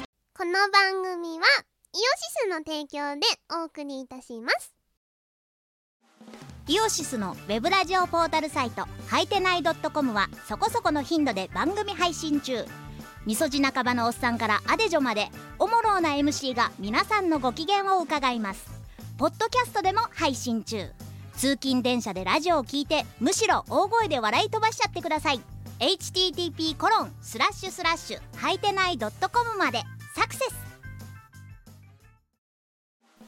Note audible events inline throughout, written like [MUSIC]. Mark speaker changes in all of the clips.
Speaker 1: の番組はイオシスの提供でお送りいたします
Speaker 2: イオシスのウェブラジオポータルサイトはいてない .com はそこそこの頻度で番組配信中みそじ半ばのおっさんからアデジョまでおもろうな MC が皆さんのご機嫌を伺いますポッドキャストでも配信中通勤電車でラジオを聞いてむしろ大声で笑い飛ばしちゃってください http コロンスラッシュスラッシュはいてない .com までサクセス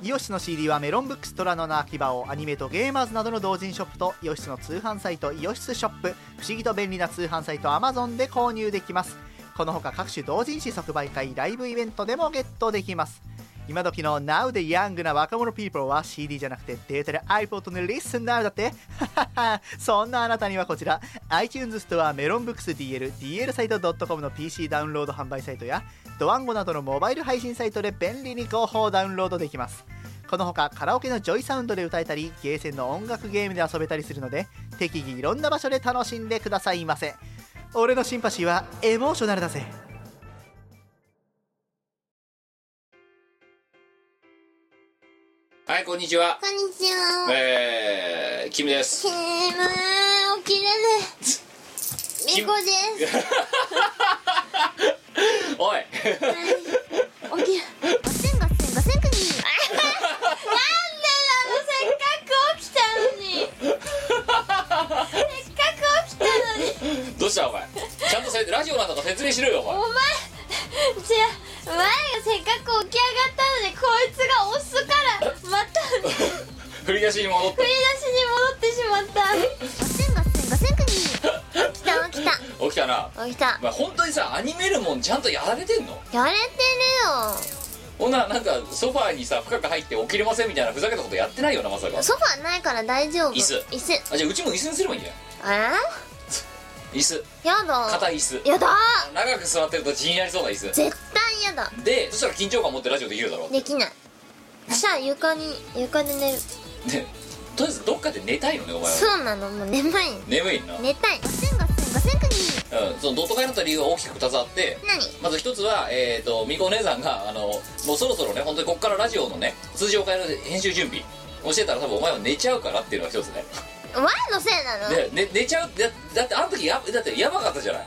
Speaker 3: イオシスの CD はメロンブックストラノの秋葉をアニメとゲーマーズなどの同人ショップとイオシスの通販サイトイオシスショップ不思議と便利な通販サイト Amazon で購入できますこのほか各種同人誌即売会ライブイベントでもゲットできます今時の Now でヤングな若者 people は CD じゃなくてデータで iPod の Listen Now だって [LAUGHS] そんなあなたにはこちら iTunes ストアメロンブックス DL DL サイト .com の PC ダウンロード販売サイトやドワンゴなどのモバイル配信サイトで便利に広報ダウンロードできますこのほかカラオケのジョイサウンドで歌えたりゲーセンの音楽ゲームで遊べたりするので適宜いろんな場所で楽しんでくださいませ俺のシンパシーはエモーショナルだぜ
Speaker 4: はい、こんにちは。
Speaker 1: こんにちは
Speaker 4: えー、キムです。
Speaker 1: けーむ起きれるみこです
Speaker 4: おい。
Speaker 1: 起きるガセンガセンガセンクニーなんでなのせっかく起きたのにせっかく起きたのに
Speaker 4: どうしたお前。ちゃんとせラジオなんだから説明しろよ、お前。
Speaker 1: お前じゃあ前がせっかく起き上がったのにこいつが押すからまた振り出し
Speaker 4: 振り出しに戻って。
Speaker 1: に戻ってしまったガセンガセンガセンクニー起きた起きた
Speaker 4: 起きたな。
Speaker 1: 起きた
Speaker 4: お前、本当にさ、アニメるもんちゃんとやられてんの
Speaker 1: やれてる
Speaker 4: ほんならなんか、ソファーにさ、深く入って起きれませんみたいなふざけたことやってないよな、まさか
Speaker 1: よ。ソファーないから大丈夫
Speaker 4: 椅子
Speaker 1: 椅子
Speaker 4: あ、じゃあうちも椅子にすればいいんじゃない
Speaker 1: え
Speaker 4: 椅子。
Speaker 1: やだ
Speaker 4: 硬い椅子。
Speaker 1: やだ
Speaker 4: 長く座ってると地になりそうな椅子。
Speaker 1: 絶対やだ
Speaker 4: で、そしたら緊張感持ってラジオできるだろ。
Speaker 1: できないそしたら床に床で寝る
Speaker 4: で、とりあえずどっかで寝たいのね、お前は。
Speaker 1: そうなのもう眠い
Speaker 4: 眠いんな。
Speaker 1: 寝たいガセンガセンガセンクニー
Speaker 4: うん、そのドット会になった理由は大きく2つあって、
Speaker 1: 何
Speaker 4: まず一つは、えー、とみこお姉さんがあのもうそろそろね本当にこっからラジオのね通常会の編集準備をしてたら多分お前は寝ちゃうからっていうのが一つね、
Speaker 1: お前のせいなの
Speaker 4: でね寝ちゃうだだってあの時やだってやばかったじゃない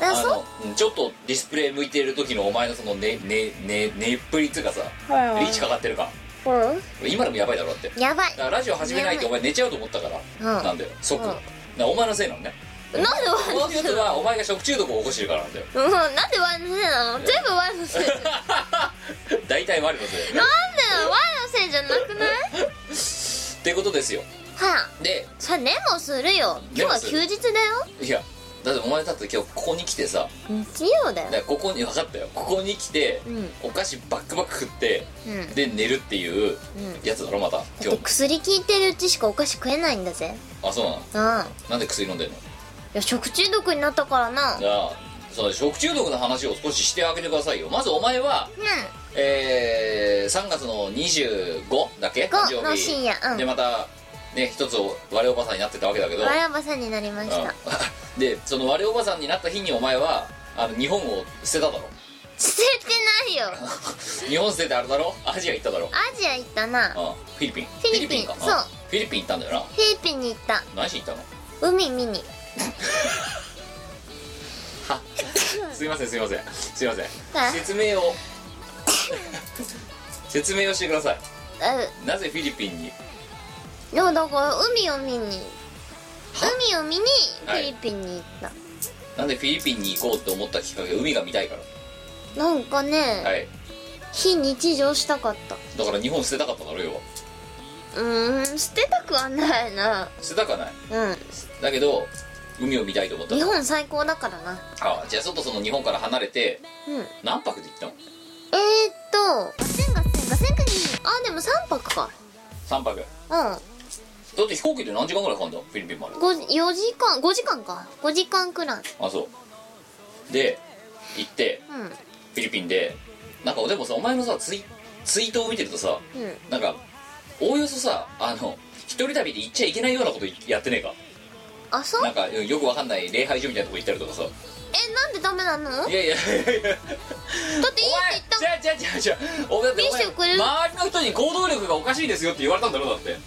Speaker 1: だ
Speaker 4: あ
Speaker 1: そう
Speaker 4: のうんちょっとディスプレイ向いてる時のお前のその寝寝寝寝っぷりっつうかさ
Speaker 1: はいはい
Speaker 4: リーチかかってるか
Speaker 1: う
Speaker 4: 今でもやばいだろだってだ
Speaker 1: んやばい
Speaker 4: からラジオ始めないとお前寝ちゃうと思ったから、
Speaker 1: うん
Speaker 4: なんだよ即、
Speaker 1: うん
Speaker 4: だからお前のせいなのね
Speaker 1: なんで
Speaker 4: この一つはお前が食中毒を起こしてるからなんだよ [LAUGHS]
Speaker 1: うんなんでワイのせいなの全部ワイのせいなんで
Speaker 4: 大体悪いのせい
Speaker 1: ワイのせいじゃなくない
Speaker 4: っていうことですよ
Speaker 1: はあ
Speaker 4: で
Speaker 1: それでもするよ今日は休日だよ
Speaker 4: いやだってお前だって今日ここに来てさ
Speaker 1: 日曜だ
Speaker 4: だ
Speaker 1: よ
Speaker 4: からここに分かったよここに来て、
Speaker 1: うん
Speaker 4: お菓子バックバック食って
Speaker 1: うんだ
Speaker 4: で寝るっていうやつだろまた今
Speaker 1: って
Speaker 4: 日
Speaker 1: 薬効いてるうちしかお菓子食えないんだぜ
Speaker 4: あそうな
Speaker 1: う
Speaker 4: の
Speaker 1: んい
Speaker 4: なんで薬飲んでんの
Speaker 1: や食中毒になったからな
Speaker 4: じゃあその食中毒の話を少ししてあげてくださいよまずお前は
Speaker 1: う
Speaker 4: えー、3月の25だっけ
Speaker 1: 5の深夜うん
Speaker 4: でまたね一つ我おばさんになってたわけだけど
Speaker 1: んわらばさんになりました
Speaker 4: うん [LAUGHS] でその我おばさんになった日にお前はあの日本を捨てただろ
Speaker 1: 捨ててない
Speaker 4: [LAUGHS]
Speaker 1: よ
Speaker 4: 日本捨ててあれだろアジア行っただろ
Speaker 1: アジア行ったなフ
Speaker 4: あフィリピン
Speaker 1: ィリピン
Speaker 4: か
Speaker 1: そう
Speaker 4: あフィリピン行ったんだよな
Speaker 1: ィリピンに行った
Speaker 4: 何しに行っ
Speaker 1: 海見に [LAUGHS]
Speaker 4: たのすいませんすいませんすいません
Speaker 1: あ
Speaker 4: 説明を [LAUGHS] 説明をしてください
Speaker 1: あ
Speaker 4: なぜフィリピンに
Speaker 1: でもだから海を見に海を見にフ
Speaker 4: はい
Speaker 1: ィリピンに行った、
Speaker 4: なんでフィリピンに行こうって思ったきっかけ海が見たいか
Speaker 1: なんかね、
Speaker 4: らはい
Speaker 1: 非日常したかった
Speaker 4: だから日本捨てたかっただろ要は
Speaker 1: うーん捨てたくはないな
Speaker 4: 捨てたかない
Speaker 1: うん
Speaker 4: だけど海を見たいと思った
Speaker 1: 日本最高だからな
Speaker 4: あじゃあちょっとその日本から離れて
Speaker 1: うんえー、っ
Speaker 4: 何泊で行ったの
Speaker 1: とガセンガセンガセンクニーあでも3泊か
Speaker 4: 3泊だ
Speaker 1: う
Speaker 4: って飛行機で何時間ぐらいかかんだフィリピンまで
Speaker 1: ん5 4時間5時間か5時間くらい
Speaker 4: あそうで行って
Speaker 1: うんうん
Speaker 4: フィリピンでなんかでもさお前のさツイツイートを見てるとさなんかおおよそさあの一人旅で行っちゃいけないようなことやってねえか
Speaker 1: あそう
Speaker 4: なんかうんよくわかんない礼拝所みたいなとこ行ったりとかさ
Speaker 1: えなんでダメなのだって
Speaker 4: いやいやいや
Speaker 1: い
Speaker 4: いや
Speaker 1: いって言った
Speaker 4: じゃおだってお前
Speaker 1: 見せてくれる
Speaker 4: 周りの人に行動力がおかしいですよって言われたんだろだって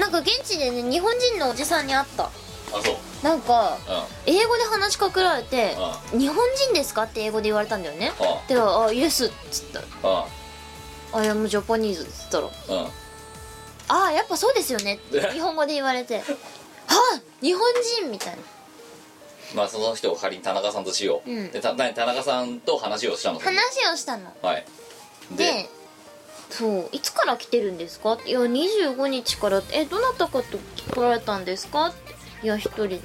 Speaker 1: なんか現地でね日本人のおじさんに会った
Speaker 4: あそう
Speaker 1: なんか
Speaker 4: うんあ
Speaker 1: 英語で話しかけられて「日本人ですか?」って英語で言われたんだよね
Speaker 4: あ
Speaker 1: で「あイエス」っつったら
Speaker 4: あ
Speaker 1: 「あいやもうジャパニーズ」っつったら「
Speaker 4: うん
Speaker 1: ああやっぱそうですよね」って日本語で言われ [LAUGHS] て「はあ日本人」みたいな
Speaker 4: まあその人を仮に田中さんとしよう、
Speaker 1: うん
Speaker 4: でた田中さんと話をしたの
Speaker 1: 話をしたの
Speaker 4: はい
Speaker 1: でそう「いつから来てるんですか?」って「いや25日から」えどなたかと来られたんですか?」って「いや一人で」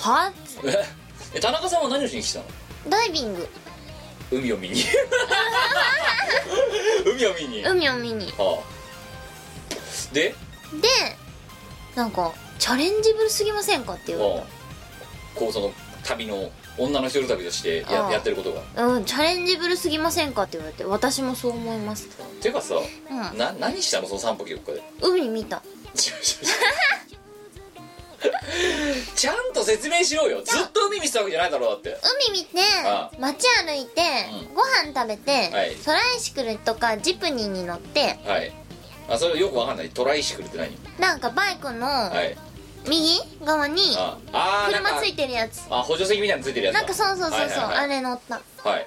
Speaker 1: はって
Speaker 4: [LAUGHS] え田中さんは何をしに来たの
Speaker 1: ダイビング
Speaker 4: 海を見に [LAUGHS] 海を見に、あ
Speaker 1: 海を見に
Speaker 4: あで
Speaker 1: でなんか「チャレンジブルすぎませんか?」って言われ
Speaker 4: ああこうその旅の女の一人旅としてや
Speaker 1: ああ
Speaker 4: やってることが
Speaker 1: た「うんチャレンジブルすぎませんか?」って言われて「私もそう思います」って
Speaker 4: ていうかさ
Speaker 1: うん
Speaker 4: な何したのその散歩記録で [LAUGHS]
Speaker 1: 海見た
Speaker 4: ちゃんと説明しろよずっと海見せたわけじゃないだろうだって
Speaker 1: 海見て
Speaker 4: ああ
Speaker 1: 街歩いて、
Speaker 4: うん
Speaker 1: ご飯食べて、
Speaker 4: はい
Speaker 1: トライシクルとかジプニーに乗って
Speaker 4: はいあそれよくわかんないトライシクルって何
Speaker 1: なんかバイクの
Speaker 4: はい
Speaker 1: 右側に
Speaker 4: ああーなん
Speaker 1: 車
Speaker 4: か
Speaker 1: ついてるやつ
Speaker 4: あ補助席みたいなのついてるやつだ
Speaker 1: なんかそうそうそうそう、
Speaker 4: はいはいはい
Speaker 1: あれ乗ったで
Speaker 4: はい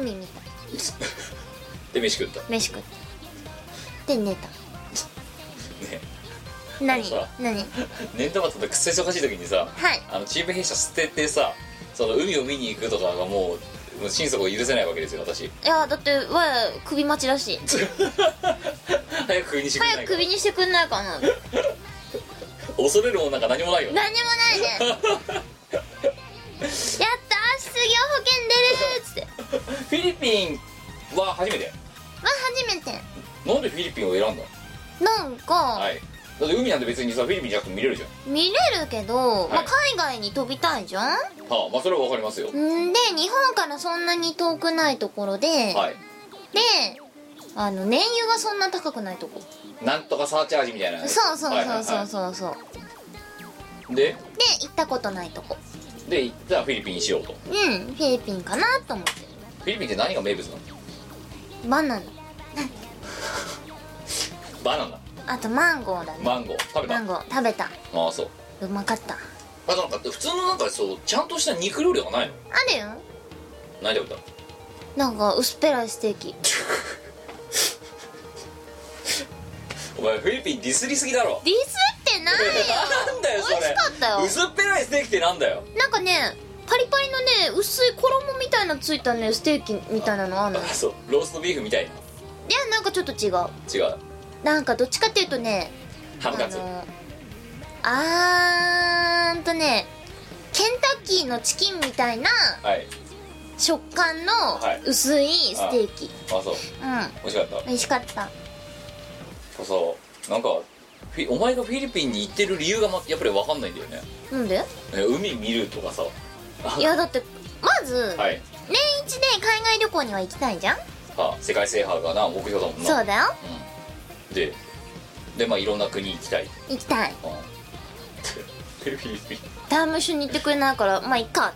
Speaker 1: 海見た
Speaker 4: で飯食った
Speaker 1: 飯食ってで寝た
Speaker 4: ね
Speaker 1: 何
Speaker 4: そう
Speaker 1: 何はい
Speaker 4: 年度末でくっそ忙しい時にさあのチーム弊社捨ててさその海を見に行くとかがもうもう心底許せないわけです
Speaker 1: [LAUGHS]
Speaker 4: よ私
Speaker 1: いやだってわや首待ちだし
Speaker 4: 早く首にしてくれな
Speaker 1: 早く
Speaker 4: いか
Speaker 1: 首にしてくんないか
Speaker 4: [LAUGHS]
Speaker 1: な何も
Speaker 4: 恐れるもんなんか何もないよ
Speaker 1: ないねやった失業保険出るっつってわ
Speaker 4: [LAUGHS] フィリピンは初めて
Speaker 1: 初めて
Speaker 4: なんでフィリピンを選んだ
Speaker 1: なんか、
Speaker 4: はいだって海なんて別にさフィリピンじゃなくて見れるじゃん
Speaker 1: 見れるけど、まあ、海外に飛びたいじゃん
Speaker 4: はあまあそれはわかりますよ
Speaker 1: んで日本からそんなに遠くないところで、
Speaker 4: はい
Speaker 1: であの燃油がそんな高くないとこ
Speaker 4: なんとかサーチャージみたいな
Speaker 1: そうそう
Speaker 4: はいは
Speaker 1: そう
Speaker 4: いは
Speaker 1: そ
Speaker 4: いう
Speaker 1: そうそう、
Speaker 4: で
Speaker 1: で行ったことないとこ
Speaker 4: で行ったらフィリピンにしようと
Speaker 1: う
Speaker 4: フ
Speaker 1: んフィリピンかなと思って
Speaker 4: ィリピンって何が名物なの
Speaker 1: バナナ
Speaker 4: バナナ
Speaker 1: あとマンゴーだね
Speaker 4: マンゴー食べた
Speaker 1: マンゴー食べた
Speaker 4: ああそう
Speaker 1: うまかったあ
Speaker 4: あとなんか普通のなんかそうちゃんとした肉料理はないの
Speaker 1: るよ
Speaker 4: ないでことだ
Speaker 1: なんか薄っぺらいステーキ
Speaker 4: お前フィリピンディスりすぎだろ
Speaker 1: ディスってないよ
Speaker 4: なんだよそれ
Speaker 1: 美味しかったよ
Speaker 4: 薄っぺらいステーキってなんだよ
Speaker 1: なんかねパリパリのね薄い衣みたいなついたねステーキみたいなのあんの
Speaker 4: あ
Speaker 1: い
Speaker 4: そうローストビーフみたいな
Speaker 1: やなんかちょっと違う
Speaker 4: 違う
Speaker 1: なんかどっちかっていうとね
Speaker 4: ハムカツ
Speaker 1: のあーんとねケンタッキーのチキンみたいな
Speaker 4: はい
Speaker 1: 食感の
Speaker 4: はい
Speaker 1: 薄いステーキ、
Speaker 4: あそう美味しかった
Speaker 1: うん美味しかった
Speaker 4: そうそうなんかフィお前がフィリピンに行ってる理由がまやっぱり分かんないんだよね
Speaker 1: なんで
Speaker 4: え海見るとかさあ
Speaker 1: いやだってまず、
Speaker 4: はい
Speaker 1: 年一で海外旅行には行きたいじゃん
Speaker 4: あ世界制覇がな目標だもんな
Speaker 1: そうだよ
Speaker 4: うんででまあいろんな国行きた [LAUGHS] い
Speaker 1: 行きたい
Speaker 4: うんフィリピン
Speaker 1: ダーム一緒に行ってくれないからまあいっか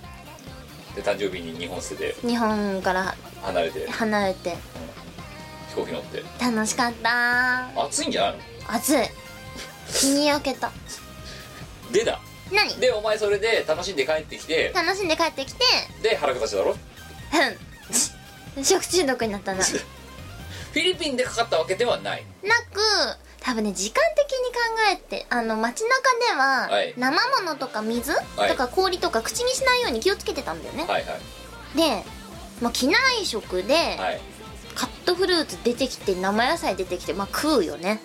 Speaker 4: で誕生日に日本捨てて
Speaker 1: 日本から
Speaker 4: 離れて
Speaker 1: 離れて
Speaker 4: 飛行機乗って
Speaker 1: 楽しかった
Speaker 4: 暑いんじゃないの
Speaker 1: 暑い日に焼けた
Speaker 4: でだ
Speaker 1: 何
Speaker 4: でお前それで楽しんで帰ってきて
Speaker 1: 楽しんで帰ってきて
Speaker 4: で腹下しだろ
Speaker 1: うん食中毒になったななく
Speaker 4: フィリピンでかかったわけではない
Speaker 1: 多分ね時間的に考えてあの街中で
Speaker 4: はい
Speaker 1: は生ものとか水、
Speaker 4: はい
Speaker 1: とか氷とか口にしないように気をつけてたんだよね、
Speaker 4: はいはい
Speaker 1: でもう機内食で、
Speaker 4: はい
Speaker 1: カットフルーツ出てきて生野菜出てきてまあ食うよね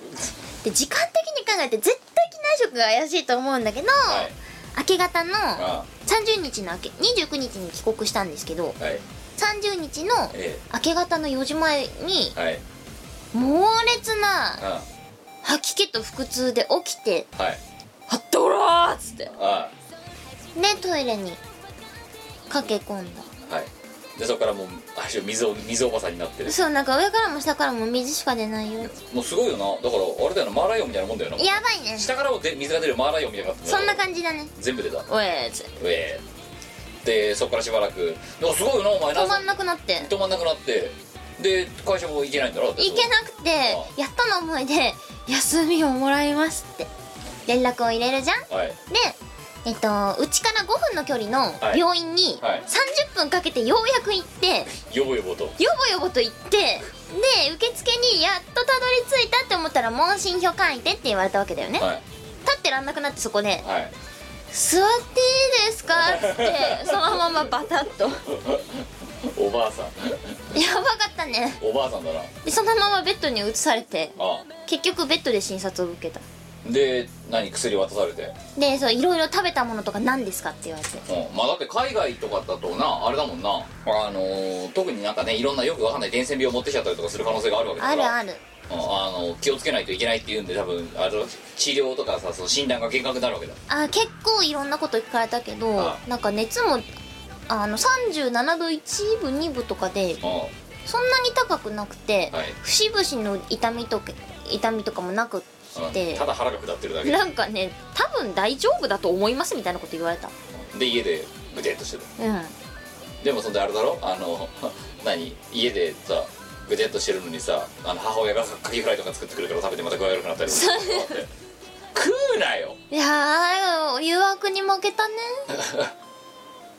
Speaker 1: で時間的に考えて絶対機内食が怪しいと思うんだけど、
Speaker 4: はい
Speaker 1: 明け方の
Speaker 4: あ
Speaker 1: 30日の明け29日に帰国したんですけど
Speaker 4: はい
Speaker 1: 30日の
Speaker 4: え
Speaker 1: 明け方の4時前に
Speaker 4: えはい
Speaker 1: 猛烈な
Speaker 4: あ
Speaker 1: 吐き気と腹痛で起きて
Speaker 4: はい
Speaker 1: 「はっとらー!」っつって
Speaker 4: あ
Speaker 1: でトイレに駆け込んだ
Speaker 4: はいでそこからもうあれでしょ水お水おばさんになってる
Speaker 1: そうなんか上からも下からも水しか出ないよ
Speaker 4: もうすごいよなだからあれだよなマーライオンみたいなもんだよな
Speaker 1: やばいね
Speaker 4: 下からもで水が出るマーライオンみたいなのがあって
Speaker 1: そんな感じだね
Speaker 4: 全部出たう
Speaker 1: おえーっつって
Speaker 4: えでそこからしばらく「でもすごいよなお前な」
Speaker 1: 止まんなくなって
Speaker 4: 止まんなくなってで会社も行けないんだろだって
Speaker 1: 行けなくてやっとの思いで休みをもらいますって連絡を入れるじゃん
Speaker 4: はい
Speaker 1: でえっとうちから5分の距離の病院に
Speaker 4: はい
Speaker 1: 30分かけてようやく行って
Speaker 4: よぼよぼと
Speaker 1: よぼよぼと行ってで受付にやっとたどり着いたって思ったら問診票書いてって言われたわけだよね、
Speaker 4: はい
Speaker 1: 立ってらんなくなってそこで
Speaker 4: はい
Speaker 1: 「座っていいですか?」っつ
Speaker 4: [LAUGHS]
Speaker 1: ってそのままバタッと
Speaker 4: おばあさん
Speaker 1: やばかったね
Speaker 4: おばあさんだな
Speaker 1: でそのままベッドに移されて
Speaker 4: あ
Speaker 1: 結局ベッドで診察を受けた
Speaker 4: あで何薬渡されて
Speaker 1: でそういろいろ食べたものとか何ですかって言われて
Speaker 4: うんまあだって海外とかだとなあれだもんなあのー特になんかねいろんなよくわかんない伝染病持ってきちゃったりとかする可能性があるわけだ
Speaker 1: あ
Speaker 4: か
Speaker 1: る
Speaker 4: ら
Speaker 1: ある
Speaker 4: うんあの気をつけないといけないっていうんで多分あの治療とかさその診断が厳格になるわけだ
Speaker 1: あ結構いろんなこと聞かれたけど
Speaker 4: あ
Speaker 1: なんか熱もあの37度1分2分とかで
Speaker 4: うん
Speaker 1: そんなに高くなくて
Speaker 4: はい
Speaker 1: 節々の痛みとか痛みとかもなくっ
Speaker 4: うん
Speaker 1: て
Speaker 4: ただ腹が下ってるだけ
Speaker 1: なんかね多分大丈夫だと思いますみたいなこと言われた
Speaker 4: で家でぐでっとしてる
Speaker 1: うん
Speaker 4: でもそんであれだろあの [LAUGHS] 何家でさぐでっとしてるのにさあの母親がカキフライとか作ってくるから食べてまた具合悪くなったりとかって食うなよ
Speaker 1: いやー誘惑に負けたね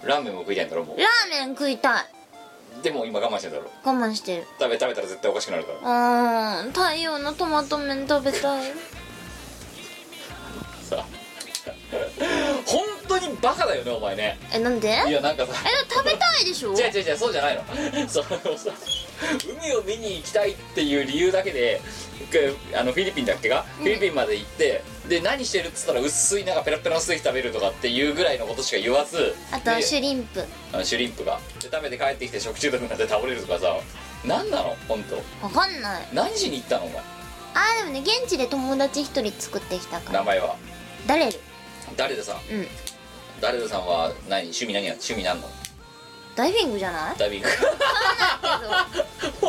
Speaker 4: ラーメンも食いたいんだろも
Speaker 1: ラーメン食いたいう
Speaker 4: でも今我慢してんだろ
Speaker 1: 我慢してる
Speaker 4: 食べ食べたら絶対おかしくなるから
Speaker 1: うーん太陽のトマト麺食べたい
Speaker 4: [LAUGHS] さ [LAUGHS] 本当にバカだよねお前ね
Speaker 1: えなんで
Speaker 4: い
Speaker 1: え
Speaker 4: やなんかさ
Speaker 1: 食べたいでしょ
Speaker 4: 違う違う違うそうじゃないの [LAUGHS] そのさ海を見に行きたいっていう理由だけでくあのフィリピンだっけが、フィリピンまで行ってで何してるっつったら薄いなんかペラペラのステーキ食べるとかっていうぐらいのことしか言わず
Speaker 1: あとは
Speaker 4: で
Speaker 1: シュリンプ
Speaker 4: あのシュリンプがで食べて帰ってきて食中毒になって倒れるとかさ何なの本当
Speaker 1: わかんない
Speaker 4: 何しに行ったのお前
Speaker 1: あーでもね現地で友達一人作ってきたか
Speaker 4: 名
Speaker 1: ら
Speaker 4: 前は
Speaker 1: ダレル
Speaker 4: 誰でさん
Speaker 1: うん
Speaker 4: 誰でさんは何趣味何や趣味なんの
Speaker 1: ダイビングじゃ
Speaker 4: [LAUGHS]
Speaker 1: ない
Speaker 4: ダ
Speaker 1: [LAUGHS]
Speaker 4: イビング
Speaker 1: けど
Speaker 4: お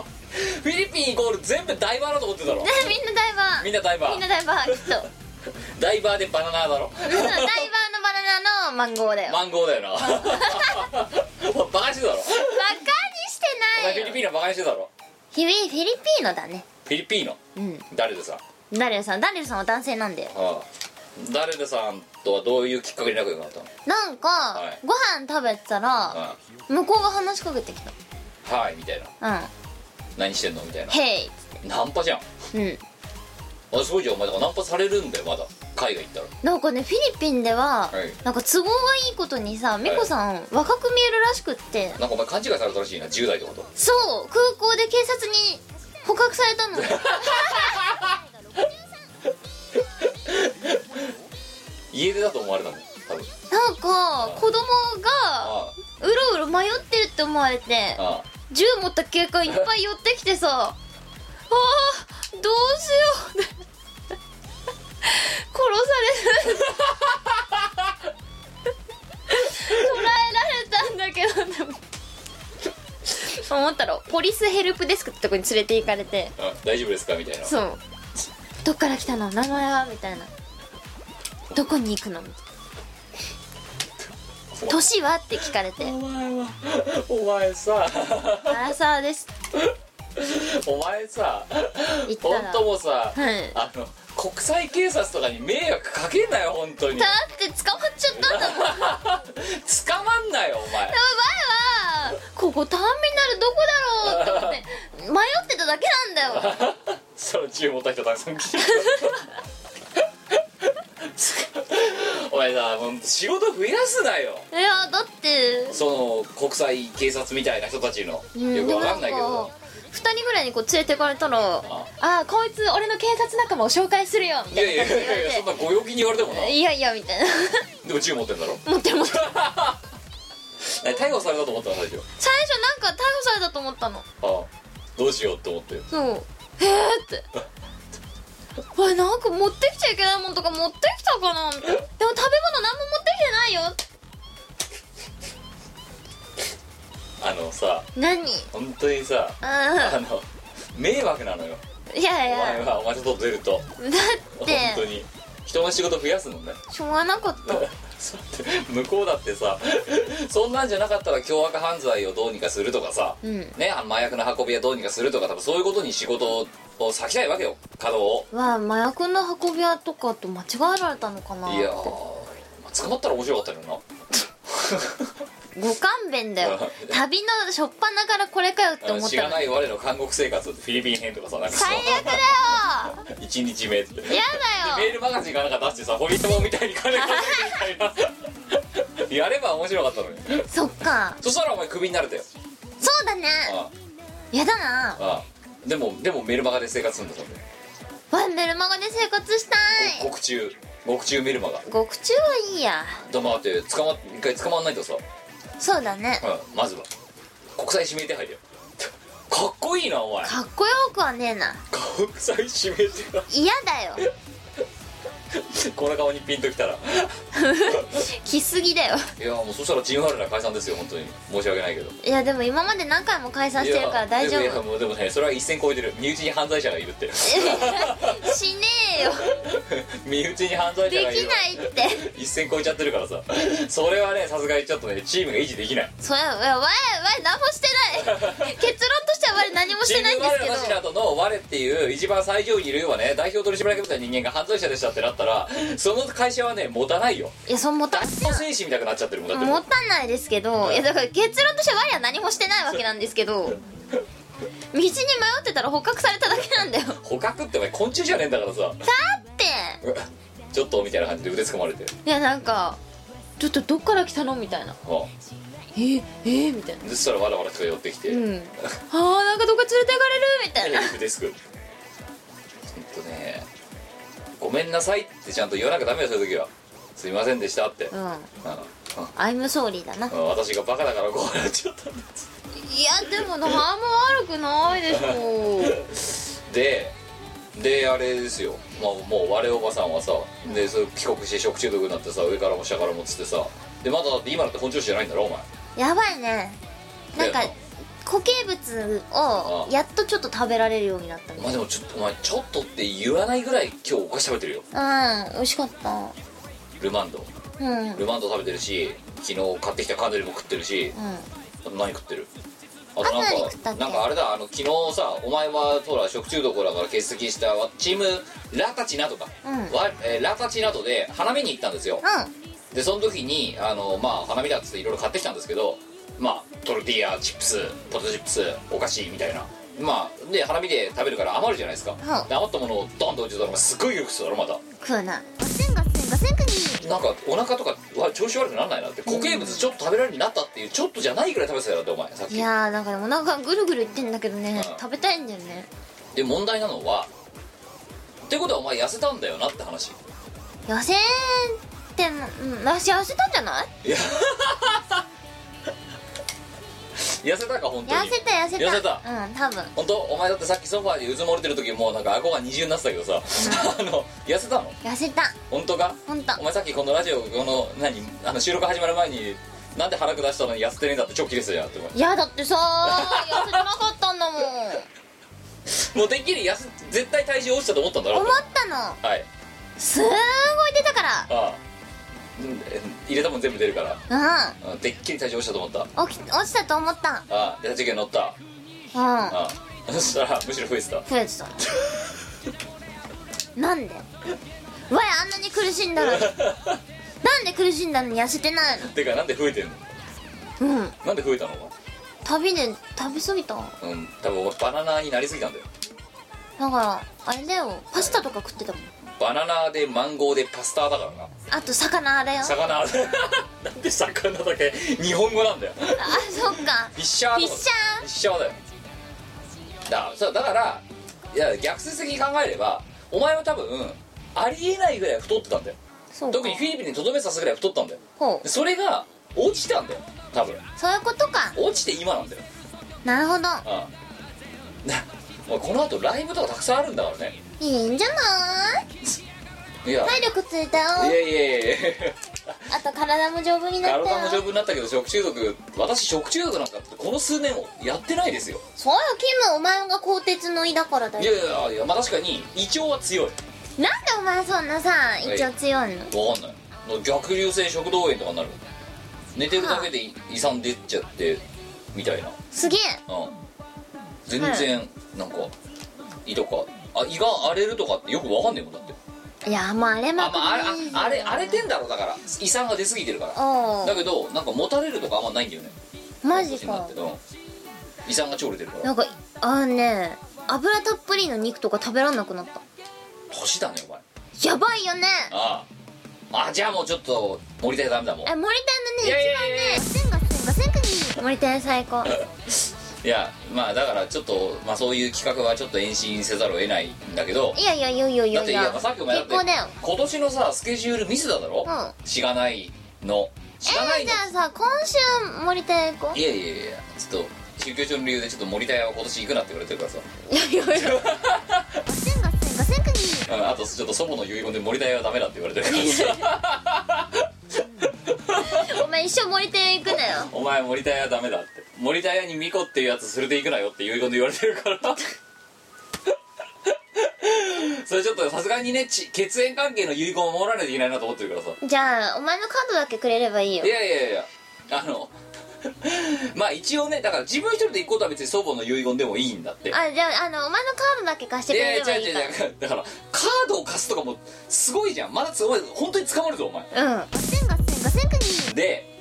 Speaker 4: おフィリピンイコール全部ダイバーだと思ってたろ
Speaker 1: みんな [LAUGHS] ダイバー
Speaker 4: みんなダイバ
Speaker 1: みんな
Speaker 4: ー
Speaker 1: ダイバーきっとダイ
Speaker 4: ダイバーでバナナだろ
Speaker 1: バーのバナナのマンゴーだよバ
Speaker 4: マンゴー [LAUGHS] だよなお前バカにしてたろ
Speaker 1: カにして
Speaker 4: お
Speaker 1: な
Speaker 4: 前
Speaker 1: い
Speaker 4: フィ
Speaker 1: よ
Speaker 4: リピーノバカにしてたろ
Speaker 1: フィリフィリピーノだね
Speaker 4: フィリピーノ
Speaker 1: うん
Speaker 4: 誰でさん
Speaker 1: ダレルさんダレルさんは男性なんだよ
Speaker 4: ああ誰でさんとはどういうきっかけで仲良くなったの
Speaker 1: なんか、
Speaker 4: い
Speaker 1: ご飯食べてたら
Speaker 4: あ
Speaker 1: 向こうが話しかけてきた
Speaker 4: あはいみたいな
Speaker 1: うん
Speaker 4: 何してんのみた
Speaker 1: 「
Speaker 4: いな
Speaker 1: ヘイ
Speaker 4: ナンパじゃん」
Speaker 1: うん
Speaker 4: あすごいじゃんお前だからナンパされるんだよまだ海外行ったら
Speaker 1: なんかねフィリピンでは、
Speaker 4: はい
Speaker 1: なんか都合がいいことにさ美子さん、若く見えるらしくって
Speaker 4: なんかお前勘違いされたらしいな10代ってこと
Speaker 1: そう空港で警察に捕獲され
Speaker 4: [LAUGHS]
Speaker 1: たの
Speaker 4: 家出だと思われたの多分
Speaker 1: なんか子供が
Speaker 4: あ
Speaker 1: うろうろ迷ってるって思われて
Speaker 4: あああ
Speaker 1: 銃持った警官いっぱい寄ってきてさあーどうしよう殺される [LAUGHS] 捕らえられたんだけどでも [LAUGHS] 思ったらポリスヘルプデスクってとこに連れて行かれて
Speaker 4: あ大丈夫ですかみたいな
Speaker 1: そうどっから来たの名前はみたいなどこに行くのみたいな年はって聞かれて
Speaker 4: お前はお前さ
Speaker 1: 「アラサーです」
Speaker 4: [LAUGHS] お前さ
Speaker 1: 言った
Speaker 4: 本
Speaker 1: ら
Speaker 4: 当もうさ、
Speaker 1: はい
Speaker 4: あの国際警察とかに迷惑かけんなよ本当に
Speaker 1: だって捕まっちゃったんだもん前
Speaker 4: [LAUGHS] 捕まんなよお前
Speaker 1: はここターミナルどこだろうって思って迷ってただけなんだよ
Speaker 4: [LAUGHS] その注文た人たくさん来てお前さほんと仕事増やすなよ
Speaker 1: いやだって
Speaker 4: その国際警察みたいな人たちの、
Speaker 1: うん
Speaker 4: よくわかんないけ
Speaker 1: でもなん
Speaker 4: ど
Speaker 1: か2人ぐらいにこう連れてかれたら「ああーこいつ俺の警察仲間を紹介するよ」み
Speaker 4: い
Speaker 1: た
Speaker 4: やい
Speaker 1: いな
Speaker 4: や
Speaker 1: 感じで
Speaker 4: い
Speaker 1: 言わ
Speaker 4: やいやそ
Speaker 1: れ
Speaker 4: んなご陽気に言われてもな
Speaker 1: て「いやいや」みたいな
Speaker 4: でも銃持ってんだろ [LAUGHS]
Speaker 1: 持ってる持ってる
Speaker 4: 何逮捕されたと思ったの最初
Speaker 1: 最初なんか逮捕されたと思ったの
Speaker 4: ああどうしようって思って
Speaker 1: そうえー、って「おいなんか持ってきちゃいけないもんとか持ってきたかな」みたいな「でも食べ物何も持ってきてないよ
Speaker 4: あのさ」
Speaker 1: 何
Speaker 4: 本当にさあ
Speaker 1: あ
Speaker 4: の迷惑なのよ
Speaker 1: あいやい
Speaker 4: お前
Speaker 1: やだ
Speaker 4: はお前と出ると
Speaker 1: っ
Speaker 4: 本当
Speaker 1: て
Speaker 4: に人の仕事増やすのね
Speaker 1: [LAUGHS] しょうがなかった
Speaker 4: そう向こうだってさそんなんじゃなかったら凶悪犯罪をどうにかするとかさ、
Speaker 1: うん
Speaker 4: ねあの麻薬の運びをどうにかするとか多分そういうことに仕事を避けたいわけよ稼働を
Speaker 1: わあ麻薬の運び屋とかと間違えられたのかない
Speaker 4: やーまあ捕まったら面白かったの
Speaker 1: [LAUGHS]
Speaker 4: にな
Speaker 1: ご勘弁だよ旅の初っ端からこれかよって
Speaker 4: あ
Speaker 1: 思
Speaker 4: の
Speaker 1: っ
Speaker 4: 知
Speaker 1: た
Speaker 4: ら
Speaker 1: の
Speaker 4: ない我の韓国生活フィリピン編とかさなんかさ
Speaker 1: 最悪だよ
Speaker 4: [LAUGHS] 1日目って
Speaker 1: 嫌だ
Speaker 4: メー
Speaker 1: よ
Speaker 4: ルマガジンかなんか出してさ堀友みたいに金稼ぐみたいなやれば面白かったのに
Speaker 1: そっか
Speaker 4: そしたらお前クビになれたよ
Speaker 1: そうだね
Speaker 4: あ
Speaker 1: やだな
Speaker 4: あああでもでもメルマガで生活するんだそれ
Speaker 1: わメルマガで生活したい
Speaker 4: 獄中獄中メルマガ
Speaker 1: 獄中はいいや
Speaker 4: だまって捕まっ一回捕まんないとさ、
Speaker 1: そうだね
Speaker 4: うん、まずは国際指名手配だよ [LAUGHS] かっこいいなお前
Speaker 1: かっこよくはねえな
Speaker 4: 国際指名手
Speaker 1: 嫌だ
Speaker 4: [LAUGHS]
Speaker 1: よ
Speaker 4: 配この顔にピンときたら
Speaker 1: 来すぎだよ
Speaker 4: いやもうそしたらチームファルな解散ですよ本当に申し訳ないけど
Speaker 1: いやでも今まで何回も解散
Speaker 4: い
Speaker 1: してるから
Speaker 4: や
Speaker 1: 大丈
Speaker 4: でもいや
Speaker 1: 夫
Speaker 4: もうでもねそれは一線超えてる身内に犯罪者がいるって
Speaker 1: [LAUGHS] しねえよ
Speaker 4: 身内に犯罪
Speaker 1: で
Speaker 4: 者がいる
Speaker 1: きないって
Speaker 4: 一線超えちゃってるからさそれはねさすがにちょっとねチームが維持できない
Speaker 1: そりゃわわわ何もして
Speaker 4: [LAUGHS]
Speaker 1: ない結論としてはわ何もしてないんですけど
Speaker 4: チーム我らの頭の我っていう一番最上位にいるようはね代表取締役みたいな人間が犯罪者でしたってなったらその会社はね持たないよ
Speaker 1: いやそんもた
Speaker 4: 脱走精神みたいになっちゃってるもんだって
Speaker 1: 持たないですけどいやだから結論として我は何もしてないわけなんですけど道に迷ってたら捕獲されただけなんだよだ
Speaker 4: 捕獲ってお前昆虫じゃねえんだからさ
Speaker 1: って
Speaker 4: ちょっとみたいな感じで腕掴まれて、
Speaker 1: いやなんかちょっとどっから来たのみたいな
Speaker 4: う、
Speaker 1: えー、えー、みたいなん
Speaker 4: でそしたらわらわら近寄ってきて、 [LAUGHS]
Speaker 1: うんあーなんかどっか連れていかれるみたいな
Speaker 4: リップデスクほんとねごめんなさいってちゃんと言わなきゃダメよそういう時はすいませんでしたって、うん
Speaker 1: うん
Speaker 4: うん
Speaker 1: アイムソーリーだな
Speaker 4: うん私がバカだからこうなっちゃったんだ
Speaker 1: いやでも何も悪くないでしょ
Speaker 4: でであれですよ、まあ、もう我おばさんはさでそれ帰国して食中毒になってさ上からも下からもっつってさでまだだって今だって本調子じゃないんだろお前
Speaker 1: やばいねなんか
Speaker 4: だよ
Speaker 1: 固形物をやっとちょっと食べられるようになったみ
Speaker 4: ま
Speaker 1: た
Speaker 4: あ
Speaker 1: い
Speaker 4: でもちょっとお前ちょっとって言わないぐらい今日お菓子食べてるよ
Speaker 1: なうん美味しかった
Speaker 4: ルマンド
Speaker 1: うんうん
Speaker 4: ルマンド食べてるし昨日買ってきたカヌレも食ってるしあと何食ってるあとなん
Speaker 1: あ
Speaker 4: か
Speaker 1: と何食ったっけ
Speaker 4: なんかあれだあの昨日さお前はほら食中毒だから欠席したチームラタチナとか、
Speaker 1: うん
Speaker 4: わえーラタチナとで花見に行ったんですよ、でその時にあのまあ花見だっつっていろいろ買ってきたんですけどまあトルティーヤチップスポテトチップスお菓子みたいなまあで花見で食べるから余るじゃないですか、
Speaker 1: はい
Speaker 4: で余ったものをドンと置いてたらお前すっごいよくするだろまた
Speaker 1: 食うな
Speaker 2: ガセンガセンガセンクニー
Speaker 4: なんかお腹とかわ調子悪くならないなって固形物ちょっと食べられるようになったっていうちょっとじゃないぐらい食べてたよだってお前さっ
Speaker 1: い
Speaker 4: き
Speaker 1: やーなんかお腹ぐるぐるいってんだけどね
Speaker 4: うん
Speaker 1: 食べたいんだよね
Speaker 4: で問題なのはってことはお前痩せたんだよなって
Speaker 1: [LAUGHS]
Speaker 4: 話
Speaker 1: 痩せってうん私痩せたんじゃない
Speaker 4: いや痩せたか本当
Speaker 1: 痩
Speaker 4: に
Speaker 1: せた痩せた
Speaker 4: 痩せた
Speaker 1: うん多分
Speaker 4: 本当お前だってさっきソファーでうずもれてる時もうなんか顎が二重になってたけどさ [LAUGHS] あの痩せたの
Speaker 1: 痩せた
Speaker 4: 本当か
Speaker 1: ほんと
Speaker 4: お前さっきこのラジオこの何あの収録始まる前になんで腹下したのに痩せてねえんだって超キレてたじゃんってお前
Speaker 1: いやだってさー痩せてなかったんだ
Speaker 4: [LAUGHS]
Speaker 1: もん
Speaker 4: もうてっきり痩せ絶対体重落ちたと思ったんだろ
Speaker 1: 思
Speaker 4: う
Speaker 1: ったの
Speaker 4: はい
Speaker 1: すーごい出たか
Speaker 4: ああうんえ入れたもん全部出るから
Speaker 1: らうん
Speaker 4: うんてっきり体重落ちたと思った
Speaker 1: 起き落ちたと思った
Speaker 4: ああで体重計乗った
Speaker 1: うん
Speaker 4: ああそしたらむしろ増えてた
Speaker 1: 増えてた [LAUGHS] なんでわいあんなに苦しんだのになんで苦しんだのに痩せてない
Speaker 4: てかなんで増えてんの
Speaker 1: のうん
Speaker 4: なんで増えたのか
Speaker 1: 旅で食べ過ぎただ
Speaker 4: うん多分俺バナナになりすぎたんだよ
Speaker 1: からあれだよパスタとか食ってたもん
Speaker 4: バナナでマンゴーでパスタだからな
Speaker 1: あと魚あれよあ
Speaker 4: 魚 [LAUGHS] なんで魚だけ日本語なんだよフ
Speaker 1: そっか
Speaker 4: ィッシャーとか
Speaker 1: フィッシャー
Speaker 4: フィッシャーだよだそうだからいや逆説的に考えればお前は多分ありえないぐらい太ってたんだよ
Speaker 1: そうか
Speaker 4: 特にフィリピンにとどめさすぐらい太ったんだよ
Speaker 1: ほ
Speaker 4: で
Speaker 1: う
Speaker 4: それが落ちたんだよ多分
Speaker 1: そういうことか
Speaker 4: 落ちて今なんだよ
Speaker 1: なるほど
Speaker 4: うん [LAUGHS] だお前この後ライブとかたくさんあるんだからね
Speaker 1: いいんじゃない
Speaker 4: いや、
Speaker 1: 体力ついた
Speaker 4: い
Speaker 1: よ
Speaker 4: やいやいや
Speaker 1: あと体も丈夫になっ
Speaker 4: 体も
Speaker 1: た
Speaker 4: 丈
Speaker 1: よ
Speaker 4: 夫になったけど食中毒私食中毒なんかこの数年をやってないですよ
Speaker 1: そうよキムお前が鋼鉄の胃だからだ
Speaker 4: いや
Speaker 1: よ
Speaker 4: いやいやまあ確かに胃腸は強い
Speaker 1: なんでお前そんなさ一応強いの
Speaker 4: わかんない逆流性食道炎とかになるもんね寝てるだけで胃酸出ちゃってみたいな
Speaker 1: すげえ
Speaker 4: うん全然なんか胃とかあ胃が荒れるとかってよくわかんねえもんだって
Speaker 1: いやもうあれ
Speaker 4: あ,、
Speaker 1: ま
Speaker 4: まあ、あれああれ荒れてんだろうだから胃酸が出過ぎてるから
Speaker 1: お
Speaker 4: だけどなんかもたれるとかあんまないんだよね
Speaker 1: マジか
Speaker 4: 今年になってうん胃酸が超出てるか
Speaker 1: な
Speaker 4: ら
Speaker 1: んかあのね油たっぷりの肉とか食べらんなくなった
Speaker 4: 年だねお前
Speaker 1: やばいよね
Speaker 4: あああじゃあもうちょっと森田ダメだもん
Speaker 1: え森田のね一
Speaker 4: いやいや
Speaker 1: 番
Speaker 4: いやいや
Speaker 1: ね千が千が千国森田最高
Speaker 4: いやまあだからちょっと、まあ、そういう企画はちょっと延伸せざるを得ないんだけど
Speaker 1: いやいやいやいやい
Speaker 4: だ
Speaker 1: や
Speaker 4: っ
Speaker 1: い
Speaker 4: ていや
Speaker 1: や
Speaker 4: まあさっきお前だっ
Speaker 1: 結構
Speaker 4: て
Speaker 1: だよ
Speaker 4: 今年のさスケジュールミスだだろ、
Speaker 1: うん
Speaker 4: しがないのしがな
Speaker 1: え
Speaker 4: い
Speaker 1: ー、
Speaker 4: の
Speaker 1: じゃあさ今週森田へ行こう
Speaker 4: いやいやいやちょっと宗教上の理由でちょっと森田屋は今年行くなって言われてるからさ、
Speaker 1: いやいやいや千が千が千国
Speaker 4: うん、 [LAUGHS] あとちょっと祖母の遺言で森田屋はダメだって言われてるからさ
Speaker 1: お前一生森田へ行くなよ
Speaker 4: お前森田屋はダメだって森田屋に巫女っていうやつ連れて行くなよって遺言で言われてるから [LAUGHS] それちょっとさすがにねち血縁関係の遺言を守らないといけないなと思ってるからさ
Speaker 1: じゃあお前のカードだけくれればいいよ
Speaker 4: いやいやいやあの [LAUGHS] まあ一応ねだから自分一人で行くことは別に祖母の遺言でもいいんだって
Speaker 1: あじゃああのお前のカードだけ貸して
Speaker 4: い
Speaker 1: く
Speaker 4: や
Speaker 1: れ
Speaker 4: い
Speaker 1: れば
Speaker 4: や違う
Speaker 1: い
Speaker 4: 違
Speaker 1: いうか
Speaker 4: 違うだからカードを貸すとかもすごいじゃんまだすごい本当に捕まるぞお前
Speaker 1: らうん千が千が千国
Speaker 4: で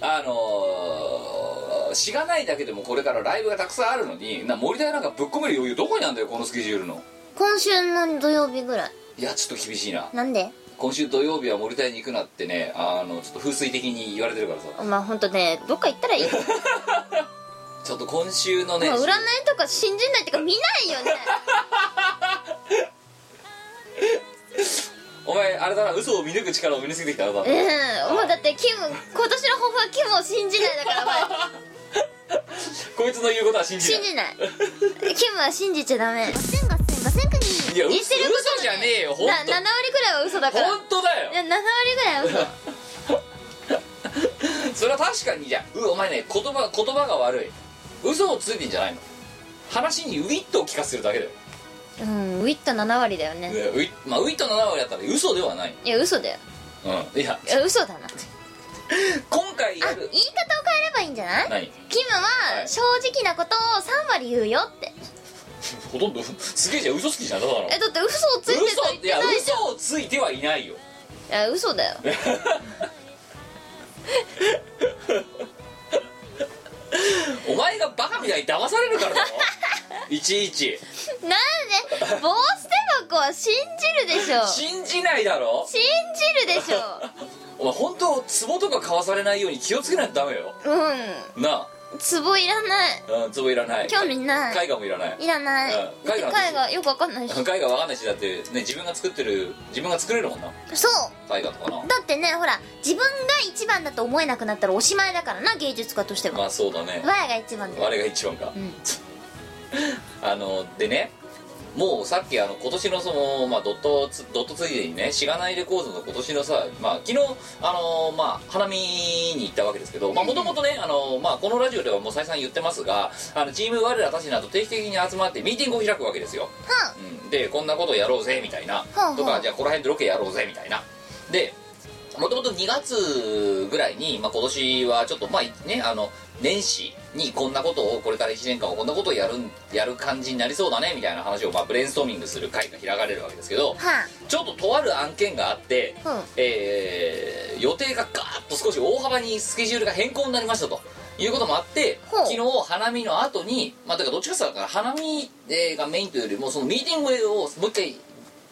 Speaker 4: あのー、しがないだけでもこれからライブがたくさんあるのにな森田屋なんかぶっ込める余裕どこにあんだよこのスケジュールの
Speaker 1: 今週の土曜日ぐらい
Speaker 4: いやちょっと厳しいな
Speaker 1: なんで
Speaker 4: 今週土曜日は森田屋に行くなってねあのちょっと風水的に言われてるからさ
Speaker 1: お前ほんとねどっか行ったらいいよ
Speaker 4: ちょっと今週のね
Speaker 1: まあ占いとか信じないってか見ないよね
Speaker 4: お前あれだな嘘を見抜く力を身につけてきたあれだな
Speaker 1: うんお前だってキム今年の抱負はキムを信じないだからお前
Speaker 4: こいつの言うことは信じない
Speaker 1: 信じないキムは信じちゃダメ千が千が千国
Speaker 4: いや嘘
Speaker 1: 言ってることも
Speaker 4: 嘘じゃねえよほんと
Speaker 1: な7割ぐらいは嘘だからい
Speaker 4: 本当だよ
Speaker 1: や7割ぐらいは嘘
Speaker 4: [LAUGHS] それは確かにじゃあうお前ね言葉言葉が悪い嘘をついてんじゃないの話にウィットを聞かせるだけだ
Speaker 1: う
Speaker 4: よ、
Speaker 1: んウィット7割だよね
Speaker 4: ねウィまあ、ウィットの7割だったら嘘ではない、
Speaker 1: いや嘘だよ
Speaker 4: うん、いや
Speaker 1: いや嘘だなあ
Speaker 4: 今回や
Speaker 1: 言い方を
Speaker 4: る
Speaker 1: 変えればいいんじゃない
Speaker 4: 何
Speaker 1: キム
Speaker 4: は
Speaker 1: はい正直なことを3割言うよって
Speaker 4: ほとんどすげえじゃん嘘つきじゃんだから
Speaker 1: えだって嘘をついてた
Speaker 4: 嘘
Speaker 1: 言っ
Speaker 4: い
Speaker 1: て
Speaker 4: や
Speaker 1: ないじゃん
Speaker 4: 嘘をついてはいないよ
Speaker 1: いや嘘だよ
Speaker 4: お前がバカみたいに騙されるから
Speaker 1: [LAUGHS]
Speaker 4: だろいちいち
Speaker 1: なんで帽子手箱は信じるでしょ
Speaker 4: 信じないだろ
Speaker 1: 信じるでしょ
Speaker 4: お前本当壺とか買わされないように気をつけないとダメよ [LAUGHS]
Speaker 1: う
Speaker 4: なあ
Speaker 1: ん壺いらない
Speaker 4: うん壺いらない
Speaker 1: 興味ない
Speaker 4: 絵画もいらない
Speaker 1: いらない
Speaker 4: うん
Speaker 1: だって
Speaker 4: 絵画
Speaker 1: 絵画よくわかんないし
Speaker 4: 絵画わかんないしだって [LAUGHS] ね自分が作ってる自分が作れるもんな
Speaker 1: そう
Speaker 4: 絵画とかな
Speaker 1: だってねほら自分が一番だと思えなくなったらおしまいだからな芸術家として
Speaker 4: ま
Speaker 1: は
Speaker 4: あそうだね
Speaker 1: 我が一番だよ
Speaker 4: 我が一番か、
Speaker 1: うん
Speaker 4: [LAUGHS] あのでねもうさっきあの今年のその、まあ、ドットつドットついでにねしがないレコードの今年のさ、まあ、昨日あの、まあ、花見に行ったわけですけどもともとねあの、まあ、このラジオではもう再三言ってますがあのチーム我らたちなど定期的に集まってミーティングを開くわけですよ、うん、でこんなことをやろうぜみたいな、
Speaker 1: はあはあ
Speaker 4: とかじゃあここら辺でロケやろうぜみたいなでもともと2月ぐらいに、まあ、今年はちょっとまあねあの年始にこんなことをこれから1年間はこんなことをやるんやる感じになりそうだねみたいな話を、まあ、ブレインストーミングする会が開かれるわけですけど
Speaker 1: は
Speaker 4: ちょっととある案件があって、
Speaker 1: うん
Speaker 4: えー予定がガーッと少し大幅にスケジュールが変更になりましたということもあって
Speaker 1: ほう
Speaker 4: 昨日花見の後にまあだからどっちかというと花見えーがメインというよりもそのミーティングをもう一回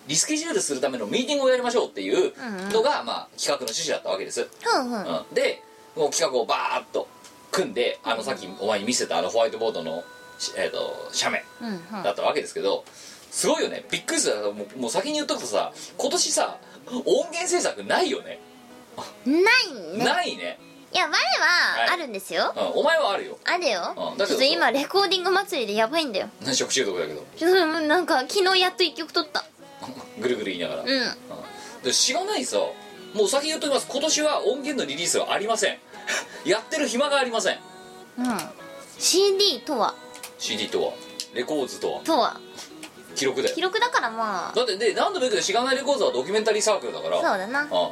Speaker 4: リスケジュールするためのミーティングをやりましょうっていう
Speaker 1: うんうん
Speaker 4: のが、まあ、企画の趣旨だったわけです、
Speaker 1: あうんうん
Speaker 4: うん、でもう企画をバーッと組んであのさっきお前に見せたあのホワイトボードの、しえー、と写メ
Speaker 1: うんうん
Speaker 4: だったわけですけどすごいよねびっくりするもうもう先に言っとくとさ今年さ音源制作ないよね
Speaker 1: ないね
Speaker 4: ないね、
Speaker 1: いや我
Speaker 4: はい
Speaker 1: はあるんですよ
Speaker 4: うん、お前はあるよ
Speaker 1: あれよ
Speaker 4: うん
Speaker 1: ちょ
Speaker 4: だ
Speaker 1: っ
Speaker 4: けど
Speaker 1: と今レコーディング祭りでやばいんだよ [LAUGHS]
Speaker 4: 食中毒だけど [LAUGHS]
Speaker 1: ちょっともうなんか昨日やっと一曲撮った
Speaker 4: ぐるぐる言いながら、
Speaker 1: うん
Speaker 4: で知らないさもう先言っときます今年は音源のリリースはありません [LAUGHS] やってる暇がありません
Speaker 1: うん CD とは
Speaker 4: CD とはレコーズとは
Speaker 1: とは
Speaker 4: 記録だよ
Speaker 1: 記録だからまあ
Speaker 4: だってで何度も言うけどしがないレコーズはドキュメンタリーサークルだから
Speaker 1: そうだな
Speaker 4: うん [LAUGHS]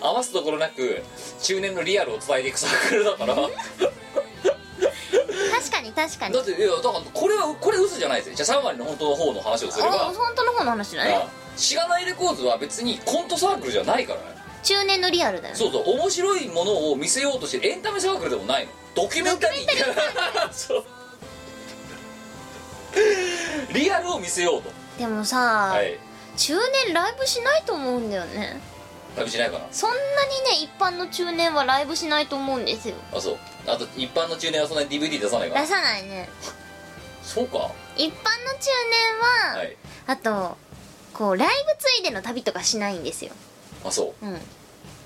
Speaker 4: 余すところなく中年のリアルを伝えていくサークルだからだ
Speaker 1: 確かに確かに
Speaker 4: っていやだからこれはこれ嘘じゃないですよじゃあ3割の本当の方の話をすれ
Speaker 1: あ
Speaker 4: ば
Speaker 1: 本当の方の話だね
Speaker 4: うんしがないレコーズは別にコントサークルじゃないからね
Speaker 1: 中年のリアルだよね
Speaker 4: そうそう面白いものを見せようとしてるエンタメサークルでもないのドキュメンタリー [LAUGHS] そうリアルを見せようと
Speaker 1: でもさ、
Speaker 4: はい
Speaker 1: 中年ライブしないと思うんだよね
Speaker 4: 旅しないかな
Speaker 1: そんなにね一般の中年はライブしないと思うんですよ
Speaker 4: あそうあと一般の中年はそんなに DVD 出さないか
Speaker 1: 出
Speaker 4: ら
Speaker 1: さないね
Speaker 4: そうかは
Speaker 1: 一般の中年は、
Speaker 4: い
Speaker 1: あとこうライブついでの旅とかしないんですよ
Speaker 4: あそう
Speaker 1: うん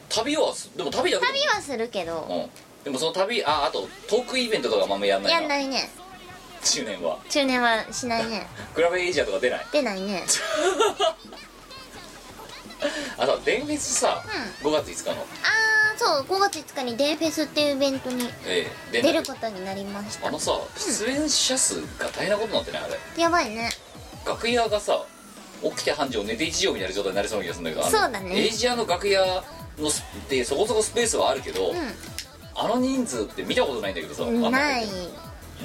Speaker 4: 旅はすでも旅だけでも
Speaker 1: 旅はするけど
Speaker 4: うんでもその旅ああとトークイベントとかもあんまやんない
Speaker 1: や
Speaker 4: なん
Speaker 1: ないね
Speaker 4: 中年は
Speaker 1: 中年はしないね
Speaker 4: クラブエイジアとか出ない
Speaker 1: 出ないね
Speaker 4: あと電フェスさ、5月5日の
Speaker 1: ああそう5月5日にデーフェスっていうイベントに
Speaker 4: ええで
Speaker 1: 出ることになりまし
Speaker 4: あ
Speaker 1: た
Speaker 4: のさ出演者数が大変なことになってないあれ
Speaker 1: やばいね
Speaker 4: 楽屋がさ起きて半畳寝て一畳みたいな状態になりそうな気がするんだけどあの
Speaker 1: そうだね
Speaker 4: エイジアの楽屋のスでそこそこスペースはあるけど、
Speaker 1: う
Speaker 4: あの人数って見たことないんだけどさあん
Speaker 1: ん
Speaker 4: な
Speaker 1: ない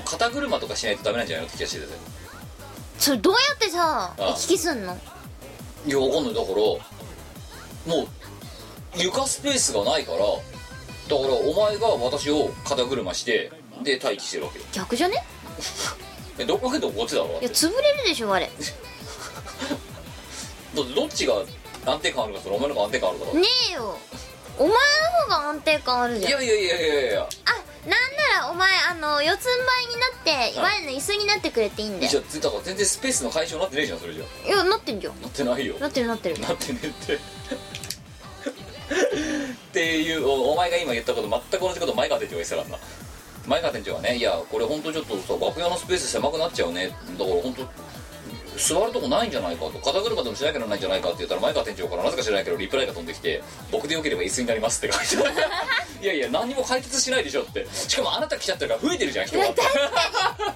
Speaker 4: 肩車とかしないとダメなんじゃないのって気がしてて
Speaker 1: それどうやってさ
Speaker 4: あ
Speaker 1: 行き来すんの
Speaker 4: いやわかんないだからもう床スペースがないからだからお前が私を肩車してで待機してるわけよ
Speaker 1: 逆じゃね
Speaker 4: えどこかけどこっちだろだっ
Speaker 1: いや
Speaker 4: て
Speaker 1: 潰れるでしょあれね
Speaker 4: だってどっちが安定感あるかそれお前の方が安定感あるから、
Speaker 1: えよお前の方が安定感あるじ
Speaker 4: い
Speaker 1: ゃんあ
Speaker 4: やいやいやいやいやいや
Speaker 1: なんならお前あの四つん這いになって
Speaker 4: はい
Speaker 1: 前の椅子になってくれていいんだ
Speaker 4: じ
Speaker 1: よ
Speaker 4: ゃあだから全然スペースの解消になってねえじゃんそれじゃ
Speaker 1: いやなってんじゃん
Speaker 4: なってないよ
Speaker 1: なってるなってる
Speaker 4: なってねえってっていうおお前が今言ったこと全く同じこと前川店長が言ってたからな前川店長はねいやこれ本当ちょっとさ楽屋のスペース狭くなっちゃうねだから本当座るとこないんじゃないかと肩車でもしなきゃならないんじゃないかって言ったら前川店長からなぜか知らないけどリプライが飛んできて「僕でよければ椅子になります」って書い [LAUGHS] てあるいやいや何も解決しないでしょってしかもあなた来ちゃってるから増えてるじゃん人が
Speaker 1: 大丈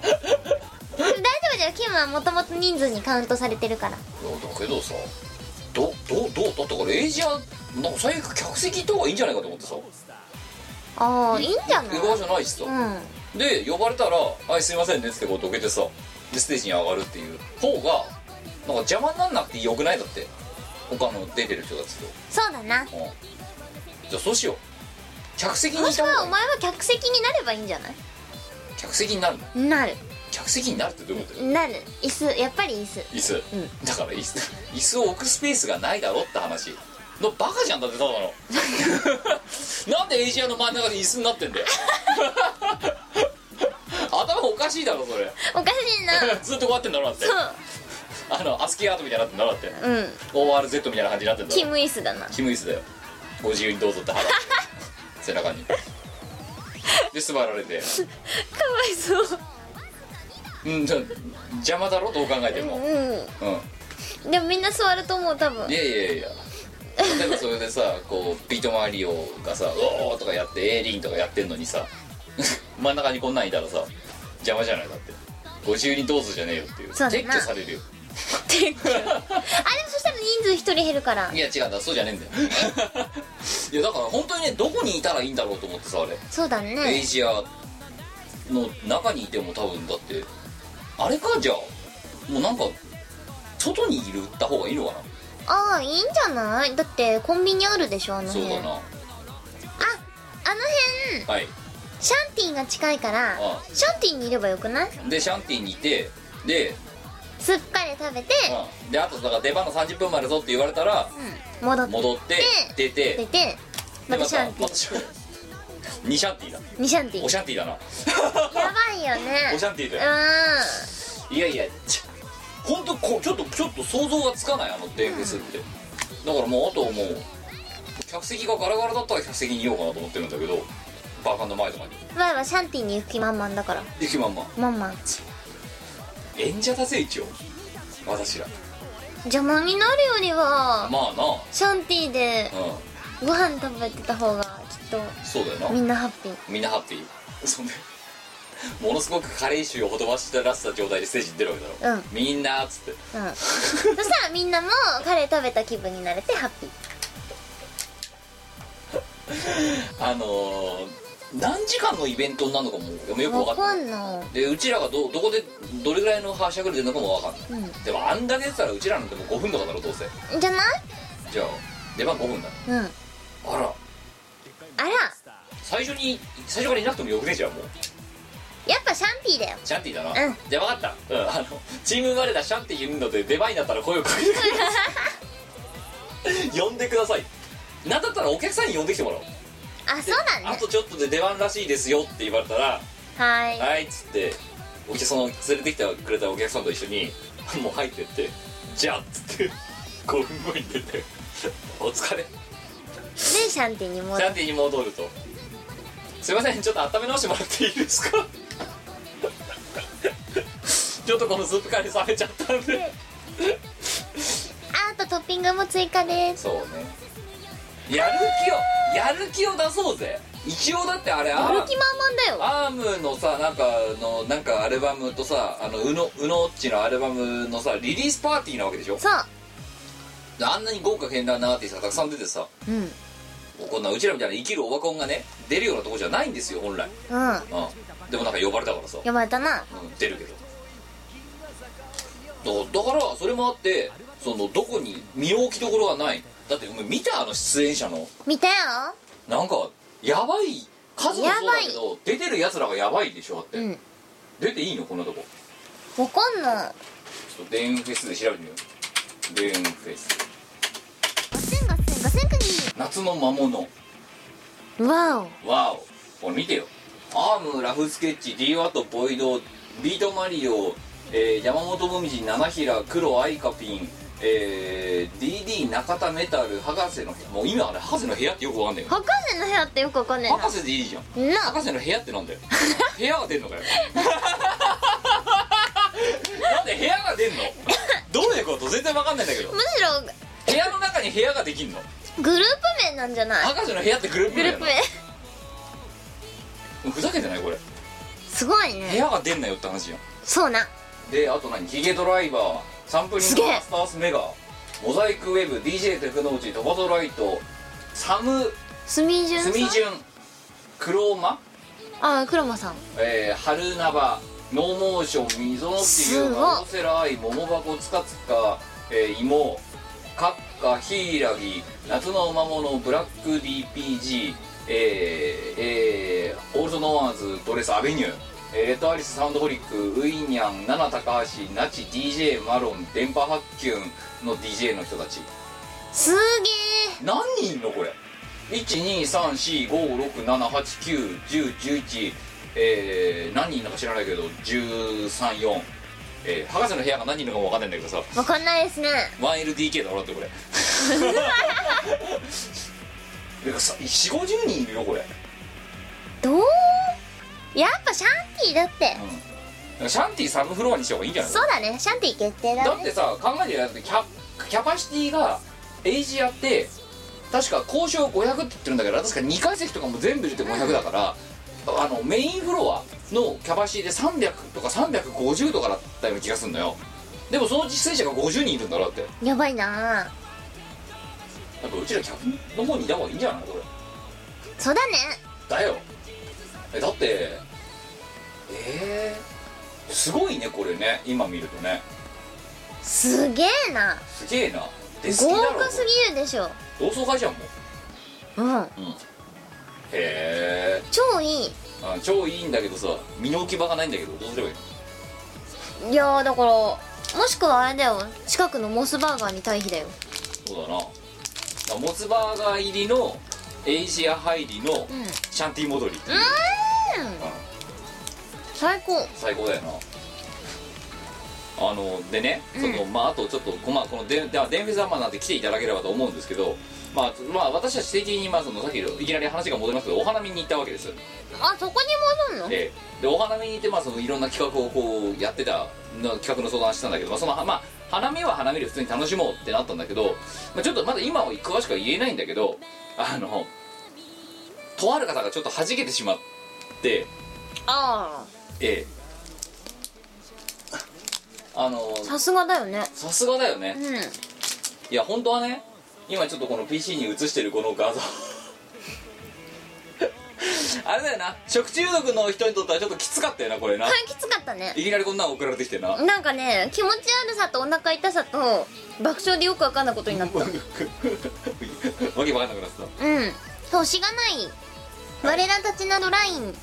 Speaker 1: 夫だよキムはもともと人数にカウントされてるから
Speaker 4: いやだけどさどどどうだってこれエイジアなんか最悪客席行った方がいいんじゃないかと思ってさ
Speaker 1: ああいいんじゃない
Speaker 4: 出川じゃないしさ、
Speaker 1: うん
Speaker 4: で呼ばれたら「はいすいませんね」っつってこうどけてさでステージに上がるっていう方がなんか邪魔になんなくてよくないだって他の出てる人たちと、
Speaker 1: そうだな
Speaker 4: うん、じゃあそうしよう客席に
Speaker 1: も
Speaker 4: い
Speaker 1: したくは
Speaker 4: 方
Speaker 1: お
Speaker 4: が
Speaker 1: 前は客席になればいいんじゃない
Speaker 4: 客席になるの
Speaker 1: なる
Speaker 4: 客席になるってどういうことだよ
Speaker 1: なる椅子やっぱり椅子
Speaker 4: 椅子、
Speaker 1: ん
Speaker 4: だから椅子椅子を置くスペースがないだろって話のバカじゃんだってただ
Speaker 1: [LAUGHS]
Speaker 4: のなんでエイジアの真ん中で椅子になって
Speaker 1: [LAUGHS]
Speaker 4: んだよ頭おかしいだろそれ
Speaker 1: おかしいな
Speaker 4: ずっとこうやってんだろだって
Speaker 1: そ
Speaker 4: あのアスキーアートみたいになってんだろだって
Speaker 1: ううん
Speaker 4: ORZ みたいな感じになってんだ
Speaker 1: キ
Speaker 4: ろ
Speaker 1: ム椅子だな
Speaker 4: キムイスだよご自由にどうぞ
Speaker 1: [LAUGHS]
Speaker 4: って腹背中にで座られて
Speaker 1: かわいそう
Speaker 4: うんじゃ邪魔だろどう考えても
Speaker 1: う
Speaker 4: うん
Speaker 1: んでもみんな座ると思う多分
Speaker 4: いやいやいや例えばそれでさこうビートマリオがさ「おー」とかやってエイリーンとかやってんのにさ [LAUGHS] 真ん中にこんなんいたらさ邪魔じゃないだってご自由にどうぞじゃねえよっていう
Speaker 1: そうだな
Speaker 4: 撤去されるよ
Speaker 1: 撤去 [LAUGHS] あでもそしたら人数一人減るから
Speaker 4: いや違うんだそうじゃねえんだよ [LAUGHS] いやだから本当にねどこにいたらいいんだろうと思ってさあれ
Speaker 1: そうだ
Speaker 4: エイ
Speaker 1: ね
Speaker 4: ジアの中にいても多分だってあれかじゃあもうなんか外にいるった方がいいのかな、
Speaker 1: ああいいんじゃないだってコンビニあるでしょあの
Speaker 4: そう
Speaker 1: 辺あ
Speaker 4: だな
Speaker 1: あの辺
Speaker 4: はい
Speaker 1: シャンティが近いから
Speaker 4: あ
Speaker 1: シャンティにいればよくない
Speaker 4: でシャンティにいてで、
Speaker 1: すっかり食べて
Speaker 4: うん、であとだから出番の30分前だぞって言われたら
Speaker 1: うん戻って
Speaker 4: 戻って出て
Speaker 1: 出てまたシャンティ
Speaker 4: またシャン2シャンティだ
Speaker 1: 2シャンティ
Speaker 4: おシャンティだな
Speaker 1: やばいよね
Speaker 4: おシャンティ
Speaker 1: う
Speaker 4: だよ
Speaker 1: ん
Speaker 4: いやいやち本当こうちょっとちょっと想像がつかないあの電フェスって、だからもうあともう客席がガラガラだったら客席にいようかなと思ってるんだけどバーカンの前とかに
Speaker 1: 前はシャンティに行く気満々だから
Speaker 4: 行きまんま
Speaker 1: マンマン
Speaker 4: 演者だぜ一応私ら
Speaker 1: 邪魔になるよりは
Speaker 4: まあな
Speaker 1: シャンティで
Speaker 4: う
Speaker 1: ご飯食べてた方がきっ
Speaker 4: んそうだよな
Speaker 1: とみんなハッピー
Speaker 4: みんなハッピーそんでものすごく加齢臭をほとばしらせた状態でステージに出るわけだろ、
Speaker 1: うん
Speaker 4: みんなっつって
Speaker 1: うんそしたらみんなもカレー食べた気分になれてハッピー
Speaker 4: あのー何時間のイベントになるのかもよく分か
Speaker 1: わ
Speaker 4: ってな
Speaker 1: か
Speaker 4: い
Speaker 1: んな
Speaker 4: でうちらがどどこでどれぐらいのはしゃぐれてるのかも分かんない
Speaker 1: い、
Speaker 4: でもあんだけやってたらうちらなんてもう5分とかだろどうせ
Speaker 1: うん、じゃない
Speaker 4: じゃあ出番5分だ
Speaker 1: うんあ
Speaker 4: あら
Speaker 1: ら
Speaker 4: 最初に最初からいなくてもよくねえじゃんもう
Speaker 1: やっぱシャンピーだよ
Speaker 4: シャンティだな、
Speaker 1: うん
Speaker 4: じゃあ分かった、うん、あのチーム生まれたシャンティいるので出番になったら声をかけてく
Speaker 1: [LAUGHS]
Speaker 4: れ呼んでくださいなんだったらお客さんに呼んできてもらおう
Speaker 1: あ
Speaker 4: で
Speaker 1: そうだ
Speaker 4: あ
Speaker 1: ね
Speaker 4: とちょっとで出番らしいですよって言われたら
Speaker 1: はい
Speaker 4: はいっつってお客さんを連れてきてくれたお客さんと一緒にもう入ってってじゃあっつって5分後に出てお疲れ
Speaker 1: でシャンティに戻
Speaker 4: シャ
Speaker 1: る
Speaker 4: ンティに戻るとすいませんちょっと温め直してもらっていいですか [LAUGHS] ちょっとこのスープカレー冷めちゃったんで
Speaker 1: あとトッピングも追加です
Speaker 4: そうねやる気をやる気を出そうぜ一応だってあれ
Speaker 1: や
Speaker 4: あ
Speaker 1: る気満々だよ
Speaker 4: アームのさなんかのなんかアルバムとさあのうのうのっちのアルバムのさリリースパーティーなわけでしょ
Speaker 1: そ
Speaker 4: あんなに豪華絢爛なアーティストがたくさん出てさ
Speaker 1: ううんうん
Speaker 4: こんなうちらみたいな生きるオワコンがね出るようなとこじゃないんですよ本来、うん、でもなんか呼ばれたからさ、
Speaker 1: 呼ばれたな
Speaker 4: うん、出るけどだだからそれもあってそのどこに身を置きどころがないだってお前見たあの出演者の
Speaker 1: 見たよ
Speaker 4: なんかやばい数もそうだけど出てるやつらがやばいでしょだって、
Speaker 1: うん
Speaker 4: 出ていいのこんなとこ
Speaker 1: わかんない
Speaker 4: ちょっと電フェスで調べてみよう電フェス
Speaker 1: ガセンガセンガセンクニ
Speaker 4: 夏の魔物
Speaker 1: ーわ
Speaker 4: わおこれ見てよアームラフスケッチ D ワットボイドビートマリオ、えー山本紅葉七平黒アイカピン、えー DD 中田メタル博士の部屋もう今あれ博士の部屋ってよくわかんない
Speaker 1: お
Speaker 4: よ
Speaker 1: 博士の部屋ってよくわかんね
Speaker 4: 博士でいいじゃん
Speaker 1: えなな
Speaker 4: 博士の部屋ってなんだよ部屋が出んの [LAUGHS] かよなんで部屋が出んのどういうこと全然わかんないんだけど
Speaker 1: むしろ
Speaker 4: 部屋の中に部屋ができんの
Speaker 1: グループ名なんじゃない
Speaker 4: 博士の部屋ってグルー
Speaker 1: グ
Speaker 4: プ名
Speaker 1: ル
Speaker 4: な
Speaker 1: ー
Speaker 4: の
Speaker 1: プ名
Speaker 4: ふざけてないこれ
Speaker 1: すごい
Speaker 4: 部
Speaker 1: ね
Speaker 4: 屋が出んなよって話じゃん
Speaker 1: そうな
Speaker 4: であと何ヒゲドライバーサンプリン
Speaker 1: す
Speaker 4: グ
Speaker 1: げえ
Speaker 4: マスタースメガモザイクウェブ DJ テクノーチトマトライトサム
Speaker 1: スミジュン
Speaker 4: ス
Speaker 1: さん
Speaker 4: ミジュンクローマ、
Speaker 1: あクロマさん
Speaker 4: えー、春ナバノーモーションミゾノってい
Speaker 1: す
Speaker 4: う
Speaker 1: ごっ
Speaker 4: マドセラアイモモバコツカツカ、えー、イモカッカヒイラギ夏の魔物ブラック DPG えー、えー、オールドノーアーズドレスアベニューえーレッドアリスサウンドホリックウイニャンナナ高橋ナチ DJ マロン電波発見の DJ の人たち
Speaker 1: すげえ
Speaker 4: 何人いんのこれ1234567891011えー、何人いるのか知らないけど134えー、博士の部屋が何人いるのかも分かんないんだけどさ
Speaker 1: わかんないですね
Speaker 4: 1LDK だろだってこれなんかさ4050人いるよこれ、
Speaker 1: どうやっぱシャンティだって
Speaker 4: うん、なんかシャンティサブフロアにした方がいいんじゃない
Speaker 1: そうだねシャンティ決定
Speaker 4: だ
Speaker 1: だ
Speaker 4: っ
Speaker 1: ね
Speaker 4: てさ考えてみたらだってキャキャパシティがエイジアって確か交渉500って言ってるんだけど確か2階席とかも全部入れて500だから、あのメインフロアのキャパシティで300とか350とかだったような気がするのよでもその実践者が50人いるんだろだって
Speaker 1: やばいな
Speaker 4: やっぱうちら客の方にいた方がいいんじゃないのこれ
Speaker 1: そうだね
Speaker 4: だよえだってえー、すごいねこれね今見るとね
Speaker 1: すげえな
Speaker 4: すげえなで好きだ
Speaker 1: 豪
Speaker 4: ろ
Speaker 1: 華すぎるでしょ
Speaker 4: 同窓会じゃんもう
Speaker 1: うん
Speaker 4: うんへえ
Speaker 1: 超いい
Speaker 4: 超いいんだけどさ身の置き場がないんだけどどうすればいいの
Speaker 1: いやーだからもしくはあれだよ近くのモスバーガーに対比だよ
Speaker 4: そうだなだからモツバーガー入りのエイジア入りの
Speaker 1: うん
Speaker 4: シャンティ戻りっていう、
Speaker 1: 最高
Speaker 4: 最高だよなあのでね、そのまああとちょっとこまあこのデンでデンフェザーマンなんて来ていただければと思うんですけどまあ、まあ、私たち的にまあそのさっきのいきなり話が戻りますけどお花見に行ったわけです
Speaker 1: あそこに戻んの
Speaker 4: ででお花見に行ってまあそのいろんな企画をこうやってたの企画の相談してたんだけど、まあ、そのまあ花見は花見で普通に楽しもうってなったんだけど、まあ、ちょっとまだ今は詳しくは言えないんだけどあのとある方がちょっと弾けてしまって
Speaker 1: あ
Speaker 4: ええあの
Speaker 1: あさすがだよね
Speaker 4: さすがだよね
Speaker 1: うん
Speaker 4: いや本当はね今ちょっとこの PC に映してるこの画像 [LAUGHS] あれだよな食中毒の人にとってはちょっときつかったよなこれな
Speaker 1: きつかったね
Speaker 4: いきなりこんなの送られてきてな
Speaker 1: なんかね気持ち悪さとお腹痛さと爆笑でよくわかんないことになった
Speaker 4: わけわかんなくなってた
Speaker 1: うんそうしがない我らたちなどライン
Speaker 4: うん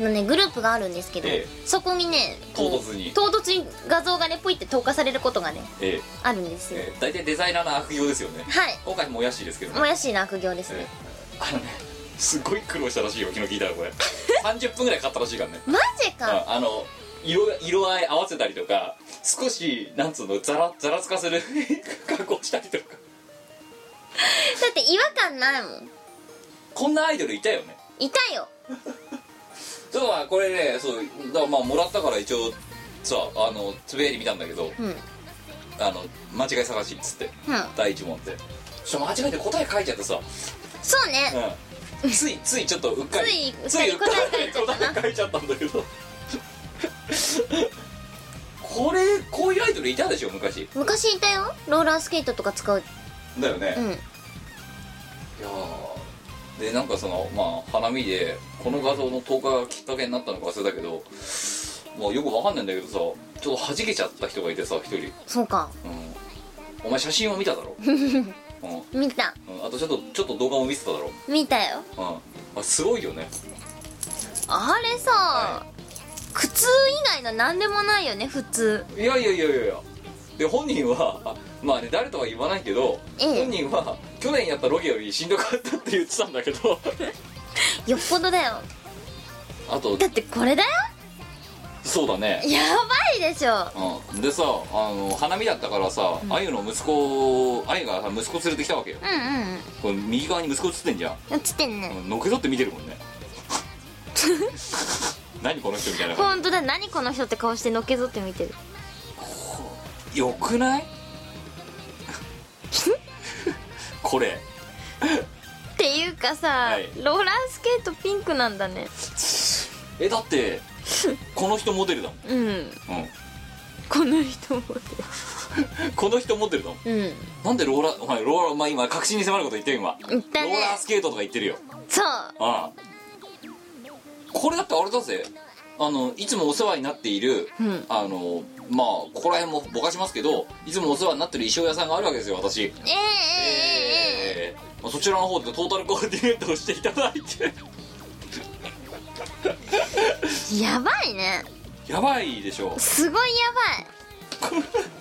Speaker 1: のねグループがあるんですけど、
Speaker 4: ええ
Speaker 1: そこにね
Speaker 4: 唐突に
Speaker 1: 唐突に画像がねポイって投下されることがね
Speaker 4: ええ
Speaker 1: あるんですよ、
Speaker 4: ええ大体デザイナーの悪行ですよね
Speaker 1: はい
Speaker 4: 今回もやしいですけどね
Speaker 1: もやしいな悪行です
Speaker 4: え
Speaker 1: ね
Speaker 4: えあのねすごい苦労したらしいよ昨日聞いたら
Speaker 1: [LAUGHS]
Speaker 4: これ30分ぐらい買ったらしいからね
Speaker 1: マジか
Speaker 4: ああの色が色合い合わせたりとか少しなんつうのザラザラつかせる [LAUGHS] 加工したりとか
Speaker 1: だって違和感ないもん
Speaker 4: こんなアイドルいたよね
Speaker 1: いたよ
Speaker 4: そうまあこれねそうだからまあもらったから一応さあのつぶやいてみたんだけど
Speaker 1: うんうん
Speaker 4: あの間違い探しっつって第一問ってちょ間違えて答え書いちゃってさ、
Speaker 1: そうね
Speaker 4: うん、ついついちょっとうっかり
Speaker 1: ついうっかり
Speaker 4: ついうっかり答え書いちゃったんだけどこれこういうアイドルいたでしょ昔
Speaker 1: 昔いたよローラースケートとか使う
Speaker 4: だよね、
Speaker 1: う
Speaker 4: い
Speaker 1: ん
Speaker 4: やーでなんかそのまあ花見でこの画像の投下がきっかけになったのか忘れたけどもうよくわかんないんだけどさちょっと弾けちゃった人がいてさ一人、うん、
Speaker 1: そうか
Speaker 4: お前写真を見ただ [LAUGHS] ろ、うん
Speaker 1: 見た
Speaker 4: うんあとちょっとちょっと動画も見てただろ
Speaker 1: 見たよ
Speaker 4: うんあすごいよね
Speaker 1: あれさ、
Speaker 4: は
Speaker 1: 苦痛以外の何でもないよね普通
Speaker 4: いやいやいやいやいやで本人は [LAUGHS] あまあね誰とは言わないけど、
Speaker 1: ええ
Speaker 4: 本人は去年やったロケよりしんどかったって言ってたんだけ [LAUGHS] ど
Speaker 1: よっぽどだよ
Speaker 4: あと
Speaker 1: だってこれだよ
Speaker 4: そうだね
Speaker 1: やばいでしょ
Speaker 4: うん、でさあの花見だったからさあゆ、の息子をあゆがさ息子連れてきたわけよ
Speaker 1: うんうん
Speaker 4: これ右側に息子映ってんじゃん、
Speaker 1: うん映ってんね
Speaker 4: うんのけぞって見てるもん [LAUGHS] ね何この人みたいな感
Speaker 1: 本当だ何この人って顔してのけぞって見てる
Speaker 4: じよくない [LAUGHS] これ
Speaker 1: っていうかさ、
Speaker 4: はい
Speaker 1: ローラースケートピンクなんだね
Speaker 4: えだってこの人モデルだも
Speaker 1: うん
Speaker 4: ん、う
Speaker 1: この人も
Speaker 4: ん、この人モデルだもん
Speaker 1: うん
Speaker 4: なんでローラーお前ローラーお前今確信に迫ること言ってる今
Speaker 1: 言ったね
Speaker 4: ローラースケートとか言ってるよ
Speaker 1: そう
Speaker 4: ああこれだってあれだぜあのいつもお世話になっている、
Speaker 1: うん
Speaker 4: あのまあここら辺もぼかしますけどいつもお世話になってる衣装屋さんがあるわけですよ私
Speaker 1: ええええええ
Speaker 4: えーまあそちらの方でトータルコーディネートをしていただいて
Speaker 1: ええやばいね
Speaker 4: やばいでしょ
Speaker 1: すごいやばい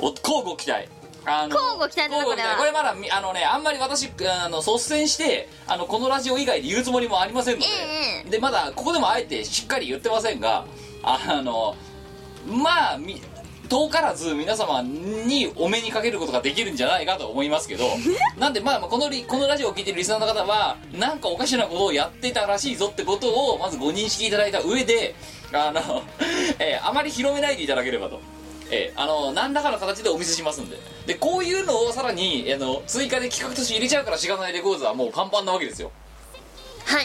Speaker 4: お交互期待あの
Speaker 1: 交互期待だな
Speaker 4: 交互期待
Speaker 1: こ
Speaker 4: こ
Speaker 1: れ
Speaker 4: れまだみあのねあんまり私あの率先してあのこのラジオ以外で言うつもりもありませんので、
Speaker 1: ええ
Speaker 4: でまだここでもあえてしっかり言ってませんがあのまあみ遠からず皆様にお目にかけることができるんじゃないかと思います
Speaker 1: [LAUGHS]
Speaker 4: けどなんでまあまあこのリこのラジオを聞いてるリスナーの方はなんかおかしなことをやってたらしいぞってことをまずご認識いただいた上であの、 [LAUGHS] えーあまり広めないでいただければと。えーあの何らかの形でお見せしますんででこういうのをさらにあの追加で企画として入れちゃうからしがないレコーズはもうパンパンなわけですよ
Speaker 1: はい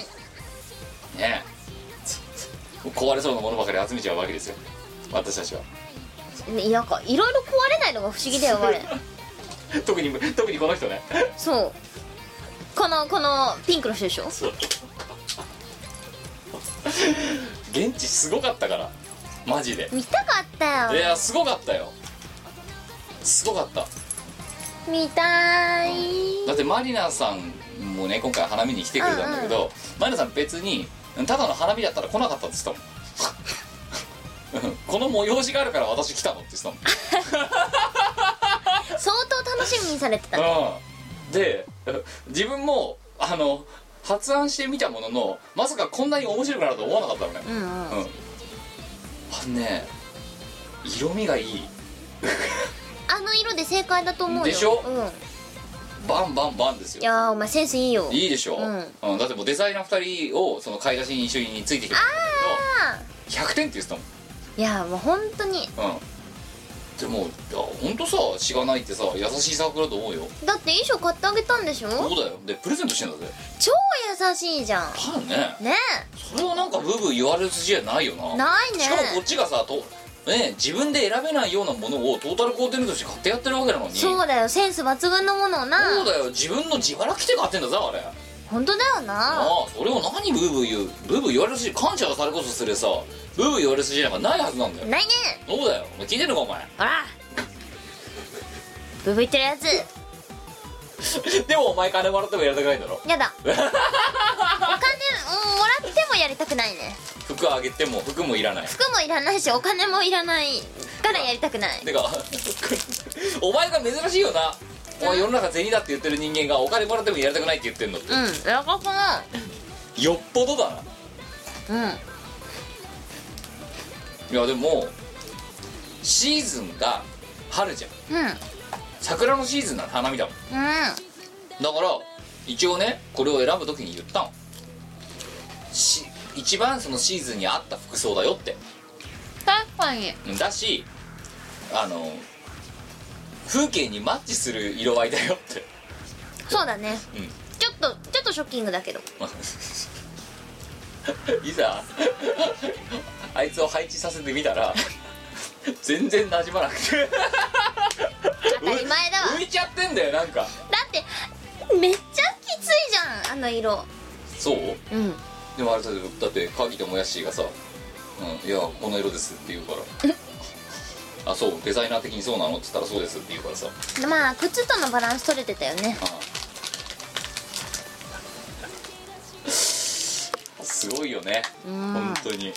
Speaker 4: ねえ壊れそうなものばかり集めちゃうわけですよ私たちは [LAUGHS]
Speaker 1: ねなんかいろいろ壊れないのが不思議だよ
Speaker 4: [LAUGHS]
Speaker 1: 我
Speaker 4: 特に特にこの人ね
Speaker 1: そうこのこのピンクの人でしょ
Speaker 4: 現地すごかったからマジで
Speaker 1: 見たかった
Speaker 4: い
Speaker 1: よ
Speaker 4: やすごかったよすごかった
Speaker 1: 見たーい
Speaker 4: だってマリナさんもね今回花見に来てくれたんだけど、マリナさん別にただの花見だったら来なかったって言ってたもん [LAUGHS] うんこの催しがあるから私来たのって言って
Speaker 1: 相当楽しみにされて
Speaker 4: た
Speaker 1: た
Speaker 4: もん、うん、で自分もあの発案してみたもののまさかこんなに面白くなると思わなかったのね
Speaker 1: うんうん
Speaker 4: うんあのね色味がいい
Speaker 1: あの色で正解だと思うよ
Speaker 4: でしょ
Speaker 1: うん
Speaker 4: バンバンバンです
Speaker 1: い
Speaker 4: よ
Speaker 1: やーお前センスいいよ
Speaker 4: いいでしょ、
Speaker 1: うん
Speaker 4: だってもうデザイナー2人をその買い出しに一緒についてきてたんだけど100点って言ってたもん
Speaker 1: いやもう本当に
Speaker 4: うんでもいや本当さしがないってさ優しい作だと思うよ
Speaker 1: だって衣装買ってあげたんでしょ
Speaker 4: そうだよでプレゼントしてんだぜ
Speaker 1: 超優しいじゃん
Speaker 4: だよね
Speaker 1: ね
Speaker 4: それはなんかブーブー言われる筋じゃないよな
Speaker 1: ないね
Speaker 4: しかもこっちがさとね自分で選べないようなものをトータルコーディネートして買ってやってるわけなのに
Speaker 1: そうだよセンス抜群のものをな
Speaker 4: そうだよ自分の自腹着て買ってんだぞあれ
Speaker 1: 本当だよな
Speaker 4: ああそれを何ブーブー言うブーブー言われるし感謝はされこそするさブーブー言われる筋なんかないはずなんだよ
Speaker 1: ないね
Speaker 4: そうだよお前聞いてるのかお前 [LAUGHS]
Speaker 1: ほらブブ言ってるやつ
Speaker 4: でもお前金もらってもやりたくないんだろ [LAUGHS]
Speaker 1: やだお金、うん、もらってもやりたくないね
Speaker 4: 服あげても服もいらない
Speaker 1: 服もいらないしお金もいらないからやりたくない
Speaker 4: てかお前が珍しいよなお前世の中銭だって言ってる人間がお金もらってもやりたくないって言ってんのって
Speaker 1: うんやばくな
Speaker 4: よっぽどだないいやでもシーズンが春じゃん
Speaker 1: うんうん
Speaker 4: 桜のシーズンなら花見だもん
Speaker 1: う
Speaker 4: だから一応ねこれを選ぶ時に言ったのし一番そのシーズンに合った服装だよって
Speaker 1: ん確かに
Speaker 4: だしあの風景にマッチする色合いだよって
Speaker 1: そうだね
Speaker 4: うん
Speaker 1: ちょっとちょっとショッキングだけど
Speaker 4: まあ [LAUGHS] いざあいつを配置させてみたら全然なじまなくて
Speaker 1: 当たり前だわ
Speaker 4: 浮いちゃってんだよなんか
Speaker 1: だってめっちゃきついじゃんあの色
Speaker 4: そう
Speaker 1: うん
Speaker 4: でもあれだってだって鍵ともやしがさ「うんいやこの色です」って言うから「あそうデザイナー的にそうなの?」っつったら「そうです」って言うからさ
Speaker 1: まあ靴とのバランス取れてたよね
Speaker 4: うんすごいよね
Speaker 1: うん
Speaker 4: 本当に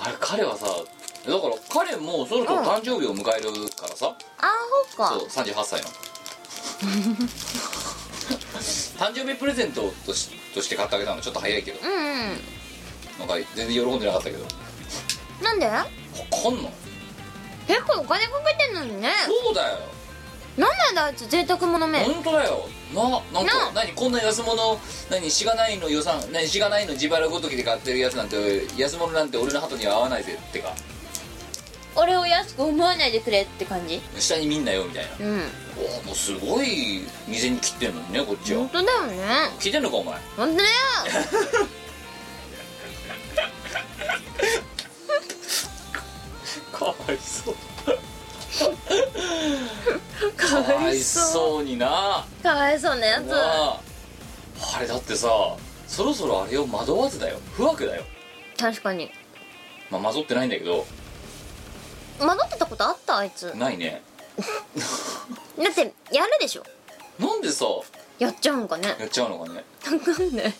Speaker 4: あれ彼はさだから彼もそろそろ誕生日を迎えるからさ、
Speaker 1: あほ
Speaker 4: そう
Speaker 1: か
Speaker 4: 38歳の [LAUGHS] 誕生日プレゼントとしとして買ってあげたのちょっと早いけど
Speaker 1: うんうん
Speaker 4: なんか全然喜んでなかったけど
Speaker 1: なんで
Speaker 4: こんの
Speaker 1: 結構お金かけてんのにね
Speaker 4: そうだよ
Speaker 1: なんなんだあいつ贅沢者め
Speaker 4: 本当だよななん
Speaker 1: な
Speaker 4: か何こんな安物何しがないの予算何しがないの自腹ごときで買ってるやつなんて安物なんて俺の鳩には合わないぜってか
Speaker 1: 俺を安く思わないでくれって感じ
Speaker 4: 下に見んなよみたい
Speaker 1: う
Speaker 4: な
Speaker 1: ん
Speaker 4: おもうすごい店に切ってんのにねこっちは
Speaker 1: 本当だよね
Speaker 4: 聞いてんのかお前
Speaker 1: 本当だよ
Speaker 4: かわいそう [LAUGHS] かわいそうになな
Speaker 1: かわいそうなやつ
Speaker 4: ああれだってさそろそろあれを惑わずだよ不惑だよ
Speaker 1: 確かに
Speaker 4: まあ惑ってないんだけど
Speaker 1: 戻ってたことあったあいつだ
Speaker 4: ないね
Speaker 1: ってやるでしょ
Speaker 4: なんでさ
Speaker 1: やっちゃうんかね
Speaker 4: やっちゃうのかね
Speaker 1: 分かんない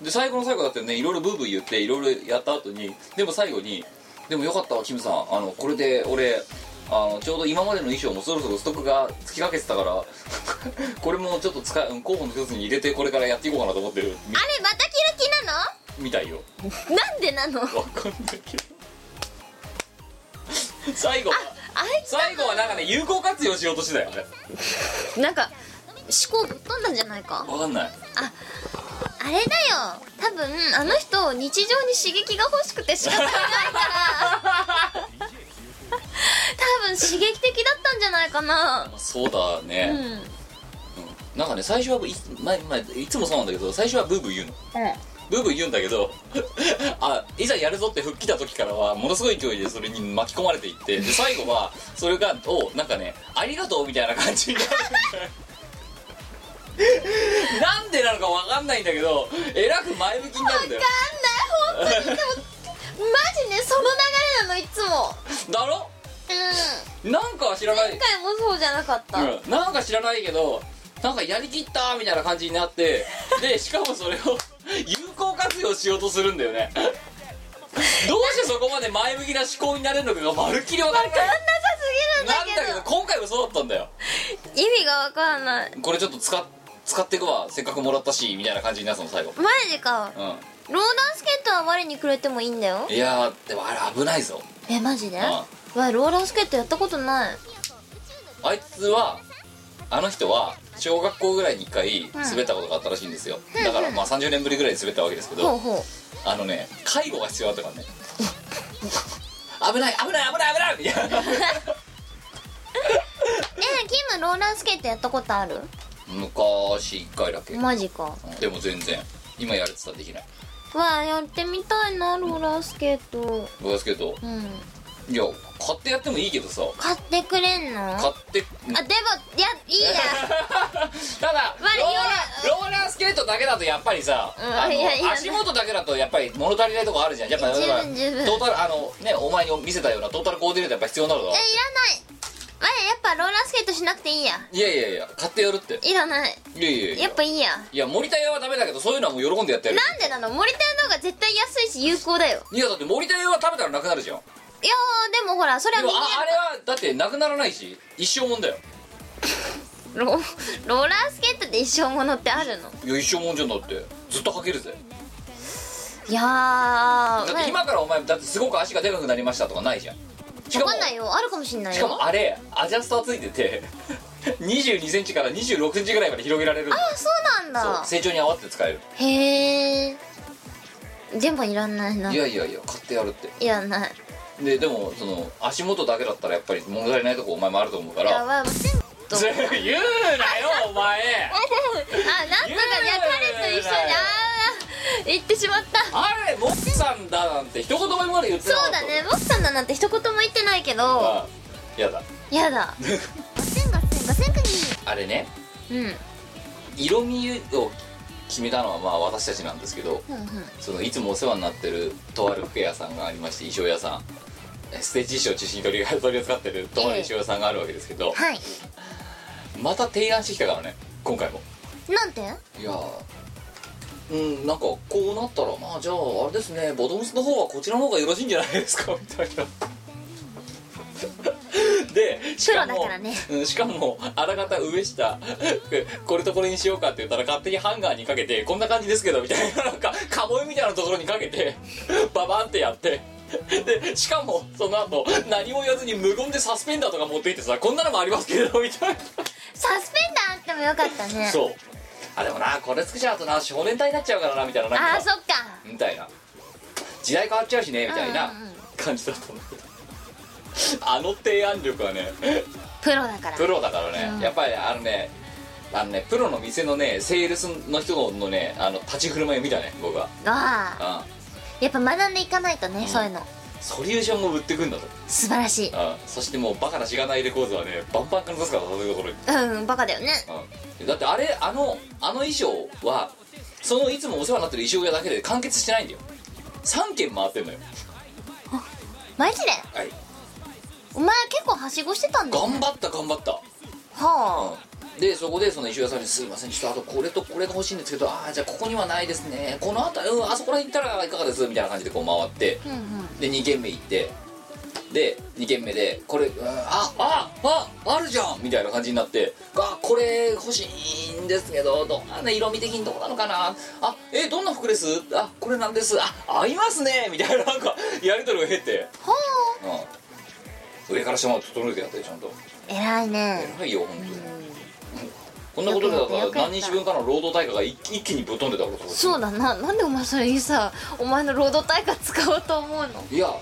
Speaker 4: で最後の最後だってねいろいろブーブー言っていろいろやった後にでも最後に「でもよかったわキムさんあのこれで俺あのちょうど今までの衣装もそろそろストックが尽きかけてたから [LAUGHS] これもちょっと使いうん候補の一つに入れてこれからやっていこうかなと思ってるみ
Speaker 1: あれまたキラキな
Speaker 4: みたいよ
Speaker 1: のなんでなの
Speaker 4: わかんないけど最後は
Speaker 1: あ
Speaker 4: 最後はなんかね有効活用しようとしてたよね
Speaker 1: いつなんか思考ぶっ飛んだんじゃないか
Speaker 4: わかんない
Speaker 1: あれだよ多分あの人日常に刺激が欲しくて仕方がないから
Speaker 4: [LAUGHS]
Speaker 1: 多分刺激的だったんじゃないかな
Speaker 4: まあそうだ
Speaker 1: う
Speaker 4: ね、
Speaker 1: んうん
Speaker 4: なんかね最初はいつ,、まあまあ、いつもそうなんだけど最初はブーブー言うのブーブー言うんだけど [LAUGHS] あいざやるぞって吹っ切った時からはものすごい勢いでそれに巻き込まれていってで最後はそれがおなんかねありがとうみたいな感じになるなんでなのかわかんないんだけどえらく前向きになるんだよ
Speaker 1: わかんない本当にでもマジねその流れなのいつも
Speaker 4: だろ
Speaker 1: うん
Speaker 4: なんかは知らない
Speaker 1: 前回もそうじゃなかった、
Speaker 4: うん、なんか知らないけどなんかやりきったーみたいな感じになってでしかもそれを [LAUGHS] 有効活用しようとするんだよ
Speaker 1: [LAUGHS]
Speaker 4: ねどうしてそこまで前向きな思考になれるのかがまるっきり分からない
Speaker 1: なさすぎ
Speaker 4: なん
Speaker 1: るんだ
Speaker 4: だ
Speaker 1: け
Speaker 4: け
Speaker 1: ど
Speaker 4: ど今回もそうだったんだよ
Speaker 1: 意味がわかんない
Speaker 4: これちょっと使っ使っていくわせっかくもらったしみたいな感じになったの最後
Speaker 1: マジか
Speaker 4: う
Speaker 1: ローダンスケットは我にくれてもいいんだよ
Speaker 4: んいやーでもあれ危ないぞ
Speaker 1: えマジで
Speaker 4: あ
Speaker 1: わローラースケートやったことない
Speaker 4: あいつはあの人は小学校ぐらいに1回滑ったことがあったらしいんですよ、だからまあ30年ぶりぐらいに滑ったわけですけど、
Speaker 1: ほうほう
Speaker 4: あのね介護が必要だったからね [LAUGHS] 危ない危ない危ない危ないみ [LAUGHS] たい
Speaker 1: えキムローラースケートやったことある
Speaker 4: な昔1回だけ、
Speaker 1: マジか
Speaker 4: でも全然今やれてたらできない
Speaker 1: わあやってみたいなローラースケート
Speaker 4: ローラースケート
Speaker 1: うん
Speaker 4: いや買ってやってもいいけどさ
Speaker 1: 買ってくれんのあ
Speaker 4: 買って
Speaker 1: でもいやいいや
Speaker 4: [LAUGHS] ただ
Speaker 1: まあ
Speaker 4: ローラーローラースケートだけだとやっぱりさ、
Speaker 1: うん
Speaker 4: あの
Speaker 1: いやいや
Speaker 4: 足元だけだとやっぱり物足りないとこあるじゃんやっぱだから
Speaker 1: 十分十分
Speaker 4: トータルあのねお前に見せたようなトータルコーディネートやっぱ必要なのだ
Speaker 1: えい
Speaker 4: ろ
Speaker 1: らないあやっぱローラースケートしなくていいや
Speaker 4: いやいやいや買ってやるって
Speaker 1: いらない
Speaker 4: いやいやいや
Speaker 1: やっぱいいや
Speaker 4: いや森田屋はダメだけどそういうのはもう喜んでやってやる
Speaker 1: なんでなの森田屋の方が絶対安いし有効だよ
Speaker 4: いやだって森田屋は食べたらなくなるじゃん
Speaker 1: いやーでもほらそれは
Speaker 4: で
Speaker 1: み
Speaker 4: も
Speaker 1: んな
Speaker 4: ああれはだってなくならないし一生もんだよ
Speaker 1: ロローラースケートで一生ものってあるの
Speaker 4: いや一生もんじゃんだってずっと履けるぜ
Speaker 1: いやー
Speaker 4: だって今からお前だってすごく足がでかくなりましたとかないじゃんし
Speaker 1: わ
Speaker 4: も
Speaker 1: かんないよあるかもしんない
Speaker 4: しか
Speaker 1: よ
Speaker 4: もあれアジャスターついてて2 2センチから2 6ンチぐらいまで広げられるんだ
Speaker 1: あそうなん
Speaker 4: そう
Speaker 1: だ
Speaker 4: 成長に合わせて使える
Speaker 1: へえでもいらないない
Speaker 4: やいやいや買ってやるって
Speaker 1: いらない
Speaker 4: ででもその足元だけだったらやっぱり物足りないとこお前もあると思うか
Speaker 1: や
Speaker 4: ら
Speaker 1: ばいもう [LAUGHS] 全部
Speaker 4: [LAUGHS] 言うなよお前
Speaker 1: あなんとかいや彼と一緒にあー行ってしまった
Speaker 4: あれモッチさんだなんて一言も今まで言って
Speaker 1: そ
Speaker 4: なかった
Speaker 1: うだねモクさんだなんて一言も言ってないけど
Speaker 4: あやだ
Speaker 1: やだガセンガセンガセンク
Speaker 4: あれね
Speaker 1: ニー
Speaker 4: 色味を決めたのはまあ私たちなんですけど
Speaker 1: うんうんうん
Speaker 4: そのいつもお世話になってるとある服屋さんがありまして衣装屋さんえステージ衣装を中心に取り [LAUGHS] 取り扱ってるとある衣装屋さんがあるわけですけど、
Speaker 1: はい
Speaker 4: また提案してきたからね今回も
Speaker 1: なんて
Speaker 4: いやーうんなんかこうなったらまあじゃああれですねボトムスの方はこちらの方がよろしいんじゃないですかみたいなでしか
Speaker 1: プ
Speaker 4: も
Speaker 1: ロだからね
Speaker 4: うんしかもあらかた上下これとこれにしようかって言ったら勝手にハンガーにかけてこんな感じですけどみたいななんかカモイみたいなところにかけてババンってやってでしかもその後何も言わずに無言でサスペンダーとか持っていってさこんなのもありますけどみたいな
Speaker 1: サスペンダーあってもよかったね
Speaker 4: そうあでもなこれつけちゃうとな少年隊になっちゃうからなみたいななんか
Speaker 1: あーそっか
Speaker 4: みたいな時代変わっちゃうしねみたいな
Speaker 1: うんうんうん
Speaker 4: 感じだったんだけど [LAUGHS] あの提案力はね
Speaker 1: プロだから
Speaker 4: プロだからね、
Speaker 1: うん
Speaker 4: やっぱりあのねあのねプロの店のねセールスの人のねあの立ち振る舞いを見たね僕は、
Speaker 1: ああ
Speaker 4: う
Speaker 1: やっぱ学んでいかないとね、
Speaker 4: ん
Speaker 1: そういうの
Speaker 4: ん、ソリューションを売ってくんだと、
Speaker 1: 素晴らしい
Speaker 4: うん、そしてもうバカなしがないレコードはねバンバンから出すからそういうところに
Speaker 1: うんバカだよね
Speaker 4: うんだってあれあのあの衣装はそのいつもお世話になってる衣装屋だけで完結してないんだよ3軒回ってんのよ
Speaker 1: マジで
Speaker 4: はい
Speaker 1: お前結構はしごしてたんだよ、
Speaker 4: 頑
Speaker 1: ね、
Speaker 4: 張った頑張った、
Speaker 1: は
Speaker 4: うん、でそこでその衣装屋さんに「すいませんちょっとあとこれとこれが欲しいんですけどああじゃあここにはないですねこの辺り、うん、あそこら辺行ったらいかがです」みたいな感じでこう回って
Speaker 1: あうんうん
Speaker 4: で2軒目行ってで2軒目でこれ、うん、ああああるじゃんみたいな感じになってあこれ欲しいんですけどどんな色味的にどうなのかなあえどんな服ですあこれなんですあ合いますねみたいななんかやり取りを経て、
Speaker 1: はあ
Speaker 4: うん、上から下まで整えてやってちゃんと
Speaker 1: 偉いね
Speaker 4: 偉いよ本当に
Speaker 1: うん
Speaker 4: こんなことでだか
Speaker 1: よくや
Speaker 4: ら
Speaker 1: ったよくやった
Speaker 4: 何日分かの労働対価が一一気にぶっ飛んでたから
Speaker 1: そうだななんでお前それにさお前の労働対価使おうと思うの
Speaker 4: いや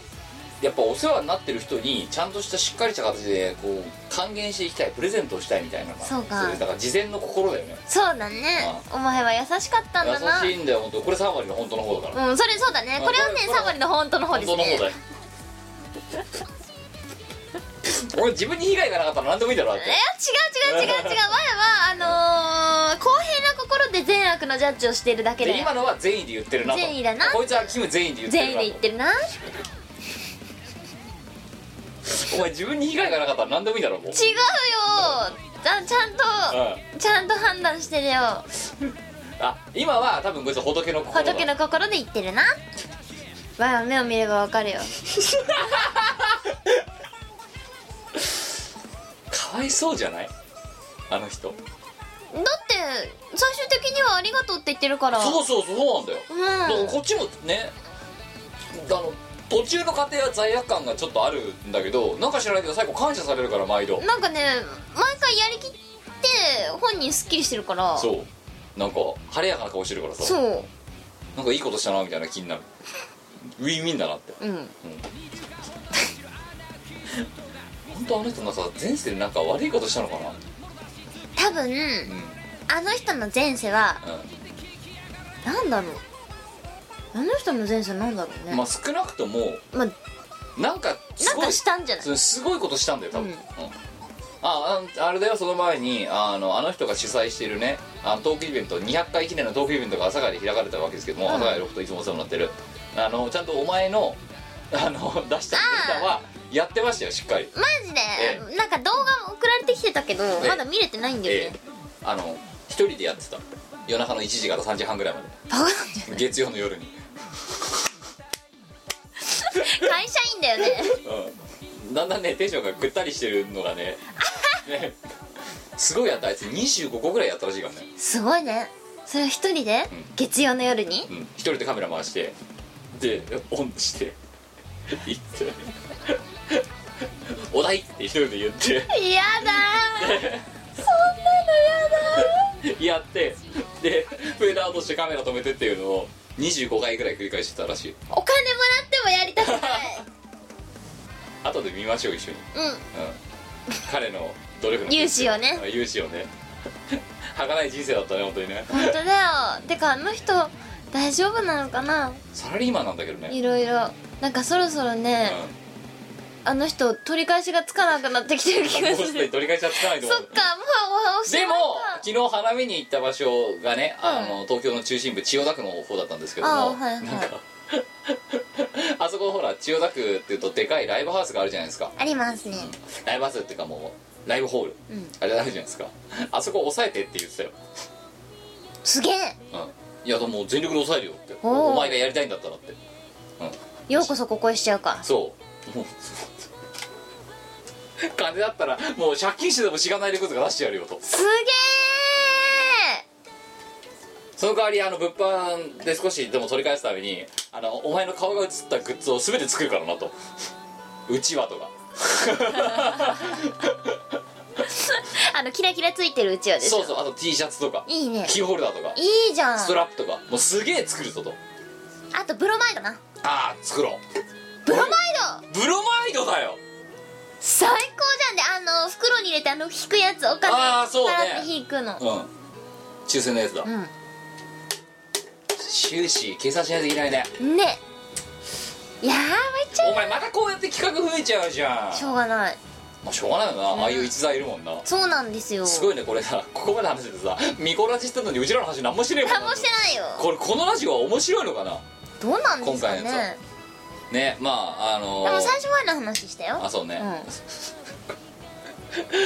Speaker 4: やっぱお世話になってる人にちゃんとしたしっかりした形でこう還元していきたいプレゼントをしたいみたいなのが
Speaker 1: そうか
Speaker 4: れだから事前の心だよね
Speaker 1: そうだねお前は優しかったんだな
Speaker 4: 優しいんだよ本当これ3割の本当の方だから、
Speaker 1: うんそれそうだねこれはね
Speaker 4: これ
Speaker 1: サバリの本当の方
Speaker 4: 本
Speaker 1: で
Speaker 4: 当
Speaker 1: す
Speaker 4: の方
Speaker 1: ね
Speaker 4: だよ俺自分に被害がなかったら何でもいいだろだっ
Speaker 1: え違
Speaker 4: て
Speaker 1: う違う違う違う前はあのー、公平な心で善悪のジャッジをしてるだけ
Speaker 4: で
Speaker 1: で
Speaker 4: 今のは善意で言ってるなと
Speaker 1: 善意だな
Speaker 4: こいつはキム善意で言ってる
Speaker 1: 善意
Speaker 4: なと
Speaker 1: で言ってるな
Speaker 4: お前自分に被害がなかったら何でもいいだろもう、
Speaker 1: 違うよちゃんちゃんと
Speaker 4: う
Speaker 1: ちゃんと判断してるよ
Speaker 4: ん、あ今は多分こいつ仏の心だ
Speaker 1: 仏の心で言ってるなわあ目を見ればわかるよ
Speaker 4: かわいそうじゃないあの人
Speaker 1: だって最終的にはありがとうって言ってるから
Speaker 4: そうそうそうなんだよ
Speaker 1: うん
Speaker 4: だからこっちもねあの途中の過程は罪悪感がちょっとあるんだけどなんか知らないけど最後感謝されるから毎度
Speaker 1: なんかね毎回やりきって本人すっきりしてるからう
Speaker 4: そうなんか晴れやかな顔してるからさ
Speaker 1: そ
Speaker 4: なんかいいことしたなみたいな気になるウィンウィンだなって
Speaker 1: ううん
Speaker 4: 本当あの人なんか前世でなんか悪いことしたのかな
Speaker 1: 多分
Speaker 4: うんうん
Speaker 1: あの人の前世はなんだろうあの人の前世なんだろうね
Speaker 4: まあ少なくとも
Speaker 1: まあ
Speaker 4: なんかす
Speaker 1: なん
Speaker 4: ごい
Speaker 1: かしたんじゃない
Speaker 4: それすごいことしたんだよ多分、
Speaker 1: うん
Speaker 4: うんあああれだよその前にあのあの人が主催しているねあのトークイベント200回記念のトークイベントが朝霞で開かれたわけですけども、
Speaker 1: うん
Speaker 4: 朝霞ロフトいつもお世話になってるあのちゃんとお前のあの [LAUGHS] 出したネタはやってましたよしっかり
Speaker 1: マジで、なんか動画送られてきてたけど、
Speaker 4: え
Speaker 1: まだ見れてないんだよ
Speaker 4: え
Speaker 1: ね、
Speaker 4: えあの一人でやってた夜中の1時から3時半ぐらいま
Speaker 1: バカなんじゃ
Speaker 4: で月曜の夜に、
Speaker 1: ない会社員だよ
Speaker 4: [LAUGHS]
Speaker 1: ね
Speaker 4: うん、だんだんねテンションがぐったりしてるの
Speaker 1: [LAUGHS]
Speaker 4: がねねすごいやったあいつ25個ぐらいやったらしいからね
Speaker 1: すごいねそれを一人で、
Speaker 4: うん
Speaker 1: 月曜の夜に
Speaker 4: うん、一人でカメラ回してでオンして行って [LAUGHS] 「お題!」って一人で言っ
Speaker 1: やだー
Speaker 4: てやってでフェーダーとしてカメラ止めてっていうのを25回ぐらい繰り返してたらしい
Speaker 1: お金もらってもやり
Speaker 4: [LAUGHS]
Speaker 1: たくない
Speaker 4: 後で見ましょう一緒に、
Speaker 1: うん
Speaker 4: うん、彼の努力の
Speaker 1: 勇姿をね
Speaker 4: うん勇姿をね儚い人生だったね本当にね
Speaker 1: 本当だよてかあの人大丈夫なのかな
Speaker 4: サラリーマンなんだけどね
Speaker 1: いろいろなんかそろそろね、あの人取り返しがつかなくなってきてる気
Speaker 4: うん、
Speaker 1: が
Speaker 4: もう
Speaker 1: す
Speaker 4: すで
Speaker 1: る
Speaker 4: に取り返しはつかないと思
Speaker 1: そっ
Speaker 4: う
Speaker 1: かもうおしま
Speaker 4: で
Speaker 1: い
Speaker 4: も
Speaker 1: か
Speaker 4: 昨日花見に行った場所がね、あの東京の中心部千代田区の方だったんですけども
Speaker 1: あーはいはい
Speaker 4: なんか [LAUGHS] あそこほら千代田区っていうとでかいライブハウスがあるじゃないですか
Speaker 1: ありますね
Speaker 4: ライブハウスっていうかもうライブホール、
Speaker 1: うん
Speaker 4: あれあるじゃないですかあそこ抑えてって言ってたよ、
Speaker 1: すげえ
Speaker 4: うん、いやでも全力で抑えるよって
Speaker 1: おー
Speaker 4: お前がやりたいんだったらって
Speaker 1: ようこそここへしちゃうか
Speaker 4: そうもう [LAUGHS] 金だったらもう借金してでもしがないレコードが出してやるよと
Speaker 1: すげ
Speaker 4: その代わりあの物販で少しでも取り返すためにあのお前の顔が映ったグッズを全て作るからなとうちわと
Speaker 1: [LAUGHS]
Speaker 4: か
Speaker 1: え [LAUGHS] あのキラキラついてるうちわでしょ
Speaker 4: そうそうあと T シャツとか
Speaker 1: いいね
Speaker 4: キーホルダーとか
Speaker 1: いいじゃん
Speaker 4: ストラップとかもうすげえ作るぞと
Speaker 1: あとブロマイドな
Speaker 4: ああ作ろう
Speaker 1: ブロマイド
Speaker 4: ブロマイドだよ
Speaker 1: 最高じゃんであの袋に入れてあの引くやつお金
Speaker 4: あーそうね
Speaker 1: 払って引くの
Speaker 4: うん抽選のやつだ、収支計算しないといけないね
Speaker 1: うんねいやー参っちゃ
Speaker 4: お前またこうやって企画増えちゃうじゃん
Speaker 1: うしょうがない
Speaker 4: まあしょうがないよな、ああいう逸材いるもんな
Speaker 1: そうなんですよ
Speaker 4: すごいねこれさここまで話しててさミコラジしてんのにうちらの話何もしてねえもんな
Speaker 1: 何もしてないよ
Speaker 4: これこのラジオは面白いのかな
Speaker 1: どうなんですかね
Speaker 4: 今回のやねまああの
Speaker 1: でも最初前の話したよ
Speaker 4: あそうね、
Speaker 1: うん
Speaker 4: 今日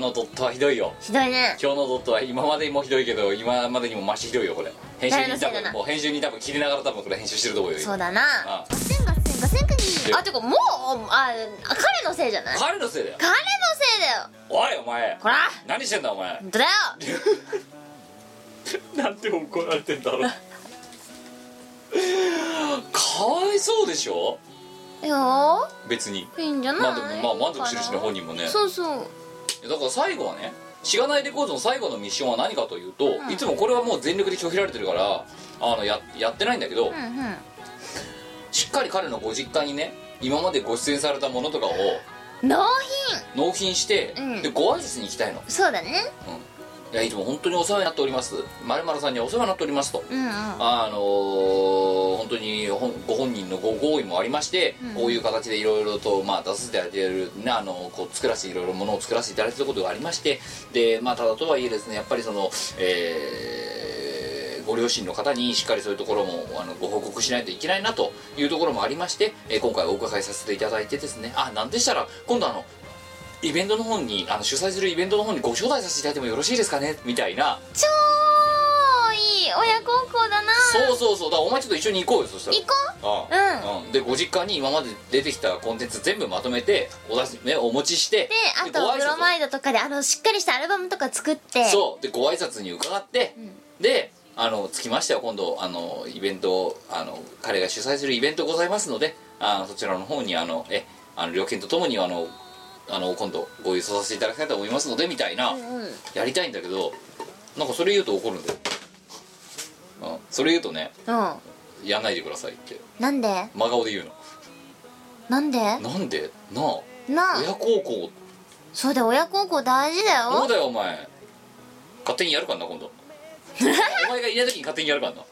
Speaker 4: のドットはひどいよ
Speaker 1: ひどいね
Speaker 4: 今日のドットは今までにもひどいけど今までにもマシひどいよこれ編集に
Speaker 1: 誰
Speaker 4: 多
Speaker 1: のせいだ
Speaker 4: 分
Speaker 1: な
Speaker 4: もう編集に多分切りながら多分これ編集してると思うよ
Speaker 1: そうだな
Speaker 4: あ
Speaker 1: ガセンガセンガセンクニ
Speaker 4: え
Speaker 1: ーあてかもうああ彼のせいじゃない
Speaker 4: 彼のせいだよ
Speaker 1: 彼のせいだよ
Speaker 4: おいお前
Speaker 1: こら
Speaker 4: 何してんだお前
Speaker 1: 本当だよ
Speaker 4: なんて怒られてんだろうかわいそうでしょ
Speaker 1: いやー
Speaker 4: 別に
Speaker 1: いいんじゃない
Speaker 4: まあでもまあ満足してるしね本人もね
Speaker 1: そうそう
Speaker 4: だから最後はねしがないレコードの最後のミッションは何かというと、
Speaker 1: うん
Speaker 4: いつもこれはもう全力で拒否られてるからあのややってないんだけど、
Speaker 1: うんうん
Speaker 4: しっかり彼のご実家にね今までご出演されたものとかを
Speaker 1: 納
Speaker 4: 納品して、
Speaker 1: うん
Speaker 4: でご挨拶に行きたいの、
Speaker 1: 品そうだね
Speaker 4: いやいつも本当にお世話になっておりますまるさんにはお世話になっておりますと、
Speaker 1: うんうん
Speaker 4: あのー本当にほんご本人のご合意もありまして、
Speaker 1: うん
Speaker 4: こういう形でいろいろと、まあ、出させていただいてる、ね、あのこう作らせていろいろものを作らせていただいてることがありましてで、まあ、ただとはいえですねやっぱりその、えーご両親の方にしっかりそういうところもあのご報告しないといけないなというところもありまして、えー今回お伺いさせていただいてですねあなんでしたら今度あのイベントの方にあの主催するイベントの方にご招待させていただいてもよろしいですかねみたいな
Speaker 1: 超いい親孝行だな
Speaker 4: そうそうそうだからお前ちょっと一緒に行こうよそしたら
Speaker 1: 行こ
Speaker 4: ああうん、でご実家に今まで出てきたコンテンツ全部まとめてお出し、ね、お持ちして
Speaker 1: うであとブロマ
Speaker 4: イ
Speaker 1: イドとかであのしっかりしたアルバムとか作って
Speaker 4: そうでご挨拶に伺って、
Speaker 1: ん
Speaker 4: であの着きましては今度あのイベントをあの彼が主催するイベントございますのであのそちらの方にあのえあの料金とともにあのあの今度ご郵送させていただきたいと思いますのでみたいな、
Speaker 1: うんうん
Speaker 4: やりたいんだけどなんかそれ言うと怒るんだよ、うん、それ言うとね
Speaker 1: うん
Speaker 4: やんないでくださいって
Speaker 1: なんで
Speaker 4: 真顔で言うの
Speaker 1: なんで
Speaker 4: なんでなあ
Speaker 1: なあ
Speaker 4: 親孝行
Speaker 1: そうだよ親孝行大事だ
Speaker 4: どう
Speaker 1: よ
Speaker 4: だよお前勝手にやるからな今度お前がいない時に勝手にやるからな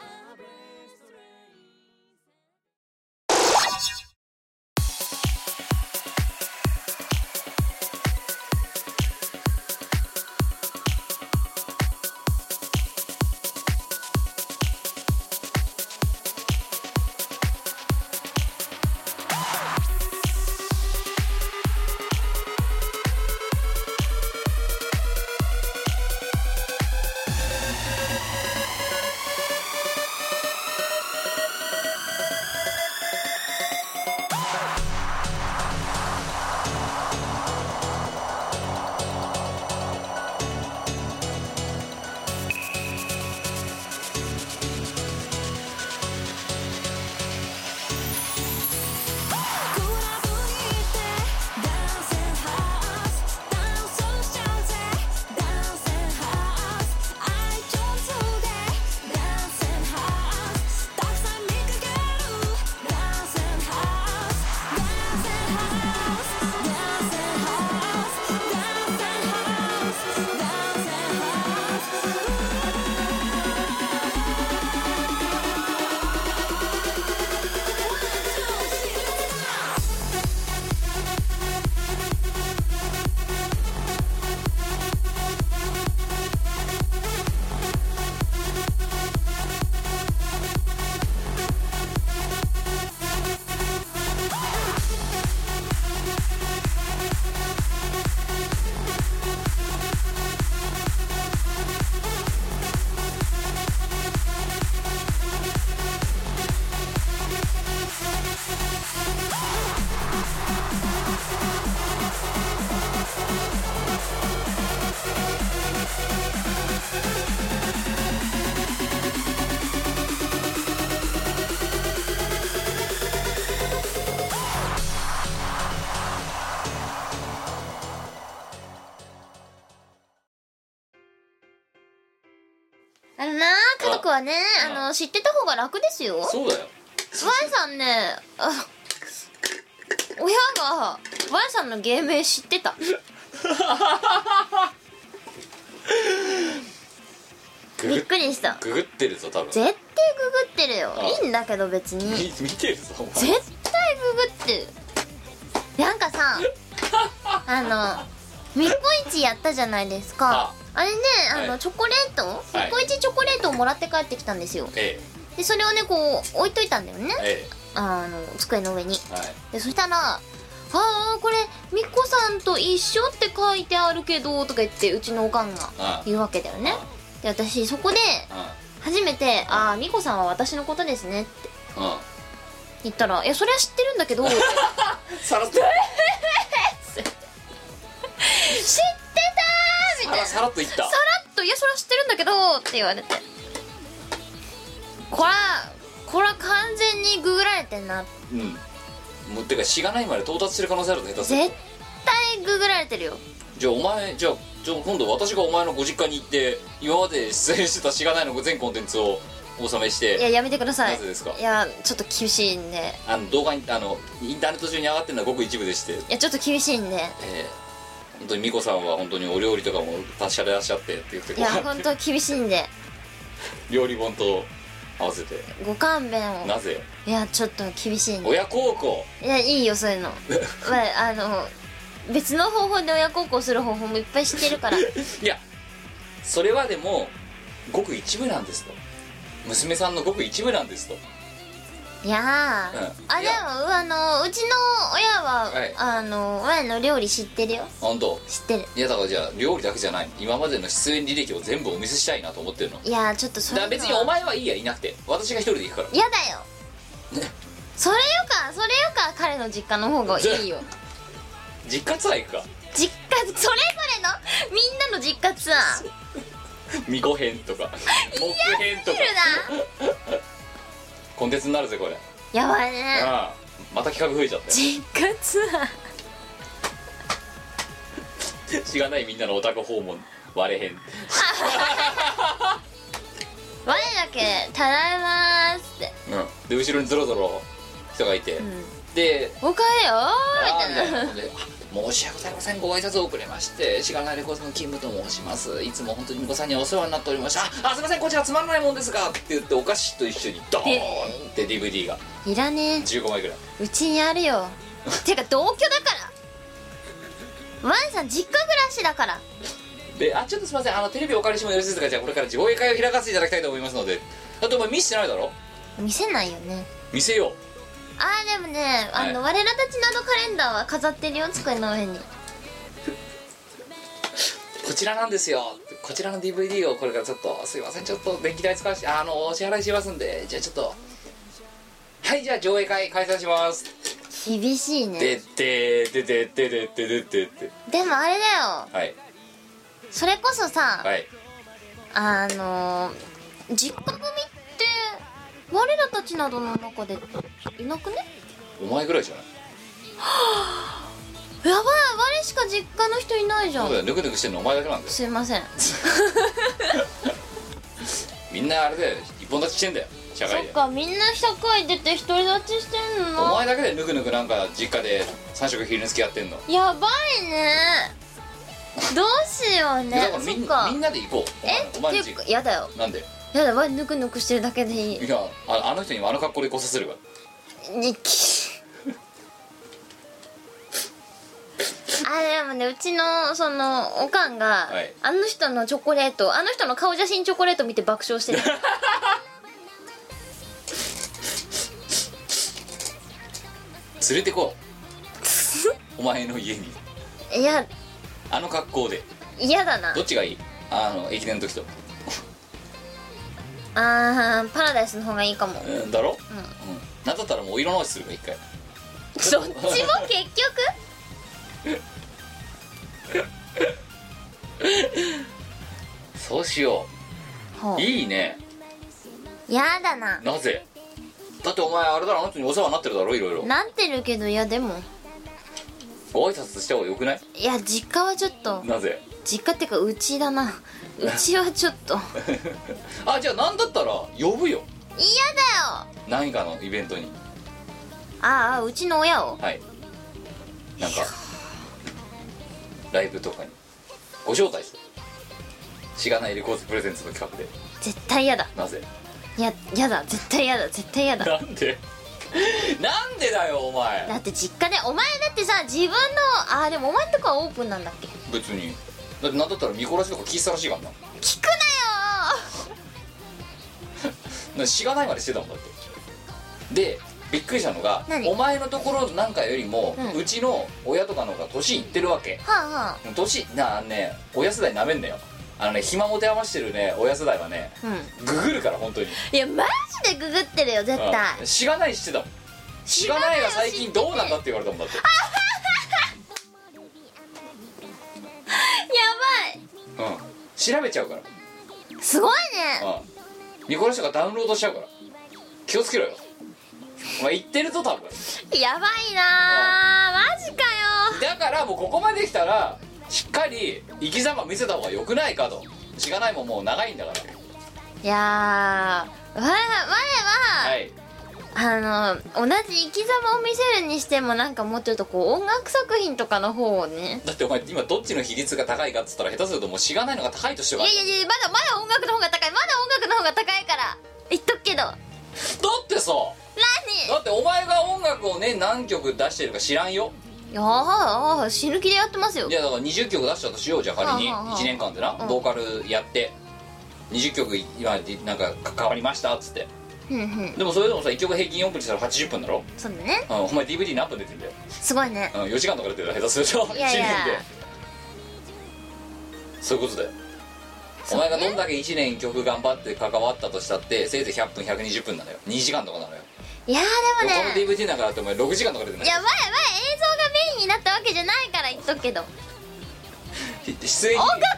Speaker 1: なあ家族はね
Speaker 4: う
Speaker 1: あ
Speaker 4: ん
Speaker 1: の知ってた方が楽ですよワ
Speaker 4: そうだよ
Speaker 1: イさんねあ親がワイさんの芸名知ってた
Speaker 4: ググ
Speaker 1: びっ
Speaker 4: っ
Speaker 1: くりした
Speaker 4: ググってるぞ多分
Speaker 1: 絶対ググってるよ
Speaker 4: あ
Speaker 1: いいんだけど別に
Speaker 4: み [LAUGHS] 見てるぞお前
Speaker 1: 絶対ググってるなんか
Speaker 4: [LAUGHS]
Speaker 1: さあの日本一やったじゃないですかあれねあの、
Speaker 4: はい
Speaker 1: チョコレート
Speaker 4: い
Speaker 1: 日本一チョコレートをもらって帰ってきたんですよ
Speaker 4: え
Speaker 1: でそれをねこう置いといたんだよね
Speaker 4: ええ
Speaker 1: あの机の上に
Speaker 4: えはい
Speaker 1: でそしたら「あーこれみっこさんと一緒」って書いてあるけどとか言ってうちのおかんが
Speaker 4: あ
Speaker 1: 言うわけだよねで私そこで初めて「ああみこさんは私のことですね」って
Speaker 4: うんうん
Speaker 1: 言ったら「いやそれは知ってるんだけど知って
Speaker 4: さらっと
Speaker 1: た!」みたいなさ
Speaker 4: さらっといった
Speaker 1: らっと「いやそれは知ってるんだけど」って言われてこらこら完全にググられてんな
Speaker 4: うんもうてかしがないまで到達してる可能性あると下手する
Speaker 1: 絶対ググられてるよ
Speaker 4: じゃあお前じゃあじゃあ今度私がお前のご実家に行って今まで出演してたしがないの全コンテンツをお納めし
Speaker 1: いや
Speaker 4: て
Speaker 1: やめてください
Speaker 4: なぜですか
Speaker 1: いやちょっと厳しいんで
Speaker 4: あの動画にあのインターネット中に上がってるのはごく一部でして
Speaker 1: いやちょっと厳しいんで
Speaker 4: えー、本当に美子さんは本当にお料理とかも達者でいらっしゃってって言って
Speaker 1: いや本当厳しいんで
Speaker 4: 料理本と合わせて
Speaker 1: ご勘弁を
Speaker 4: なぜ
Speaker 1: いやちょっと厳しいんで
Speaker 4: 親孝行
Speaker 1: いやいいよそういう
Speaker 4: [LAUGHS]
Speaker 1: のまああの別の方法で親孝行する方法もいっぱい知ってるから
Speaker 4: いやそれはでもごく一部なんですと娘さんのごく一部なんですと
Speaker 1: いやー、
Speaker 4: うん
Speaker 1: あ
Speaker 4: い
Speaker 1: でも
Speaker 4: や
Speaker 1: あのうちの親は、
Speaker 4: はい
Speaker 1: あの親の料理知ってるよ
Speaker 4: 本当
Speaker 1: 知ってる
Speaker 4: いやだからじゃあ料理だけじゃない今までの出演履歴を全部お見せしたいなと思ってるのだ
Speaker 1: いやーちょっとそ
Speaker 4: か
Speaker 1: れ
Speaker 4: ら別にお前はいいやいなくて私が一人で行くから
Speaker 1: 嫌だよそれよかそれよか彼の実家の方がいいよ
Speaker 4: 実家ツアー行くか
Speaker 1: 実家それぞれのみんなの実家ツアー
Speaker 4: 巫女編
Speaker 1: [LAUGHS]
Speaker 4: とか木編とか
Speaker 1: いるな
Speaker 4: コンテンツになるぜこれ、
Speaker 1: やばいね
Speaker 4: ああまた企画増えちゃったよ
Speaker 1: 実家ツアー
Speaker 4: [LAUGHS] しがないみんなのオタク訪問割れへん
Speaker 1: 我だけ「ただいま」っつって
Speaker 4: で後ろにゾロゾロ人がいて、
Speaker 1: ん
Speaker 4: で
Speaker 1: 「おかえよ
Speaker 4: 「あ
Speaker 1: ー」
Speaker 4: ー
Speaker 1: み
Speaker 4: み
Speaker 1: た
Speaker 4: た
Speaker 1: い
Speaker 4: い
Speaker 1: な
Speaker 4: なことであ「申し訳ございませんご挨拶遅れましてしがないレコーズの勤務と申しますいつも本当に巫女さんにはお世話になっておりましたああすいませんこちらつまらないもんですが」って言ってお菓子と一緒にドーンって DVD が
Speaker 1: いらね
Speaker 4: 15枚ぐらいう
Speaker 1: ちにあるよてか同居だからワンさん実家暮らしだから
Speaker 4: で「あちょっとすいませんあのテレビお借りしてもよろしいですかじゃあこれから上映会を開かせていただきたいと思いますのでだってお前見せてないだろ
Speaker 1: 見せないよね
Speaker 4: 見せよ
Speaker 1: あーでもねあの、我らたちなどカレンダーは飾ってるよ机の上に
Speaker 4: うこちらなんですよこちらの DVD をこれからちょっとすいませんちょっと電気代使わしてあのお支払いしますんでじゃあちょっとはいじゃあ上映会開催します
Speaker 1: 厳しい
Speaker 4: で
Speaker 1: ね
Speaker 4: ででででででででで
Speaker 1: でもあれだよ
Speaker 4: はい
Speaker 1: それこそさ、
Speaker 4: はい
Speaker 1: あのー実家組って我らたちなどの中でいなくね
Speaker 4: お前ぐらいじゃない
Speaker 1: やばい我しか実家の人いないじゃ
Speaker 4: そう
Speaker 1: ん
Speaker 4: だよぬくぬくしてるのお前だけなんだよ
Speaker 1: すいません
Speaker 4: みんなあれだよ一本立ちしてんだよ社
Speaker 1: そ
Speaker 4: 会
Speaker 1: っ
Speaker 4: で
Speaker 1: かみんな社会出て独り立ちしてん
Speaker 4: お
Speaker 1: の
Speaker 4: 前だけでぬくぬくなんか実家で3食昼寝つきやってんの
Speaker 1: やばいねどうしようね
Speaker 4: だからみ
Speaker 1: そっ
Speaker 4: ん
Speaker 1: か
Speaker 4: みんなで行こうお前
Speaker 1: え
Speaker 4: お前ん
Speaker 1: ってい
Speaker 4: ち
Speaker 1: うかやだよ
Speaker 4: なんで
Speaker 1: やだわぬくぬくしてるだけで
Speaker 4: [LAUGHS]
Speaker 1: いい
Speaker 4: いやああの人にもあの格好で来させるから
Speaker 1: 日記あでもねうちのそのおかんが、
Speaker 4: はい
Speaker 1: あの人のチョコレートあの人の顔写真チョコレート見て爆笑して
Speaker 4: [LAUGHS]
Speaker 1: る
Speaker 4: 連れてこ [LAUGHS] うお前の家に
Speaker 1: いや
Speaker 4: あの格好で
Speaker 1: 嫌だな
Speaker 4: どっちがいいあの駅伝の時と
Speaker 1: あーパラダイスの方がいいかも
Speaker 4: うんだろうん、なんだったらもうお色直しするか一回
Speaker 1: どっちも結局
Speaker 4: [LAUGHS] そうしよ
Speaker 1: ほ
Speaker 4: ういいね
Speaker 1: うやだな
Speaker 4: なぜだってお前あれだろあの人にお世話になってるだろいろいろ
Speaker 1: なってるけどいやでも
Speaker 4: ご挨拶した方がよくない
Speaker 1: いや実家はちょっと
Speaker 4: なぜ [LAUGHS]
Speaker 1: 実家ってかうちだなうちはちょっと嫌だよ
Speaker 4: あじゃあなんだったら呼ぶよ何かのイベントに
Speaker 1: ああうちの親を
Speaker 4: はいなんかライブとかにご招待するしがないレコーズプレゼンツの企画で
Speaker 1: 絶対嫌だ
Speaker 4: な [LAUGHS] ぜ
Speaker 1: いややだ絶対嫌だ絶対嫌だ
Speaker 4: なんで [LAUGHS] なんでだよお前
Speaker 1: だって実家でお前だってさ自分のああでもお前んとこはオープンなんだっけ
Speaker 4: 別にだってなんだったら見殺しとか聞いてたらしいからな
Speaker 1: 聞くなよ
Speaker 4: なしがないまでしてたもんだってでびっくりしたのが
Speaker 1: 何
Speaker 4: お前のところなんかよりも、
Speaker 1: う
Speaker 4: うんちの親とかの方が年いってるわけ
Speaker 1: はあはあ
Speaker 4: 年なあのね親世代なめんなよあのね暇持て余してるね親世代はね
Speaker 1: うん
Speaker 4: ググるから本当に
Speaker 1: いやマジでググってるよ絶対
Speaker 4: うんしがないしてたもんしがないが最近どうなんだって言われたもんだって
Speaker 1: や
Speaker 4: うん調べちゃうから
Speaker 1: ばいすごいね
Speaker 4: うんニコラシとかダウンロードしちゃうから気をつけろよお前言ってると多分
Speaker 1: やばいなーマジかよ
Speaker 4: だからもうここまで来たらしっかり生き様見せた方が良くないかとしがないもんもう長いんだから
Speaker 1: いやーわ前は、
Speaker 4: はい
Speaker 1: あの同じ生き様を見せるにしてもなんかもうちょっとこう音楽作品とかの方をね
Speaker 4: だってお前今どっちの比率が高いかっつったら下手するともうしがないのが高いとして
Speaker 1: い
Speaker 4: は
Speaker 1: やいやいやまだまだ音楽の方が高いまだ音楽の方が高いから言っとくけど何
Speaker 4: だってさだってお前が音楽をね何曲出してるか知らんよ
Speaker 1: いやー死ぬ気でやってますよ
Speaker 4: いやだから20曲出したとしようじゃあ仮に
Speaker 1: はあはあはあ
Speaker 4: 1年間でな
Speaker 1: うん
Speaker 4: ボーカルやって20曲今なんか変わりましたっつって
Speaker 1: ふんふん
Speaker 4: でもそれでもさ1曲平均4分にしたら80分だろ、
Speaker 1: そうだね
Speaker 4: うん、お前 DVD 何分出てんだよ、
Speaker 1: すごいね
Speaker 4: うん、4時間とか出てるから下手すると1
Speaker 1: いやいや
Speaker 4: 年でそういうことだよお前がどんだけ1年曲頑張って関わったとしたってせいぜい100分120分なのよ2時間とかなのよ
Speaker 1: いやーでもね
Speaker 4: 他の DVD なんかだってお前6時間とか出てない
Speaker 1: いや前前映像がメインになったわけじゃないから言っとくけど
Speaker 4: 出演
Speaker 1: 音楽だ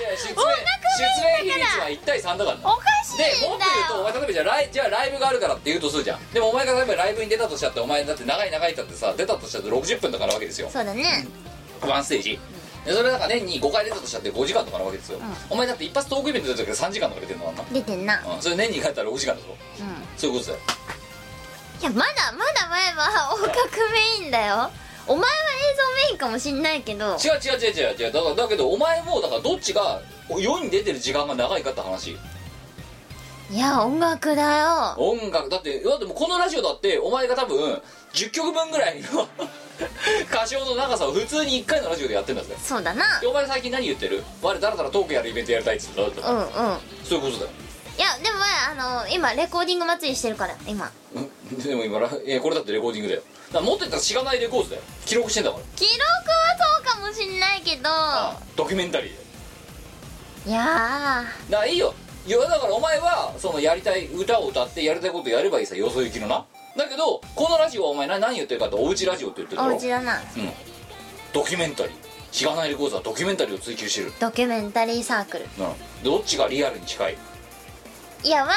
Speaker 4: いや出演
Speaker 1: 音楽メイン
Speaker 4: 出演比
Speaker 1: だから
Speaker 4: 率は1対3だからな
Speaker 1: からおかし
Speaker 4: で
Speaker 1: い
Speaker 4: もっ
Speaker 1: ん
Speaker 4: と言うとお
Speaker 1: だよ
Speaker 4: 前例えばじゃあライじゃあライブがあるからって言うとするじゃんでもお前が例えばライブに出たとしたってお前だって長い長いだってさ出たとしたって60分とかなわけですよ
Speaker 1: そうだね
Speaker 4: ワンステージでそれだから年に5回出たとしたって5時間とかなわけですよ、お前だって一発トークイベント出た時3時間とか出てるのあんな、
Speaker 1: 出てんな
Speaker 4: うん、それ年に帰ったら6時間だぞ
Speaker 1: うん
Speaker 4: そういうことだよ
Speaker 1: いやまだまだ前は音楽メインだよお前は映像メインかもしんないけど
Speaker 4: 違う違う違う違う違うだからだけどお前もだからどっちが世に出てる時間が長いかって話
Speaker 1: いや音楽だよ
Speaker 4: 音楽だってだってもうこのラジオだってお前が多分10曲分ぐらいの [LAUGHS] 歌唱の長さを普通に1回のラジオでやってんだぜ
Speaker 1: そうだな
Speaker 4: でお前最近何言ってる我だらだらトークやるイベントやりたいっつってんだだって
Speaker 1: うんうんい
Speaker 4: そういうことだよ
Speaker 1: やでも前あの今レコーディング祭りしてるから今
Speaker 4: うんでも今ら、えーこれだってレコーディングだよだからもっと言ったら知らないレコードだよ記録してんだから
Speaker 1: 記録はそうかもしんないけど
Speaker 4: ああドキュメンタリーで
Speaker 1: いや
Speaker 4: だからいいよいやだからお前はそのやりたい歌を歌ってやりたいことやればいいさよそ行きのなだけどこのラジオはお前な何言ってるかっておうちラジオって言ってるだ
Speaker 1: ー
Speaker 4: ろ
Speaker 1: おうちだな
Speaker 4: うんドキュメンタリー知らないレコードはドキュメンタリーを追求してる
Speaker 1: ドキュメンタリーサークル
Speaker 4: うんどっちがリアルに近い
Speaker 1: いや前は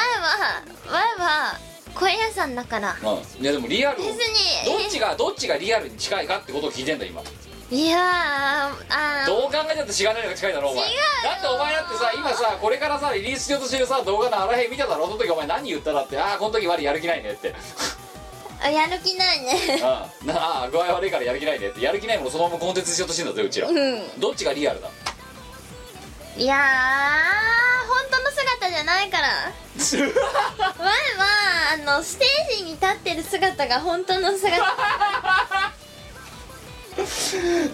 Speaker 1: 前は声屋さんだから
Speaker 4: うんいやでもリアルを
Speaker 1: 別に
Speaker 4: どっちがどっちがリアルに近いかってことを聞いてんだ今
Speaker 1: いやーあー
Speaker 4: どう考えたって知らないのが近いだろお前
Speaker 1: 違うよ
Speaker 4: だってお前だってさ今さこれからさリリースしようとしてるさ動画のあらへん見ただろその時お前何言っただってああこの時悪いやる気ないねって
Speaker 1: [LAUGHS] あやる気ないね
Speaker 4: うんなあ具合悪いからやる気ないねってやる気ないものそのままコンテンツしようとしてんだぜうちら
Speaker 1: う
Speaker 4: どっちがリア
Speaker 1: [LAUGHS]
Speaker 4: ルだ
Speaker 1: んいやー本当の姿じゃないから前はあのステージに立ってる姿が本当の姿
Speaker 4: [LAUGHS]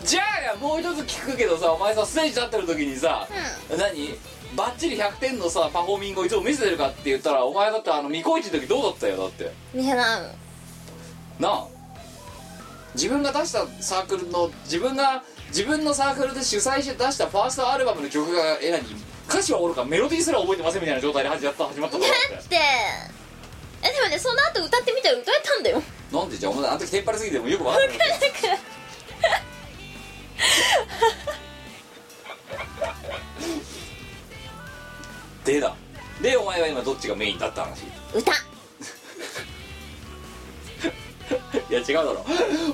Speaker 4: じゃあもう一つ聞くけどさお前さステージ立ってる時にさ、何バッチリ100点のさパフォーミングをいつも見せてるかって言ったらお前だってあの未公一の時どうだったよだって
Speaker 1: いやな
Speaker 4: なあ自分が出したサークルの自分が自分のサークルで主催して出したファーストアルバムの曲がえ何歌詞はおるかメロディーすら覚えてませんみたいな状態で始まった始まったと思
Speaker 1: だってえでもねその後歌ってみたら歌えたん
Speaker 4: [LAUGHS]
Speaker 1: だよ
Speaker 4: ってなんでじゃあお前あの時テンパりすぎてもうよくわかんない [LAUGHS] でだでお前は今どっちがメインだった話
Speaker 1: 歌
Speaker 4: いや違うだろ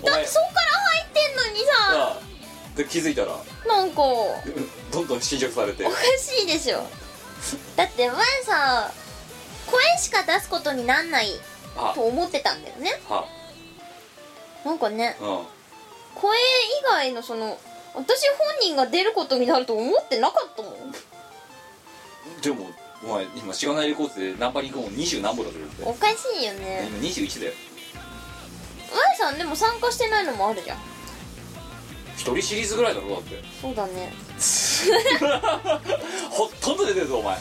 Speaker 4: お前 [LAUGHS]
Speaker 1: そっから入ってんのにさ
Speaker 4: あで気づいたら
Speaker 1: なん
Speaker 4: [LAUGHS]
Speaker 1: かお
Speaker 4: うんどんどん侵食されて
Speaker 1: かしいでしょだって前さ声しか出すことになんない
Speaker 4: あ
Speaker 1: と思ってたんだよね
Speaker 4: は
Speaker 1: なんかね
Speaker 4: うん
Speaker 1: 声以外のその私本人が出ることになると思ってなかったもん
Speaker 4: でもお前今しがないレコードでナンパリングも二十何本だとるって
Speaker 1: おかしいよね
Speaker 4: 今21だよ
Speaker 1: 前さんでも参加してないのもあるじゃん
Speaker 4: 一人シリーズぐらいだろだって
Speaker 1: そうだね
Speaker 4: [LAUGHS] ほとんど出てるぞお前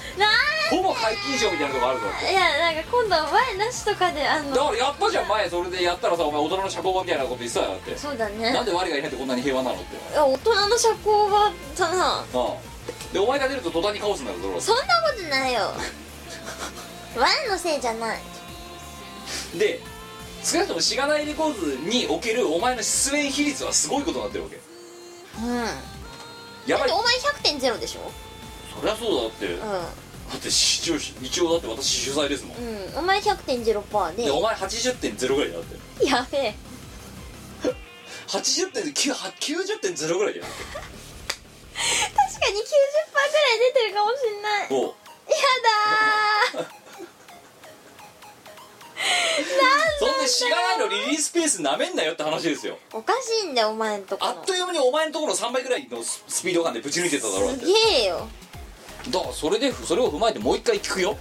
Speaker 4: ほぼ皆勤賞みたいなとこあるぞ
Speaker 1: いやなんか今度は前なしとかであ
Speaker 4: だ
Speaker 1: の
Speaker 4: からやったじゃん前それでやったらさお前大人の社交場みたいなこと言ってたよだって
Speaker 1: そうだね
Speaker 4: なんで我がいないってこんなに平和なのって
Speaker 1: いや大人の社交場だな
Speaker 4: うんでお前が出ると途端にカオスになるぞ
Speaker 1: そんなことないよ我のせいじゃない
Speaker 4: で少なくともしがないレコーズにおけるお前の出演比率はすごいことになってるわけ
Speaker 1: うんだ
Speaker 4: や
Speaker 1: っ
Speaker 4: ばい
Speaker 1: てお前100.0でしょ
Speaker 4: そりゃそうだだって、だ
Speaker 1: う
Speaker 4: って一応一応だって私主催ですもん、
Speaker 1: んうんお前100.0パ [LAUGHS] ーで
Speaker 4: でお前80.0ぐらいだよだって
Speaker 1: やべえ確かに90%パ
Speaker 4: 80.90.0ぐらいだよだっ
Speaker 1: ーぐらい出てるかもしんない
Speaker 4: てもう [LAUGHS]
Speaker 1: やだー
Speaker 4: そんでしがないのリリースペースなめんなよって話ですよ
Speaker 1: おかしいんだよお前んとこ
Speaker 4: あっという間にお前のところの3倍ぐらいのススピード感でぶち抜いてただろうだっ
Speaker 1: す
Speaker 4: て
Speaker 1: げえよ
Speaker 4: だからそれでそれを踏まえてもう一回聞くよ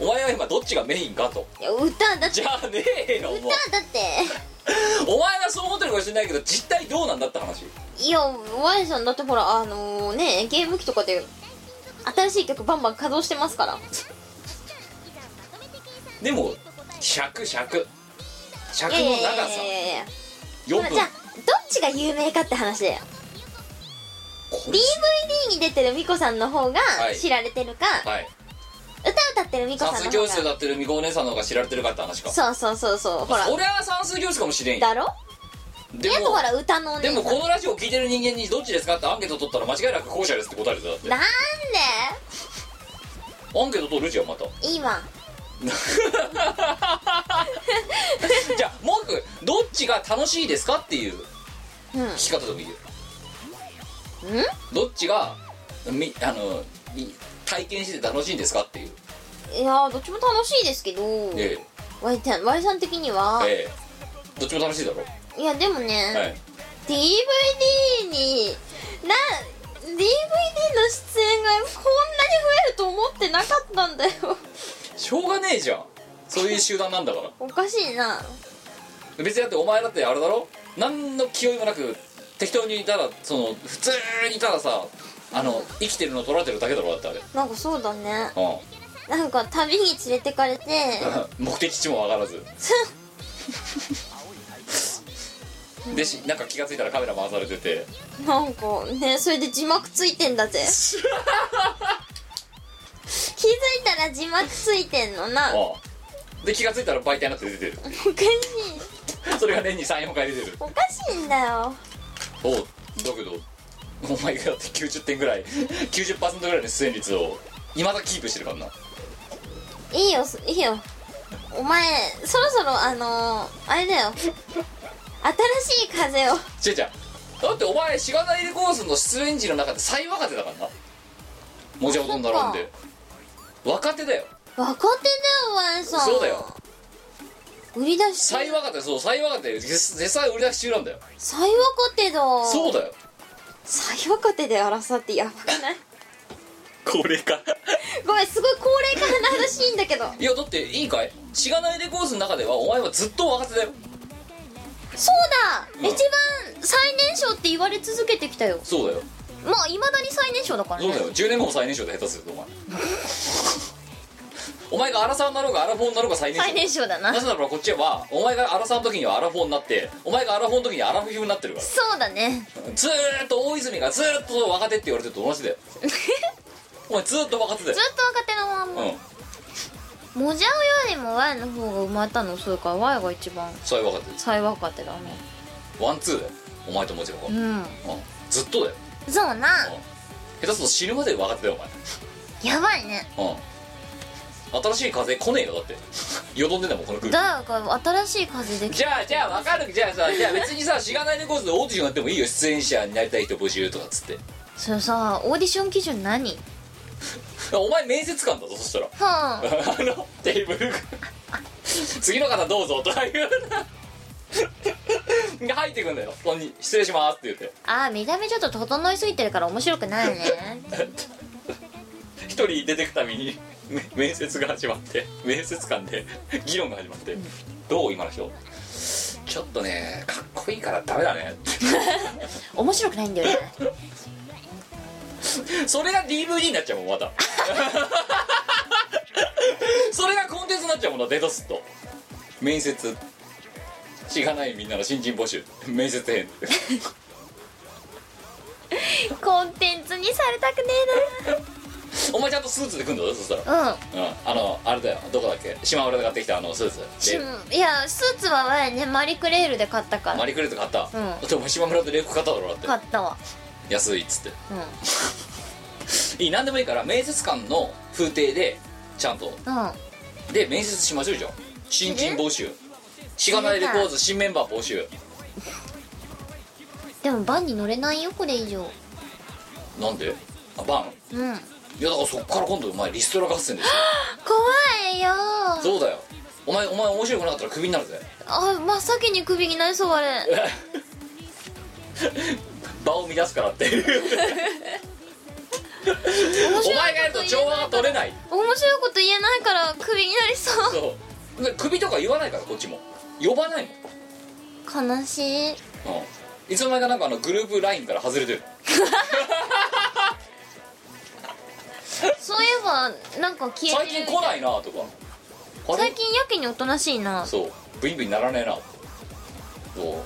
Speaker 4: お前は今どっちがメインかと
Speaker 1: いや歌だって
Speaker 4: じゃあねえよもう
Speaker 1: 歌だって
Speaker 4: お前はそう思ってるかもしれないけど実態どうなんだって話
Speaker 1: いやお前さんだってほらあのねゲーム機とかで新しい曲バンバン稼働してますから
Speaker 4: でも尺尺尺
Speaker 1: い
Speaker 4: の
Speaker 1: やいやいやい
Speaker 4: 長さ
Speaker 1: やいや
Speaker 4: 4
Speaker 1: まあ
Speaker 4: 分
Speaker 1: じゃあどっちが有名かって話だよ
Speaker 4: これ
Speaker 1: DVD に出てるミコさんの方が
Speaker 4: はい
Speaker 1: 知られてるか、
Speaker 4: はい
Speaker 1: 歌歌ってるミコさん
Speaker 4: 算
Speaker 1: の方
Speaker 4: 数教
Speaker 1: が
Speaker 4: 室だってるみこお姉さんの方が知られてるかって話か
Speaker 1: そうそうそうそうほら
Speaker 4: そりゃ算数教室かもしれんよ
Speaker 1: だろ
Speaker 4: で
Speaker 1: やっぱ
Speaker 4: も
Speaker 1: ほら歌のお姉
Speaker 4: で
Speaker 1: さん
Speaker 4: もこのラジオを聞いてる人間にどっちですかってアンケート取ったら間違いなく後者ですって答えるぞだって
Speaker 1: なんで
Speaker 4: アンケート取るじゃんまた
Speaker 1: 今
Speaker 4: じゃあ文句どっちが楽しいですかっていう
Speaker 1: うん
Speaker 4: 聞き方でもいいよ
Speaker 1: ん
Speaker 4: どっちがみあのい体験してて楽しいんですかっていう
Speaker 1: いやーどっちも楽しいですけど、
Speaker 4: え
Speaker 1: ワイちゃんワイさん的には
Speaker 4: え、ええどっちも楽しいだろ、
Speaker 1: いやでもね、
Speaker 4: はい
Speaker 1: DVD にな DVD の出演がこんなに増えると思ってなかったんだよ [LAUGHS]
Speaker 4: しょうがねえじゃんそういう集団なんだから
Speaker 1: おかしいな
Speaker 4: 別にだってお前だってあれだろ何の気負いもなく適当にただその普通にたださあの生きてるの取られてるだけだろだってあれ
Speaker 1: なんかそうだね
Speaker 4: う
Speaker 1: なんか旅に連れてかれて [LAUGHS]
Speaker 4: ん [LAUGHS] 目的地もわからずでしなんか気がついたらカメラ回されてて
Speaker 1: なんかねそれで字幕ついてんだぜ気づいたら字幕ついてんのなおか
Speaker 4: うんで気がついたら媒体になって出て [LAUGHS] る
Speaker 1: しい
Speaker 4: それが年に34回出てる
Speaker 1: おかしいんだよ
Speaker 4: おうだけどお前がだって90点ぐらい90%ぐらいの出演率をいまだキープしてるからない
Speaker 1: いよすいいよお前そろそろあのー、あれだよ新しい風を
Speaker 4: 違う違うだってお前しがないレコースの出演時の中で最若手だからなもじゃほとんだろんで若手だよ
Speaker 1: 若手だよお前さん
Speaker 4: そうだよ
Speaker 1: 売り出し
Speaker 4: 最若手そう最若手絶絶賛売り出し中なんだよ
Speaker 1: 最若手だ
Speaker 4: そうだよ
Speaker 1: 最若手で争ってやばくない [LAUGHS]
Speaker 4: これか
Speaker 1: ごめんすごい高齢化の話いいんだけど
Speaker 4: いやだっていいかいしがないレコースの中ではお前はずっと若手だよ
Speaker 1: そうだ、
Speaker 4: うん
Speaker 1: 一番最年少って言われ続けてきたよ
Speaker 4: そうだよ
Speaker 1: まあいまだに最年少だから
Speaker 4: そう
Speaker 1: ね
Speaker 4: だよ10年後も最年少で下手するとお前お前がアラサーになろうがアラフォーになろうが最年少
Speaker 1: 最年少だな
Speaker 4: なぜならばこっちはお前がアラサーの時にはアラフォーになってお前がアラフォーの時にはアラフィフになってるから
Speaker 1: そうだね
Speaker 4: ずーっと大泉がずーっと若手って言われてると同じだよお前ずーっと若手だよ
Speaker 1: ずっと若手のまんま、
Speaker 4: うん
Speaker 1: もじゃうよりもワイの方が生まれたの遅いからワイが一番
Speaker 4: そういう若手です
Speaker 1: 最若手だね
Speaker 4: ワンツーだよお前ともちろん、う、
Speaker 1: うんん
Speaker 4: ずっとだよ
Speaker 1: そうな
Speaker 4: 下手すると死ぬまで若手だよ
Speaker 1: やばいね
Speaker 4: お前うん新しい風来ねえよだって [LAUGHS] よどんでんだもんこの空気
Speaker 1: だから新しい風で
Speaker 4: じゃあじゃあわかるじゃあさじゃあ別にさしがないレコーズでオーディションやってもいいよ出演者になりたい人募集とかっつって
Speaker 1: それさオーディション基準何
Speaker 4: お前面接官だぞそしたら
Speaker 1: はあ
Speaker 4: あのテーブルが次の方どうぞとか言うな入ってくんだよここに失礼しますって言って
Speaker 1: あー見た目ちょっと整いすぎてるから面白くないね
Speaker 4: 一人出てくたびにめ面接が始まって面接官で議論が始まって「どう今の人?」ちょっとねかっこいいからダメだね
Speaker 1: [LAUGHS] 面白くないんだよね
Speaker 4: それが DVD になっちゃうもんまた [LAUGHS] それがコンテンツになっちゃうもんなデトスと面接しがないみんなの新人募集面接編
Speaker 1: [LAUGHS] コンテンツにされたくね
Speaker 4: お前ちゃんとスーツで来んだぞそしたら
Speaker 1: えなうん
Speaker 4: うんあのあれだよどこだっけ島村で買ってきたあのスーツ
Speaker 1: し
Speaker 4: で
Speaker 1: いやスーツは前ねマリクレールで買ったから
Speaker 4: マリクレート買った、
Speaker 1: うん
Speaker 4: だってお前島村でレイク買っただろだって
Speaker 1: 買ったわ
Speaker 4: 安いっつっ
Speaker 1: うん
Speaker 4: ていい何でもいいから面接官の風景でちゃんと
Speaker 1: うん
Speaker 4: で面接しましょうじゃん新人募集しがないレコーズ新メンバー募集
Speaker 1: でもバンに乗れないよこれ以上
Speaker 4: なんであバン
Speaker 1: うん
Speaker 4: いやだからそっから今度お前リストラ合戦ですよ
Speaker 1: [LAUGHS] 怖いよ
Speaker 4: そうだよお前お前面白くなかったらクビになるぜ [LAUGHS]
Speaker 1: あ真っ先に首になりそうあれ
Speaker 4: 場を乱すから
Speaker 1: [LAUGHS]
Speaker 4: ってお前がやると調和が取れない
Speaker 1: 面白いこと言えないからクビになりそう
Speaker 4: そうで首とか言わないからこっちも呼ばない
Speaker 1: 悲しい
Speaker 4: もん、うん、いつの間にかなんかあのグループラインから外れてる
Speaker 1: そういえばなんか消え
Speaker 4: 最
Speaker 1: てる
Speaker 4: 近来ないなとかあれ
Speaker 1: 最近やけにおとなしいな
Speaker 4: そうブイブイならねえなそ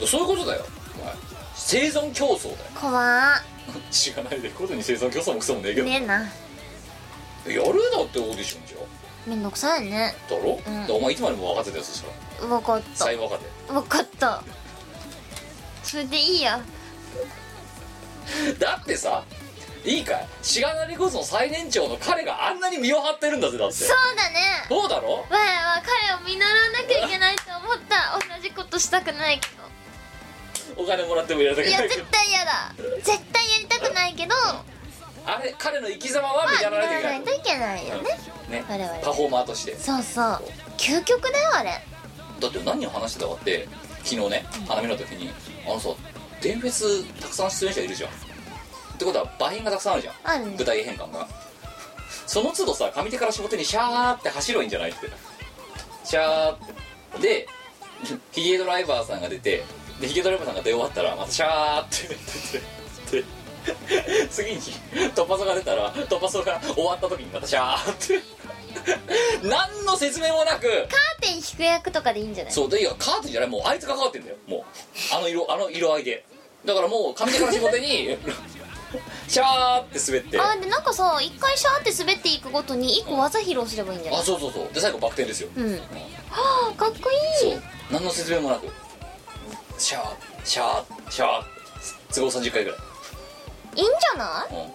Speaker 4: うそういうことだよお前生存競争だよ [LAUGHS]
Speaker 1: 怖
Speaker 4: 知らないでことに生存競争もクソもねえけ
Speaker 1: い
Speaker 4: ど、
Speaker 1: ねえな
Speaker 4: やるだってオーディションじゃん
Speaker 1: めんどくさいね
Speaker 4: だろ、
Speaker 1: うん
Speaker 4: でお前いつまでも若手だよそしたら
Speaker 1: 分かっ
Speaker 4: 最若手
Speaker 1: た分かったそれでいいや
Speaker 4: だってさいいかいしがなりこその最年長の彼があんなに身を張ってるんだぜだって
Speaker 1: そうだね
Speaker 4: そうだろ
Speaker 1: わいは彼を見習わなきゃいけないと思った同じことしたくないけ
Speaker 4: お金もらってもやりた
Speaker 1: ど
Speaker 4: く
Speaker 1: いや
Speaker 4: ないけ
Speaker 1: 絶
Speaker 4: ど
Speaker 1: 対嫌だ絶対やりたくないけど
Speaker 4: あれ彼の生き様は見
Speaker 1: まあ
Speaker 4: 習わなきゃ
Speaker 1: や
Speaker 4: いけな
Speaker 1: らな
Speaker 4: い
Speaker 1: いといけないよね
Speaker 4: ね
Speaker 1: 我々
Speaker 4: パフォーマーとして
Speaker 1: そうそう究極だよあれ
Speaker 4: だって何を話してたかって昨日ね花見の時にあのさ電フェスたくさん出演者いるじゃんってことは場品がたくさんあるじゃん
Speaker 1: あるね
Speaker 4: 舞台変換がその都度さ上手から下手にシャーって走ろいいんじゃないってシャーってでヒゲドライバーさんが出てでヒゲドライバーさんが出終わったらまたシャーって出てで次に突破ソが出たら突破ソが終わった時にまたシャーって何の説明もなく
Speaker 1: カーテン引く役とかでいいんじゃない
Speaker 4: そうでいやカーテンじゃないもうあいつがかかってんだよもうあの色あの色合いでだからもう上手から下手にシャーって滑って
Speaker 1: あーでなんかさ一回シャーって滑っていくごとに一個技披露すればいいんじゃな
Speaker 4: あ
Speaker 1: い
Speaker 4: そうそうそうで最後バク転ですよ、
Speaker 1: うんあーかっこい
Speaker 4: そ
Speaker 1: いう
Speaker 4: 何の説明もなくシャーシャーシャー都合30回ぐらい、
Speaker 1: いいんじゃない
Speaker 4: うん、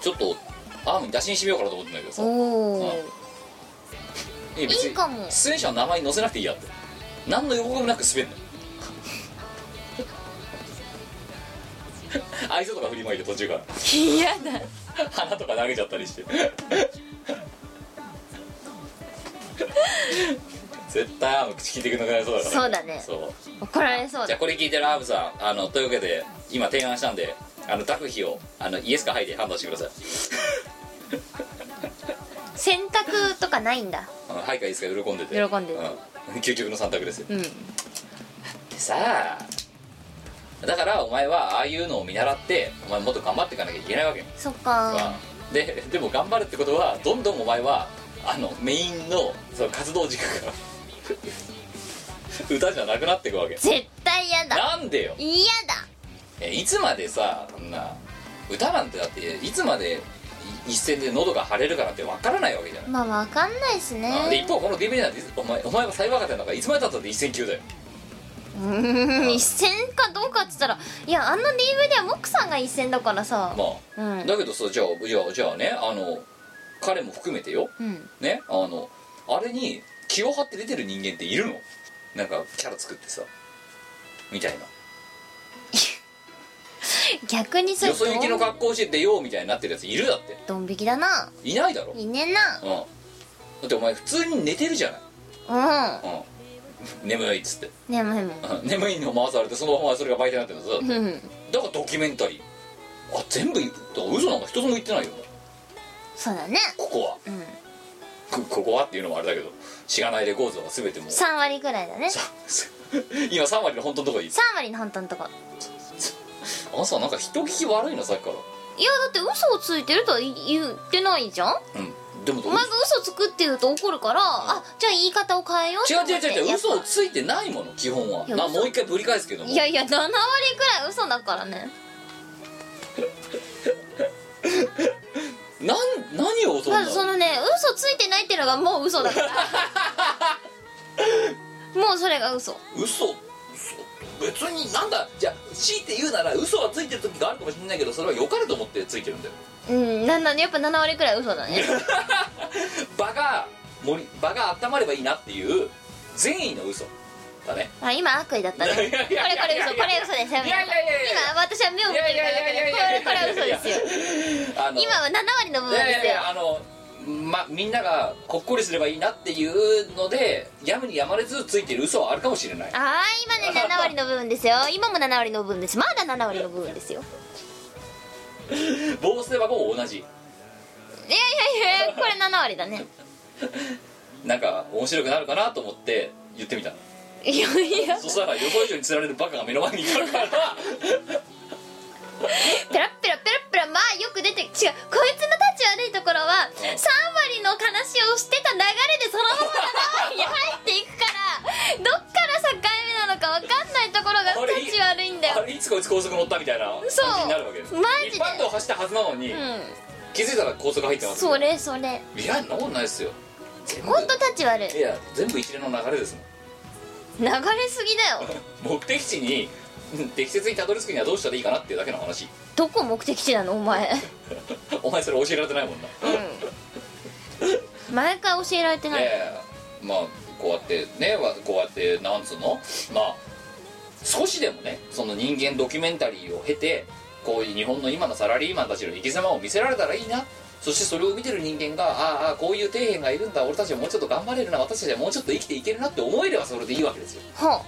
Speaker 4: ちょっとアームに打診してみようかなと思ってんだけどさ
Speaker 1: おお
Speaker 4: いや別に
Speaker 1: いいかも
Speaker 4: 出演者の名前に載せなくていいやって何の予告もなく滑んの [LAUGHS] 愛想とか振りまいて途中から
Speaker 1: 嫌だ
Speaker 4: 花とか投げちゃったりして [LAUGHS] 絶対アーム口聞いてくれなくなりそうだから
Speaker 1: そうだね
Speaker 4: そう
Speaker 1: 怒られそう
Speaker 4: じゃ
Speaker 1: だ
Speaker 4: あこれ聞いてるアームさんあのというわけで今提案したんであの諾費をあのイエスかハイで判断してください
Speaker 1: 洗濯とかないんだ
Speaker 4: あのハイかイエスか喜んでて
Speaker 1: 喜んでる
Speaker 4: うん、究極の三択ですよ
Speaker 1: うん
Speaker 4: でさあだからお前はああいうのを見習ってお前もっと頑張っていかなきゃいけないわけよ
Speaker 1: そっか
Speaker 4: ででも頑張るってことはどんどんお前はあのメインのその活動軸が歌じゃなくなっていくわけ
Speaker 1: 絶対嫌だ
Speaker 4: なんでよ
Speaker 1: 嫌だ
Speaker 4: えいつまでさそんな歌なんてだっていつまでい一戦で喉が腫れるかなんてわからないわけじゃない
Speaker 1: まあわかんないです
Speaker 4: あで
Speaker 1: ね
Speaker 4: 一方この DVD なんてお前お前は最若手なんかいつまでたったって一戦級だよ
Speaker 1: うーん一線かどうかっつったらいやあんな DVD はモックさんが一線だからさ
Speaker 4: まあ
Speaker 1: うん
Speaker 4: だけどさじゃあじゃあじゃあねあの彼も含めてよ
Speaker 1: うん
Speaker 4: ねあのあれに気を張って出てる人間っているのなんかキャラ作ってさみたいな
Speaker 1: 逆にそれ
Speaker 4: よそ行きの
Speaker 1: ドン
Speaker 4: 格好して出ようみたいになってるやついるだって
Speaker 1: ドン引きだない
Speaker 4: ないだろ、うん、
Speaker 1: いいねんな
Speaker 4: だってお前普通に寝てるじゃない、
Speaker 1: うん
Speaker 4: うん、眠いっつって、
Speaker 1: ねえもえも
Speaker 4: うん眠いのを回されてそのままそれが媒体になってるんだぞ
Speaker 1: うん
Speaker 4: だからドキュメンタリーあ全部だから嘘なんか一つも言ってないよもう
Speaker 1: そうだね
Speaker 4: ここは
Speaker 1: うん
Speaker 4: こここはっていうのもあれだけど知らないレコードは全てもう
Speaker 1: 3割ぐらいだね
Speaker 4: さ [LAUGHS] 今3割の本当のとこでいい
Speaker 1: 3割の本当のとこ
Speaker 4: あのさなんか人聞き悪いなさっきから
Speaker 1: いやだって嘘をついてるとは言言ってないじゃん
Speaker 4: うんでもど
Speaker 1: お
Speaker 4: う
Speaker 1: 前が嘘つくって言うと怒るからあじゃあ言い方を変えようって
Speaker 4: 違う
Speaker 1: 思
Speaker 4: 違
Speaker 1: って
Speaker 4: う違う違
Speaker 1: や
Speaker 4: う
Speaker 1: っぱ
Speaker 4: 嘘をついてないもの基本はい
Speaker 1: や
Speaker 4: な
Speaker 1: 嘘
Speaker 4: もう一回ぶり返すけども
Speaker 1: いやいや7割ぐらい嘘だからね
Speaker 4: なん何をそん
Speaker 1: ま
Speaker 4: な
Speaker 1: ずそのね嘘ついてないっていうのがもう嘘
Speaker 4: [LAUGHS]
Speaker 1: だからもうそれが嘘
Speaker 4: 嘘嘘別になんだじゃあ強いて言うなら嘘はついてる時があるかもしれないけどそれは良かれと思ってついてるんだよ
Speaker 1: うんなんだねやっぱ7割くらい嘘だね
Speaker 4: 場が盛り場が温まればいいなっていう善意の嘘だね
Speaker 1: あ今悪意だ
Speaker 4: [LAUGHS]
Speaker 1: ったねこれこれ嘘これ嘘ですよ
Speaker 4: いやいやいやいや
Speaker 1: 今私は目を見てるから
Speaker 4: いやいやいやいやいやいや
Speaker 1: これこれ嘘ですよ
Speaker 4: あの
Speaker 1: 今は7割の部
Speaker 4: い
Speaker 1: 分
Speaker 4: やい
Speaker 1: で
Speaker 4: や
Speaker 1: す
Speaker 4: い
Speaker 1: よ
Speaker 4: やあのまみんながほっこりすればいいなっていうのでやむにやまれずついてる嘘はあるかもしれない
Speaker 1: あー今ね7割の部分ですよ今も7割の部分ですまだ7割の部分ですよ
Speaker 4: 防水箱も同じ
Speaker 1: いやいやいやこれ7割だね
Speaker 4: なんか面白くなるかなと思って言って
Speaker 1: [LAUGHS]
Speaker 4: みたの
Speaker 1: いやいや
Speaker 4: そしたら予想以上に釣られるバカが目の前にいたから
Speaker 1: ペラッペラペラッペラまあよく出て違うこいつの立ち悪いところは3割の話をしてた流れでそのまま7割に入っていくからどっから境目なのか分かんないところが
Speaker 4: これ
Speaker 1: 立ち悪いんだ
Speaker 4: あ
Speaker 1: よ
Speaker 4: れいつこいつ高速乗ったみたいな感
Speaker 1: そう
Speaker 4: じになるわけです
Speaker 1: マジで
Speaker 4: 一般道走ったはずなのに、
Speaker 1: う
Speaker 4: 気づいたら高速入ってま
Speaker 1: ん
Speaker 4: す
Speaker 1: それそれ
Speaker 4: いやそんなことないですよ全部
Speaker 1: ほんと立ち悪い
Speaker 4: いや全部一連の流れですもん
Speaker 1: 流れすぎだよ
Speaker 4: [LAUGHS] 目的地にうん適切にたどり着くにはどうしたらいいかなっていうだけの話
Speaker 1: どこ目的地なのお前
Speaker 4: お前それ教えられてないもんな
Speaker 1: うん毎回教えられてない、
Speaker 4: ええまあこうやってねわこうやってなんつうのまあ少しでもねその人間ドキュメンタリーを経てこういう日本の今のサラリーマンたちの生き様を見せられたらいいなそしてそれを見てる人間がああああこういう底辺がいるんだ俺たちはもうちょっと頑張れるな私たちはもうちょっと生きていけるなって思えればそれでいいわけですよ
Speaker 1: ほ
Speaker 4: も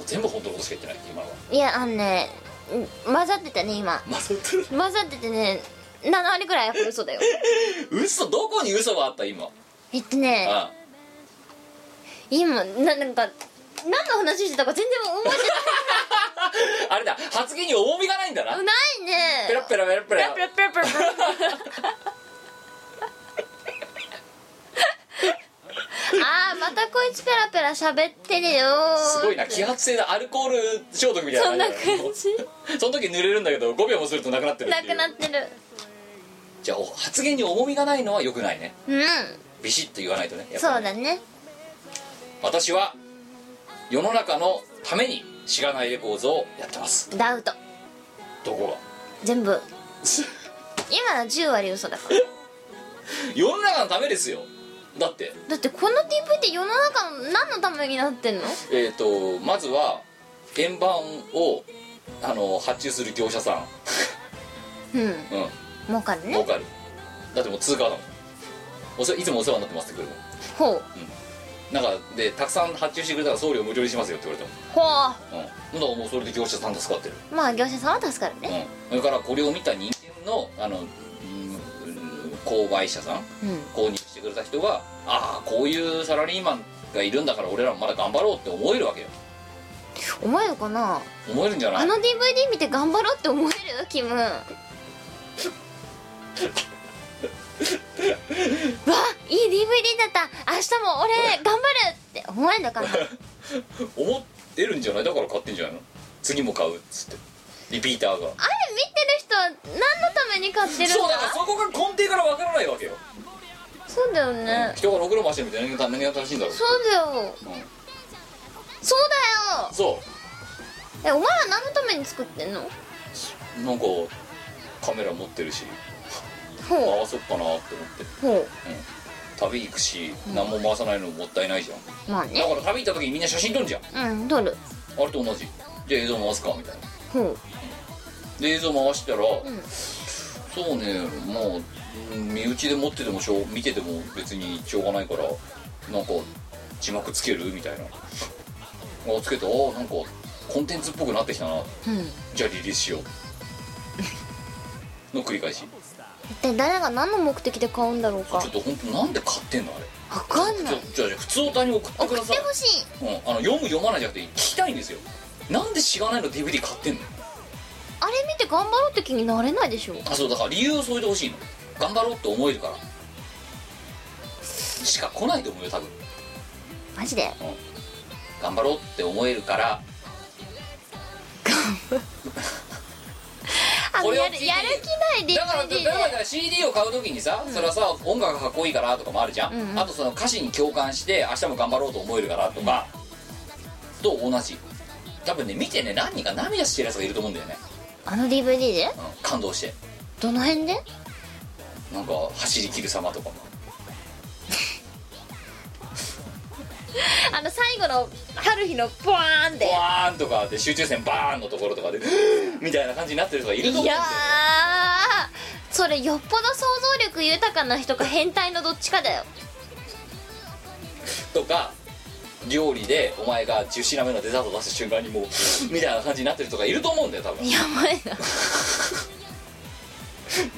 Speaker 4: う全部本当のことしか言ってない今のは
Speaker 1: ういやあのねうん混ざってたね今
Speaker 4: まあそれ
Speaker 1: 混ざっててね7割くらいやっぱ嘘だよ
Speaker 4: 嘘どこに嘘があった今
Speaker 1: えっとね
Speaker 4: あ
Speaker 1: 今ななんか何の話してたか全然覚
Speaker 4: ああれだ発言に重みがないんだな
Speaker 1: えてないないね
Speaker 4: ペラペラペラペ
Speaker 1: ペ
Speaker 4: ラ
Speaker 1: ラペラペラペラペラあーまたこいつペラペラ喋ってるよ
Speaker 4: すごいな揮発性のアルコール消毒みたいな
Speaker 1: そんな感じ
Speaker 4: その時濡れるんだけど5秒もするとなくなってる
Speaker 1: な
Speaker 4: ってい
Speaker 1: く
Speaker 4: う
Speaker 1: なってる
Speaker 4: じゃあお発言に重みがないのはよくないね
Speaker 1: うん
Speaker 4: ビシッと言わないとねやっぱ
Speaker 1: そうだね
Speaker 4: 私は世の中のためにしがないレコーズをやってます
Speaker 1: ダウト
Speaker 4: どこ
Speaker 1: 全部
Speaker 4: が
Speaker 1: 今の10割嘘だから
Speaker 4: 世の中のためですよだって
Speaker 1: だってこの DV って世の中の何のためになってんの
Speaker 4: えっ、とまずは円盤をあの発注する業者さ
Speaker 1: うん
Speaker 4: んうん
Speaker 1: 儲かる
Speaker 4: 儲
Speaker 1: ね
Speaker 4: かるだってもう通貨だもんお世話いつもお世話になってますってくるもん
Speaker 1: ほう
Speaker 4: なんかでたくさん発注してくれたら送料無料にしますよって言われたも
Speaker 1: ほ
Speaker 4: んうんだからもうそれで業者さん助かってる
Speaker 1: うまあ業者さんは助かるね
Speaker 4: うん、それからこれを見た人間のあの、うんうん購買者さん
Speaker 1: うん
Speaker 4: 購入してくれた人がああこういうサラリーマンがいるんだから俺らもまだ頑張ろうって思えるわけよ
Speaker 1: 思えるかな
Speaker 4: 思えるんじゃな
Speaker 1: あ
Speaker 4: い
Speaker 1: の DVD 見て頑張ろうって思えるキ [LAUGHS] ムわいい DVD だった明日も俺頑張るって思えるの [LAUGHS] かな
Speaker 4: 思えるんじゃないだから買ってんじゃないの次も買うっつってリピーターが
Speaker 1: あれ見てる人は何のために買ってるんだ
Speaker 4: そうだからそこが根底からわからないわけよ、
Speaker 1: そうだよ
Speaker 4: うん
Speaker 1: ね、
Speaker 4: 人がろくろ回してみたいな何が正しいんだろう
Speaker 1: そうだよ
Speaker 4: うん
Speaker 1: そう
Speaker 4: そ
Speaker 1: だよえお前は何のために作ってんの
Speaker 4: うなんかカメラ持ってるし
Speaker 1: ほう
Speaker 4: 回そうかなって思っ
Speaker 1: ほ
Speaker 4: て旅行くし何も回さないのもったいないじゃん、
Speaker 1: うまあ
Speaker 4: だ
Speaker 1: ね
Speaker 4: から旅行った時にみんな写真撮るじゃんあ
Speaker 1: うん撮る
Speaker 4: れと同じじゃあ映像回すかみたいな
Speaker 1: ほ
Speaker 4: で映像回したら、
Speaker 1: ん
Speaker 4: そうねまあうん身内で持っててもしょう見てても別にしょうがないからなんか字幕つけるみたいなあつけてあーなんかコンテンツっぽくなってきたな
Speaker 1: ううん
Speaker 4: じゃあリリースしようの繰り返しち
Speaker 1: 一体誰が何の目的で買うんだろうか
Speaker 4: ょっと本当なんで買ってんのあれ
Speaker 1: わかん
Speaker 4: じ
Speaker 1: な
Speaker 4: ゃあ
Speaker 1: い
Speaker 4: じゃあじゃあ普通歌に送ってく
Speaker 1: 送
Speaker 4: だ
Speaker 1: っ
Speaker 4: さ
Speaker 1: て
Speaker 4: い
Speaker 1: ほしい
Speaker 4: うん、あの読む読まないじゃなくて聞きたいんですよなんで知らないの DVD 買ってんの
Speaker 1: あれ見て頑張ろうって気になれないでしょ
Speaker 4: あそうだから理由を添えてほしいの頑張ろうって思えるからしか来ないと思うよ多分
Speaker 1: マジで
Speaker 4: 頑張ろうって思えるから
Speaker 1: あ
Speaker 4: これを
Speaker 1: やる
Speaker 4: 聞いて
Speaker 1: やる気
Speaker 4: だか
Speaker 1: な
Speaker 4: ら
Speaker 1: い DVD
Speaker 4: だ
Speaker 1: で
Speaker 4: からだから CD を買う時にさ、それはさ音楽かっこいいからとかもあるじゃん、
Speaker 1: うんうん
Speaker 4: あとその歌詞に共感して明日も頑張ろうと思えるからとか、と同じ多分ね見てね何人か涙してるやつがいると思うんだよね、
Speaker 1: あの DVD で
Speaker 4: うん、感動して
Speaker 1: どの辺で
Speaker 4: なんか走り切る様とかも
Speaker 1: あの最後の春日のポワーンで
Speaker 4: バーンとかで集中線バーンのところとかで [LAUGHS] みたいな感じになってる人がいると思うん
Speaker 1: い
Speaker 4: だ
Speaker 1: や
Speaker 4: よ
Speaker 1: ーそれよっぽど想像力豊かな人か変態のどっちかだよ
Speaker 4: とか料理でお前が10品目のデザート出す瞬間にもう [LAUGHS] みたいな感じになってる人がいると思うんだよ多分
Speaker 1: やばいな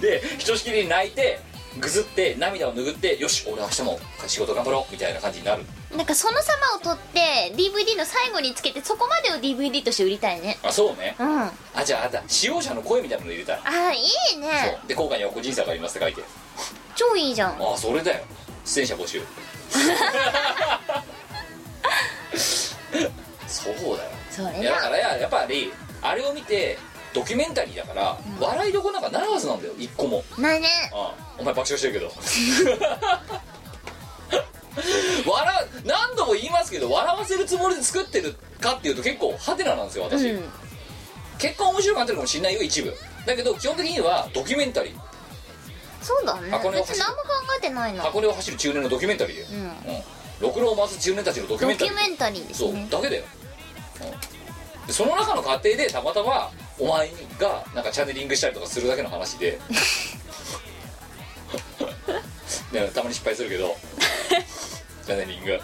Speaker 4: でひとしきり泣いてぐずって涙を拭ってよし俺明日も仕事頑張ろうみたいな感じになる
Speaker 1: なんかその様を撮って DVD の最後につけてそこまでを DVD として売りたいね
Speaker 4: あそうね
Speaker 1: うんあ
Speaker 4: あじゃああんた使用者の声みたいなの入れたら
Speaker 1: ーいいね
Speaker 4: そうで後悔には個人差がありますって書いて
Speaker 1: 超いいじゃん
Speaker 4: あそれだよ出演者
Speaker 1: [LAUGHS]
Speaker 4: 募集そうだよ
Speaker 1: それ
Speaker 4: いやだか
Speaker 1: だ
Speaker 4: らややっぱりあれを見てドキュメンタリーだから、笑いどころなんかないはずなんだよ一個も、
Speaker 1: なね
Speaker 4: ああお前爆笑してるけど笑う何度も言いますけど笑わせるつもりで作ってるかっていうと結構ハテナなんですよ
Speaker 1: う
Speaker 4: 私、
Speaker 1: ん
Speaker 4: 結果面白くなってるかもしれないよ一部だけど基本的にはドキュメンタリー
Speaker 1: そうだね
Speaker 4: 箱根を
Speaker 1: 別に何も考えてないな
Speaker 4: 箱根を走る中年のドキュメンタリーだよ
Speaker 1: う、ん
Speaker 4: うんろくろを回す中年たちのドキュ
Speaker 1: ド
Speaker 4: メンタ
Speaker 1: キュ
Speaker 4: リー
Speaker 1: メンタリーで
Speaker 4: そ
Speaker 1: す
Speaker 4: う
Speaker 1: ね
Speaker 4: だけだよ、うんでその中の過程でたまたまお前がなんかチャネリングしたりとかするだけの話
Speaker 1: [LAUGHS]
Speaker 4: ででたまに失敗する
Speaker 1: [LAUGHS]
Speaker 4: けどチャネリング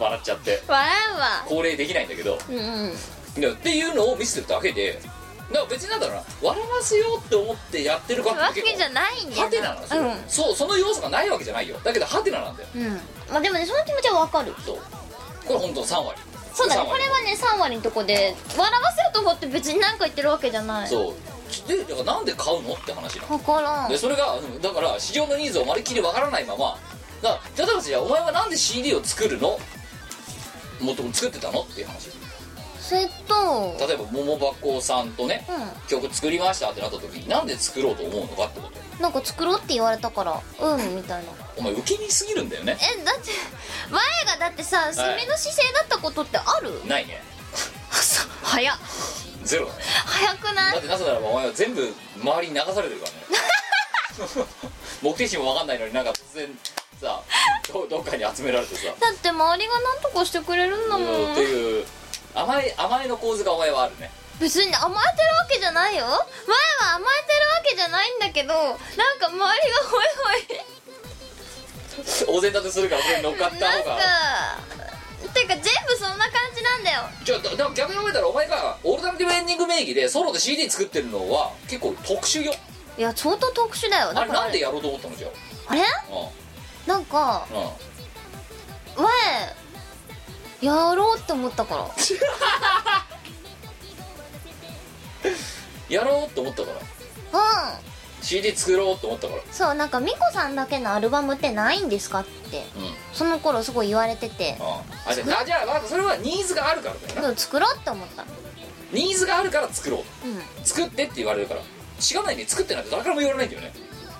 Speaker 4: 笑っちゃって
Speaker 1: 笑うわ
Speaker 4: 恒例できないんだけど
Speaker 1: うんうん
Speaker 4: でっていうのを見せてるだけでだから別になんだろうな笑わせようって思ってやってるか
Speaker 1: わ
Speaker 4: って
Speaker 1: けじゃないんだよ
Speaker 4: ハテナなのそれ、そうその要素がないわけじゃないよだけどハテナなんだよ
Speaker 1: うん、うん、まあでもねその気持ちはわかる
Speaker 4: そうこれ本当3割
Speaker 1: そうだ
Speaker 4: 3
Speaker 1: ねこ
Speaker 4: 割
Speaker 1: れはね3割のとこで笑わせようと思って別に何か言ってるわけじゃない
Speaker 4: そうでだからなんで買うのって話な
Speaker 1: 分
Speaker 4: の
Speaker 1: からん
Speaker 4: でそれがうんだから市場のニーズをまるっきりわからないままだからじゃあ高橋じゃあお前はなんで CD を作るのもっとも作ってたのっていう話
Speaker 1: それと
Speaker 4: 例えば桃箱さんとね、
Speaker 1: う
Speaker 4: 曲作りましたってなった時になんで作ろうと思うのかってこと
Speaker 1: んなんか作ろうって言われたからうんみたいな
Speaker 4: お前受け身すぎるんだよね
Speaker 1: えだって前がだってさ攻めの姿勢だったことってある、 [LAUGHS]
Speaker 4: ないね
Speaker 1: そう早っ
Speaker 4: ゼロだね
Speaker 1: 早くな
Speaker 4: だっ
Speaker 1: い
Speaker 4: てなぜならばお前は全部周りに流されてるからね目的地もわかんないのになんか突然さどどっかに集められてさ
Speaker 1: だって周りが何とかしてくれるんだも
Speaker 4: うん
Speaker 1: ん
Speaker 4: っていう甘え甘えの構図がお前はあるね
Speaker 1: 別に甘えてるわけじゃないよ前は甘えてるわけじゃないんだけどなんか周りがホイホイ
Speaker 4: お膳立てするからそれに乗っかった
Speaker 1: なん
Speaker 4: 方
Speaker 1: か
Speaker 4: が
Speaker 1: てか全部そんな感じなんだよ
Speaker 4: じゃあだだ逆に思えたらお前がオルタナティブエンディング名義でソロで CD 作ってるのは結構特殊よ
Speaker 1: いや相当特殊だよ
Speaker 4: あ
Speaker 1: だ
Speaker 4: れ
Speaker 1: から
Speaker 4: なんでやろうと思ったのじゃ
Speaker 1: あれ
Speaker 4: あうん
Speaker 1: なんか
Speaker 4: うん
Speaker 1: 前やろうって思ったから
Speaker 4: やろうと思ったから
Speaker 1: う
Speaker 4: CD 作ろうと思ったから
Speaker 1: んそうなんかミコさんだけのアルバムってないんですかって
Speaker 4: うん
Speaker 1: その頃すごい言われてて
Speaker 4: ああじゃああじゃあまあそれはニーズがあるからだよ
Speaker 1: で
Speaker 4: な
Speaker 1: も作ろうって思った
Speaker 4: ニーズがあるから作ろう
Speaker 1: う
Speaker 4: 作ってって言われるからしがないね作ってないと誰からも言われないんだよね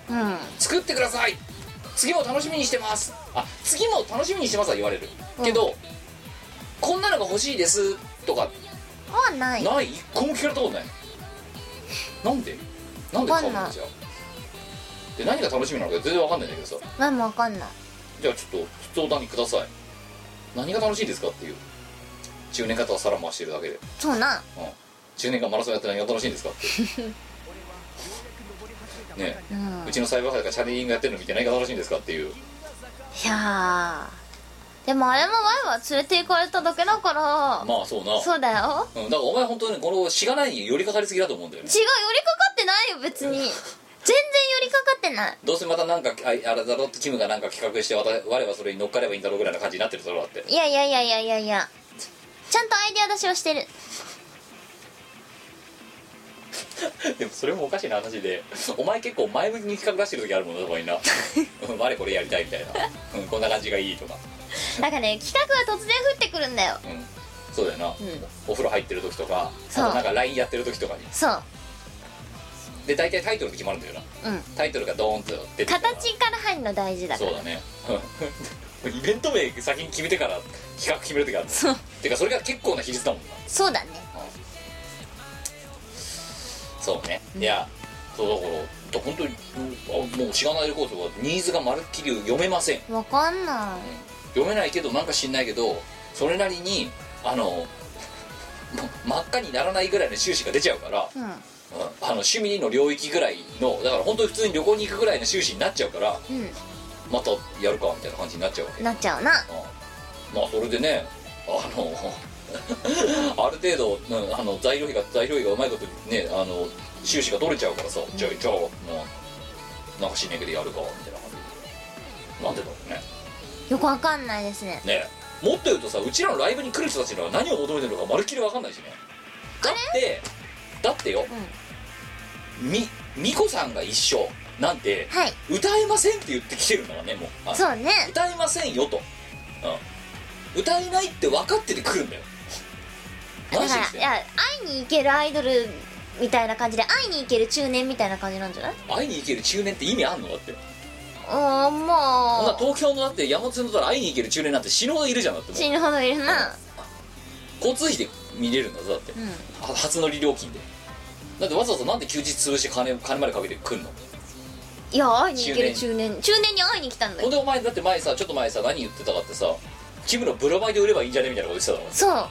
Speaker 1: んうん
Speaker 4: 作ってください次も楽しみにしてますあ次も楽しみにしてますは言われるけど、こんなのが欲しいですとか
Speaker 1: はない
Speaker 4: ない一個も聞かれたことないなんでなんで買うのじゃあって何が楽しみなのか全然わかんないんだけどさ
Speaker 1: 前もわかんない
Speaker 4: じゃあちょっと普通お単にください何が楽しいですかっていう中年方は皿回してるだけで、
Speaker 1: そうな
Speaker 4: うん、10年間マラソンやって何が楽しいんですかって
Speaker 1: [LAUGHS]
Speaker 4: ね
Speaker 1: う
Speaker 4: え
Speaker 1: ん
Speaker 4: うちの栽培者がチャネリングやってるの見て何が楽しいんですかっていう
Speaker 1: いやーでもあれも前は連れて行かれただけだから、
Speaker 4: まあそうな
Speaker 1: そうだよ
Speaker 4: うん、だからお前本当にこのしがないに寄りかかりすぎだと思うんだよ
Speaker 1: 違
Speaker 4: ね
Speaker 1: う寄りかかってないよ別に全然寄りかかってない
Speaker 4: どうせまたなんかああれだろってキムがなんか企画してわた我はそれに乗っかればいいんだろうぐらいな感じになってるだろうだって
Speaker 1: い
Speaker 4: [LAUGHS]
Speaker 1: やいやいやいやいやいやちゃんとアイデア出しをしてる
Speaker 4: でもそれもおかしな話でお前結構前向きに企画出してる時あるもんなとかになうん我これやりたいみた
Speaker 1: [LAUGHS]
Speaker 4: いな、うん、こんな感じがいいとか、
Speaker 1: だからね企画は突然降ってくるんだよ
Speaker 4: うん、そうだよな、
Speaker 1: ん
Speaker 4: お風呂入ってる時とかあと
Speaker 1: そう
Speaker 4: なんか LINE やってる時とかに
Speaker 1: そう
Speaker 4: で大体タイトルで決まるんだよな
Speaker 1: うん
Speaker 4: タイトルがドーンと出てくるから
Speaker 1: 形から入るの大事だか
Speaker 4: そう
Speaker 1: ら
Speaker 4: だね [LAUGHS] うんイベント名先に決めてから企画決める時ある
Speaker 1: そう
Speaker 4: てかそれが結構な比率だもんな
Speaker 1: そうだね
Speaker 4: そうね、いやそうだから本当にうんあもうしがないレコードはニーズがまるっきり読めません
Speaker 1: わかんない
Speaker 4: 読めないけどなんか知んないけどそれなりにあの [LAUGHS] ま真っ赤にならないぐらいの収支が出ちゃうから、
Speaker 1: うん
Speaker 4: うんあの趣味の領域ぐらいのだから本当に普通に旅行に行くぐらいの収支になっちゃうから
Speaker 1: う
Speaker 4: またやるかみたいな感じになっちゃうわけ
Speaker 1: んなっちゃうな
Speaker 4: うんまあそれでねあの [LAUGHS] ある程度、うんあの材料費が材料費がうまいことねあの収支が取れちゃうからさ、じゃあじゃあ、もうなんか死ねけどやるかみたいな感じでなんでだろうね
Speaker 1: よくわかんないですね
Speaker 4: ねえもっと言うとさうちらのライブに来る人たちには何を求めてるのかまるっきり分かんないしねだってだってよ、みみこさんが一緒なんて
Speaker 1: はい
Speaker 4: 歌えませんって言ってきてるんだからねもうあ
Speaker 1: そうね
Speaker 4: 歌えませんよと、うん、歌えないって分かってて来るんだよ
Speaker 1: だか
Speaker 4: マ
Speaker 1: ら
Speaker 4: ジで
Speaker 1: いや会いに行けるアイドルみたいな感じで会いに行ける中年みたいな感じなんじゃない
Speaker 4: 会いに行ける中年って意味あんのだって
Speaker 1: あー
Speaker 4: ほんな
Speaker 1: ま
Speaker 4: ら
Speaker 1: あ
Speaker 4: 東京のだって山手線だったら会いに行ける中年なんて死ぬほどいるじゃんだってもう
Speaker 1: 死ぬほどいるな
Speaker 4: 交通費で見れるんだぞだって、
Speaker 1: うん
Speaker 4: は初乗り料金でだってわざわざなんで休日潰して金金までかけてくんの
Speaker 1: いや会いに行ける中年中年に会いに来たんだ
Speaker 4: ほん
Speaker 1: よ
Speaker 4: でお前だって前さちょっと前さ何言ってたかってさキムのブロマイド売ればいいんじゃねみたいなこと言って
Speaker 1: そう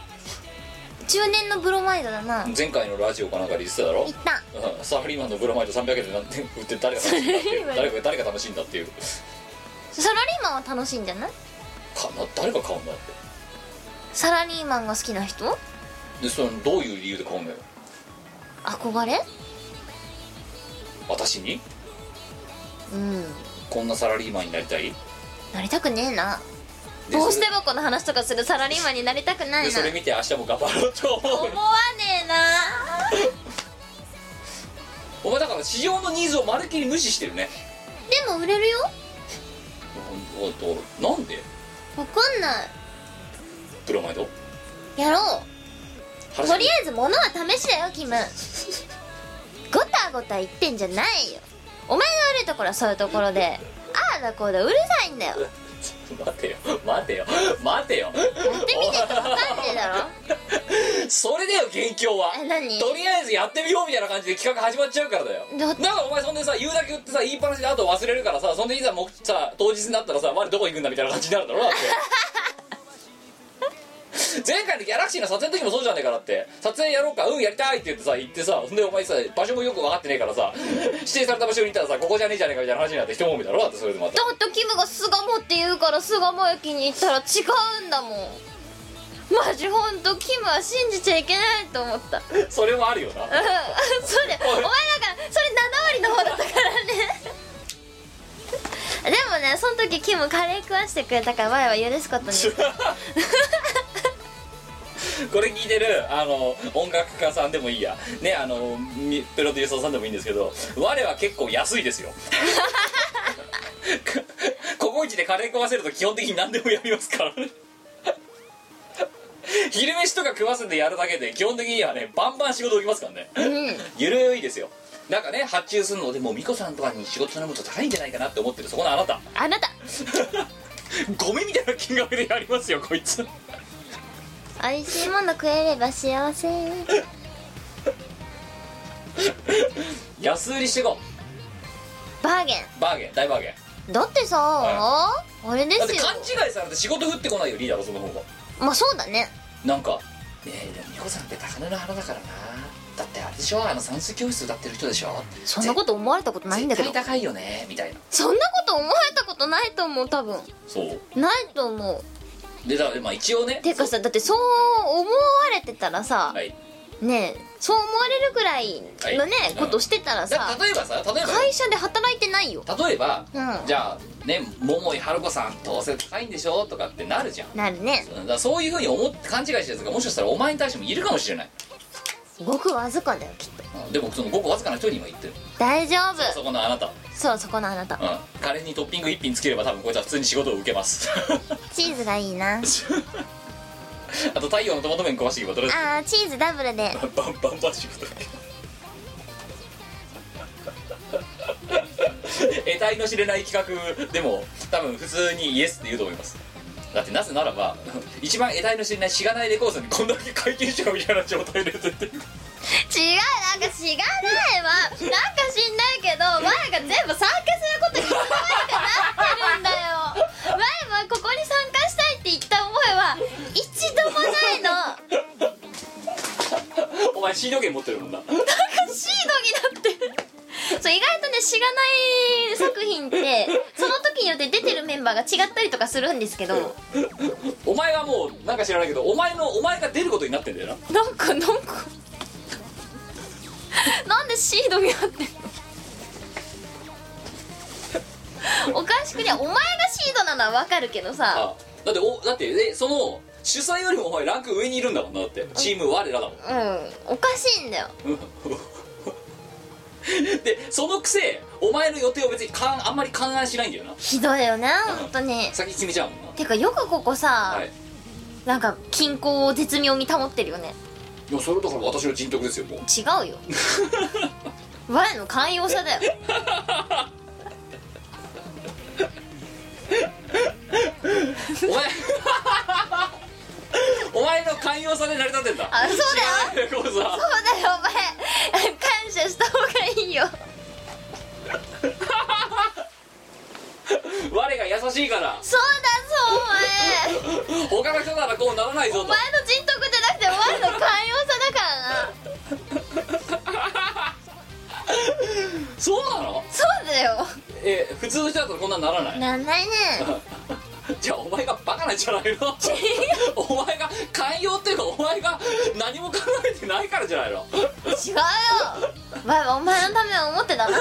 Speaker 1: 中年のブロマイドだな
Speaker 4: ただろ前回のラジオかなんかで言ってただろ
Speaker 1: 行った
Speaker 4: うんサラリーマンのブロマイド300円でなんて売って誰が楽し
Speaker 1: [LAUGHS]
Speaker 4: いんだっていう誰が誰が楽しいんだっていうか
Speaker 1: サラリーマンは楽しいんじゃない
Speaker 4: な誰が買うんだって
Speaker 1: サラリーマンが好きな人
Speaker 4: でそのどういう理由で買うんだよ
Speaker 1: 憧れ
Speaker 4: 私に
Speaker 1: うん
Speaker 4: こんなサラリーマンになりたい
Speaker 1: なりたくねえな
Speaker 4: で
Speaker 1: 帽子
Speaker 4: それ
Speaker 1: 手箱の話とかするサラリーマンになりたくない
Speaker 4: で
Speaker 1: な
Speaker 4: それ見て明日も頑張ろうと思う
Speaker 1: 思わねえな
Speaker 4: お前だから市場のニーズをまるっきり無視してるね
Speaker 1: でも売れるよ
Speaker 4: おおおなんで
Speaker 1: わかんない
Speaker 4: ブロマイド
Speaker 1: やろうとり
Speaker 4: え
Speaker 1: あえず物は試しだよキムゴタゴタ言ってんじゃないよお前が悪いところはそういうところでああだこうだうるさいんだよやって
Speaker 4: ず [LAUGHS] 待てよ待てよ待てよ
Speaker 1: みてくださいねだろ
Speaker 4: それだよ元凶は
Speaker 1: え何
Speaker 4: とりあえずやってみようみたいな感じで企画始まっちゃうからだよ
Speaker 1: だ
Speaker 4: だからお前そんでさ言うだけ言ってさ言いっぱなしであと忘れるからさそんでいざもうさ当日になったらさ我どこ行くんだみたいな感じになる
Speaker 1: [LAUGHS]
Speaker 4: だろだって前回のギャラクシーの撮影の時もそうじゃねえからって撮影やろうかうんやりたいって言ってさ言ってさほんでお前さ場所もよく分かってねえからさ指定された場所に行ったらさここじゃねえじゃねえかみたいな話になって人もみだろだってそれでまた
Speaker 1: ってキムが巣鴨って言うから巣鴨駅に行ったら違うんだもんマジほんとキムは信じちゃいけないと思った [LAUGHS]
Speaker 4: それもあるよな
Speaker 1: うんそうだよお前だからそれ7割の方だったからね [LAUGHS] でもねその時キムカレー食わしてくれたから前は許すことにした
Speaker 4: これ聞いてるあの音楽家さんでもいいやねあのみプロデューサーさんでもいいんですけど我は結構安いですよ [LAUGHS] ココイチでカレー食わせると基本的に何でもやりますからね昼飯とか食わせてやるだけで基本的にはねバンバン仕事できますからね
Speaker 1: うん
Speaker 4: ゆるいですよなんかね発注するのでもう美子さんとかに仕事頼むと高いんじゃないかなって思ってるそこのあなた
Speaker 1: あなた
Speaker 4: [LAUGHS] ゴミみたいな金額でやりますよこいつ
Speaker 1: 美味しいもの食えれば幸せ
Speaker 4: 安売りしてこ
Speaker 1: バーゲ
Speaker 4: バーゲン大バーゲン
Speaker 1: ンだってさ、あれで
Speaker 4: だっ
Speaker 1: す
Speaker 4: て
Speaker 1: よ
Speaker 4: 勘違いされて仕事降ってこないよリーダーはその方が
Speaker 1: まあそうだね
Speaker 4: なんかねえでも美子さんって高嶺の花だからなだってあれでしょあの算数教室歌ってる人でしょ
Speaker 1: そんなこと思われたことないんだけど
Speaker 4: 絶対高いよねみたいな
Speaker 1: そんなこと思われたことないと思う多分
Speaker 4: そう
Speaker 1: ないと思
Speaker 4: でだまあ一応ね
Speaker 1: うてかさだってそう思われてたらさ、
Speaker 4: はい
Speaker 1: ねえそう思われるぐらいのね、
Speaker 4: はい
Speaker 1: ことしてたら
Speaker 4: だ
Speaker 1: さ
Speaker 4: 例えばさ例えば
Speaker 1: 会社で働いてないよ
Speaker 4: 例えば、
Speaker 1: うん
Speaker 4: じゃあね桃井春子さんどうせ高いんでしょとかってなるじゃん
Speaker 1: なるね
Speaker 4: だからそういうふうに思って勘違いしてるやつがもしかしたらお前に対してもいるかもしれない、
Speaker 1: ごくわずかだよきっと
Speaker 4: うんで僕そのごくわずかな人に今言ってる
Speaker 1: 大丈夫
Speaker 4: そこのあなた、うん、
Speaker 1: そうそこのあなた
Speaker 4: カレーにトッピング一品つければ多分こいつは普通に仕事を受けます
Speaker 1: チーズがいいな
Speaker 4: あと太陽のトマト麺詳しいわとりあ
Speaker 1: あーチーズダブルで
Speaker 4: えずバンバンバンバン仕事受け得体の知れない企画でも多分普通にイエスって言うと思いますだってなぜならば一番得体の知れないしがないレコードにこんだけ会見者みたいな状態で出て
Speaker 1: 違うなんか違がないわなんか知んないけど前が全部参加することに一番なってるんだよ前はここに参加したいって言った思いは一度もないの
Speaker 4: お前シード権持ってるもんな
Speaker 1: シードになってるそう意外とねしがない作品ってその時によって出てるメンバーが違ったりとかするんですけど
Speaker 4: お前はもうなんか知らないけどお前のお前が出ることになってんだよな
Speaker 1: なんか [LAUGHS] なんかなんでシードになってんのおかしくねお前がシードなのはわかるけどさ
Speaker 4: あだっておだってえその主催よりもお前ランク上にいるんだもんなだってチーム我らだもん
Speaker 1: うんおかしいんだよ
Speaker 4: でそのくせお前の予定を別にかんあんまり勘案しないんだよな
Speaker 1: ひどいよな本当に
Speaker 4: 先決めちゃうもん
Speaker 1: てかよくここ
Speaker 4: な
Speaker 1: さ、
Speaker 4: はい
Speaker 1: なんか均衡を絶妙に保ってるよね
Speaker 4: いやそれだから私の人徳ですよもう
Speaker 1: 違うよ
Speaker 4: [LAUGHS]
Speaker 1: 我の寛容さだよ
Speaker 4: お前 [LAUGHS] お前の寛容さで成り立ってんだ
Speaker 1: あそうだよ
Speaker 4: こう
Speaker 1: そ
Speaker 4: さ
Speaker 1: うだよお前感謝した方がいいよ
Speaker 4: 我が優しいから
Speaker 1: そうだぞお前
Speaker 4: 他の人ならこうならないぞ
Speaker 1: お
Speaker 4: と
Speaker 1: 前の人徳じゃなくてお前の寛容さだからな
Speaker 4: そうなの
Speaker 1: そうだよ
Speaker 4: え普通の人だとこんなんならない
Speaker 1: な
Speaker 4: [LAUGHS]
Speaker 1: んないね
Speaker 4: じゃあお前がバカなんじゃない
Speaker 1: [LAUGHS]
Speaker 4: のお前が寛容っていうかお前が何も考えてないからじゃないの [LAUGHS]
Speaker 1: 違うよわいはお前のためを思ってたな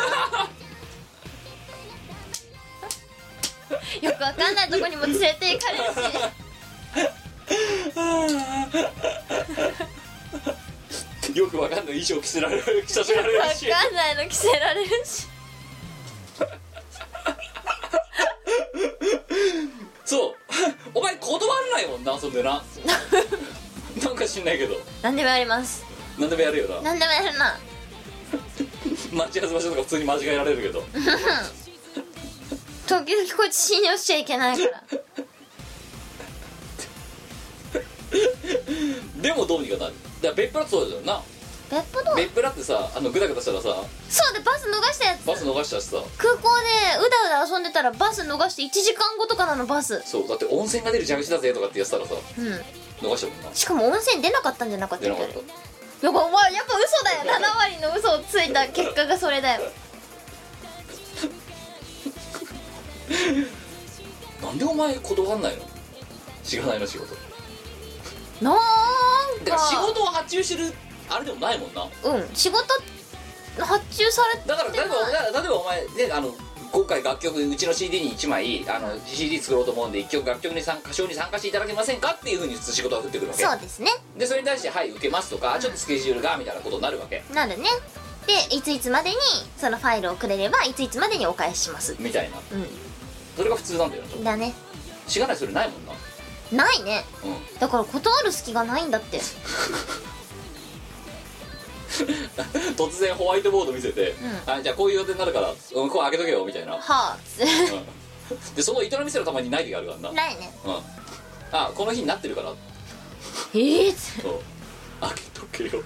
Speaker 1: よくわかんないとこにも連れて行かれるし
Speaker 4: よくわかんない衣装着せられる着させられるし
Speaker 1: わかんないの着せられるし
Speaker 4: そうお前断らないもんなそん
Speaker 1: [LAUGHS]
Speaker 4: でななんか知んないけど
Speaker 1: 何でもやります
Speaker 4: 何でもやるよな
Speaker 1: 何でもやるな
Speaker 4: 待ち合わせ場所とか普通に間違えられるけど
Speaker 1: 時々こいつ信用しちゃいけないから
Speaker 4: でもどうにかなるだから別府だってそうだよな
Speaker 1: 別府どう
Speaker 4: 別府だってさあのグダグダしたらさ
Speaker 1: そうでバス逃したやつ
Speaker 4: バス逃したしさ
Speaker 1: 空港でうだうだ遊んでたらバス逃して1時間後とかなのバス
Speaker 4: そうだって温泉が出る蛇口だぜとかってやってたらさ
Speaker 1: うん
Speaker 4: 逃したもんな
Speaker 1: しかも温泉出なかったんじゃなかった
Speaker 4: 出
Speaker 1: っ
Speaker 4: な
Speaker 1: け
Speaker 4: か
Speaker 1: や
Speaker 4: っ
Speaker 1: っぱ
Speaker 4: た
Speaker 1: お前やっぱ嘘だよ7割の嘘をついた結果がそれだよ
Speaker 4: なんでお前断んないのしがないの仕事
Speaker 1: なん
Speaker 4: だから仕
Speaker 1: か
Speaker 4: 事を発注してるあれでもないもんな
Speaker 1: うん仕事発注されて
Speaker 4: だから例え
Speaker 1: ない
Speaker 4: ば例えばお前ねあの今回楽曲うちの CD に1枚あの CD 作ろうと思うんで一曲楽曲に参歌唱に参加していただけませんかっていうふうに普通仕事が降ってくるわけ
Speaker 1: そうですね
Speaker 4: でそれに対して「はい受けます」とか「ちょっとスケジュールが」みたいなことになるわけ
Speaker 1: なるねでいついつまでにそのファイルをくれればいついつまでにお返しします
Speaker 4: みたいな
Speaker 1: う
Speaker 4: それが普通なんだよなん
Speaker 1: だね
Speaker 4: しがないそれないもんな
Speaker 1: ないね
Speaker 4: う
Speaker 1: だから断る隙がないんだって
Speaker 4: ん [LAUGHS] 突然ホワイトボード見せて「
Speaker 1: ん
Speaker 4: あじゃあこういう予定になるから、うん、こう開けとけよ」みたいな、
Speaker 1: はあ [LAUGHS] つ
Speaker 4: うんでその営みすらたまにない時があるからな、うん、
Speaker 1: ないね
Speaker 4: あこの日になってるから
Speaker 1: ええー、
Speaker 4: そう開けとけよ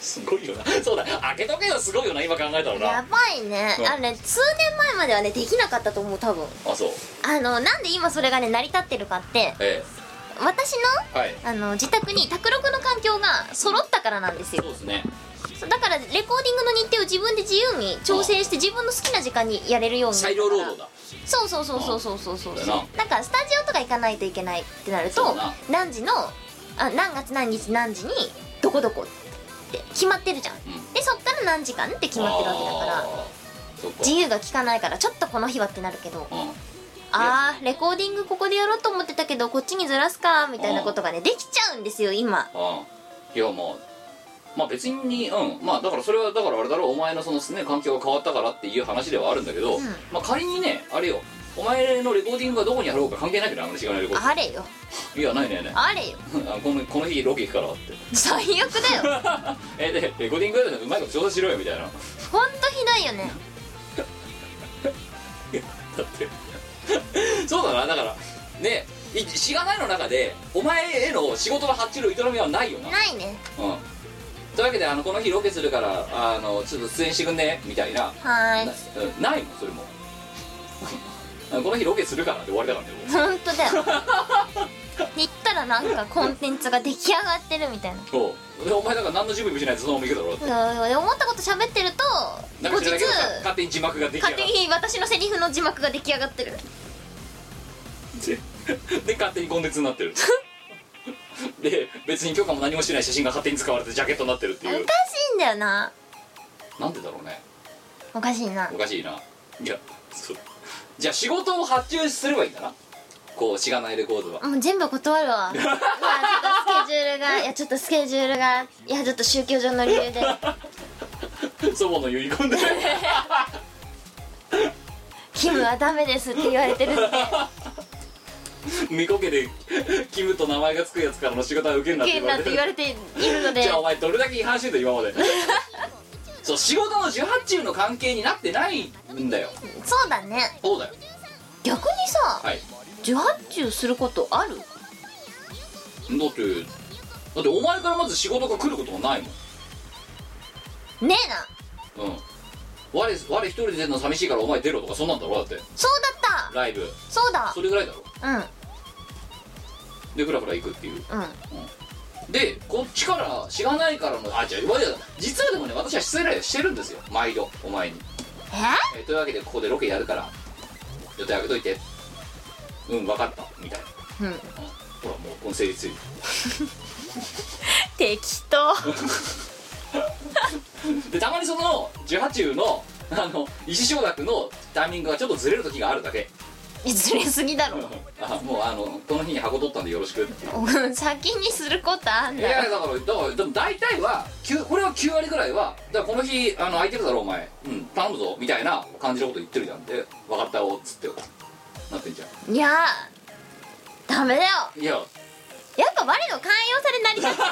Speaker 4: すごいよなそうだ開けとけよすごいよな今考えたら
Speaker 1: や
Speaker 4: な
Speaker 1: ばいね
Speaker 4: うん
Speaker 1: あのね数年前まではねできなかったと思う多分
Speaker 4: あそう
Speaker 1: あのなんで今それがね成り立ってるかって
Speaker 4: え
Speaker 1: 私の
Speaker 4: えはい
Speaker 1: あの自宅に卓録の環境が揃ったからなんですよ
Speaker 4: そうですね
Speaker 1: そうだからレコーディングの日程を自分で自由に調整して自分の好きな時間にやれるようにな
Speaker 4: 裁
Speaker 1: ったか
Speaker 4: 量
Speaker 1: ら
Speaker 4: 労働だ
Speaker 1: そうそうそうそうそうそうそう
Speaker 4: だよ
Speaker 1: だからスタジオとか行かないといけないってなる
Speaker 4: そう
Speaker 1: と
Speaker 4: だな
Speaker 1: 何時のあ何月何日何時にどこどこって決まってるじゃん、
Speaker 4: ん
Speaker 1: でそっから何時間って決まってるわけだから
Speaker 4: あーそっか
Speaker 1: 自由が利かないからちょっとこの日はってなるけど
Speaker 4: うん
Speaker 1: あーレコーディングここでやろうと思ってたけどこっちにずらすかみたいなことがねできちゃうんですよ今
Speaker 4: うんいやまあまあ別にうんまあだからそれはだからあれだろうお前のそのね環境が変わったからっていう話ではあるんだけど、
Speaker 1: うん
Speaker 4: まあ仮にねあれよお前のレコーディングがどこにあろうか関係ないけどあの違うレコーディン
Speaker 1: あれよ
Speaker 4: グいやないね [LAUGHS] ないね
Speaker 1: あれよ
Speaker 4: このこの日ロケ行くからって
Speaker 1: 最悪だよ
Speaker 4: [LAUGHS] えでレコーディングうまいこと調査しろよみたいなだ
Speaker 1: ほんとひどいよね
Speaker 4: って [LAUGHS] そうだなだからねいしがないの中でお前への仕事の発注の営みはないよな
Speaker 1: ないね
Speaker 4: うんというわけであのこの日ロケするからあのちょっと出演してくんねみたいな
Speaker 1: はーい
Speaker 4: なないもんそれも [LAUGHS] この日ロケするからって終わりだからねも
Speaker 1: ほんとだ
Speaker 4: [LAUGHS]
Speaker 1: よ言ったらなんかコンテンツが出来上がってるみたいな
Speaker 4: うそうでお前だから何の準備もしないとそのまま行くだろうって
Speaker 1: うん思ったこと喋ってると
Speaker 4: なん
Speaker 1: 後
Speaker 4: か
Speaker 1: 日
Speaker 4: 知らないけど勝手に字幕ができ
Speaker 1: 勝手に私のセリフの字幕が出来上がってる
Speaker 4: で勝手にコンテンツにな [LAUGHS] ってるで別に許可も何もしてない写真が勝手に使われてジャケットになってるって
Speaker 1: おかし
Speaker 4: いう
Speaker 1: いんだよな
Speaker 4: なんでだろうね
Speaker 1: おかしいな
Speaker 4: おかしいないやそうじゃあ仕事を発注すればいいんだなこうしがないレコードは [LAUGHS]
Speaker 1: もう全部断るわいやちょっとスケジュールがいやちょっとスケジュールがいやちょっと宗教上の理
Speaker 4: [LAUGHS]
Speaker 1: 由で
Speaker 4: 祖母の遺言 [LAUGHS] で
Speaker 1: キムはダメですって言われてるんで
Speaker 4: 見こけでキムと名前がつくやつからの仕事は受けるなって
Speaker 1: キ
Speaker 4: 言
Speaker 1: ム
Speaker 4: わ
Speaker 1: なん
Speaker 4: れ
Speaker 1: て
Speaker 4: て
Speaker 1: 言
Speaker 4: る
Speaker 1: われているので
Speaker 4: じゃあお前どれだけ違反してんだ今までそう仕事の受発注の関係になってないんだよ
Speaker 1: そうだね
Speaker 4: そうだよ
Speaker 1: 逆にさ、
Speaker 4: はい
Speaker 1: 受発注することある
Speaker 4: だってだってお前からまず仕事が来ることもないも
Speaker 1: ねえなん
Speaker 4: うん我我一人で出るの寂しいからお前出ろとかそんなんだろだって
Speaker 1: そうだった
Speaker 4: ライブ
Speaker 1: そうだ
Speaker 4: それぐらいだろ
Speaker 1: うん
Speaker 4: でフラフラ行くっていう
Speaker 1: うん
Speaker 4: でこっちから知らないからのあじゃあわざわざ実はでもね私は失礼してるんですよ毎度お前に
Speaker 1: え
Speaker 4: えーというわけでここでロケやるから予定開けといてうん分かったみたいな
Speaker 1: うん
Speaker 4: うんほらもうこの成立する
Speaker 1: 適当
Speaker 4: でたまにその受発注のあの石承諾のタイミングがちょっとずれる時があるだけ
Speaker 1: ずれすぎだろ [LAUGHS]
Speaker 4: あもうあのこの日に箱取ったんでよろしくっていう
Speaker 1: うん先にすることあん
Speaker 4: い
Speaker 1: だ
Speaker 4: や
Speaker 1: よ
Speaker 4: だからだからでも大体はきゅうこれは9割ぐらいはだからこの日あの空いてるだろお前うん頼むぞみたいな感じのこと言ってるじゃんで分かったよっつってなってんじゃ
Speaker 1: いやダメだよ
Speaker 4: んいや
Speaker 1: やっぱ我の寛容さで成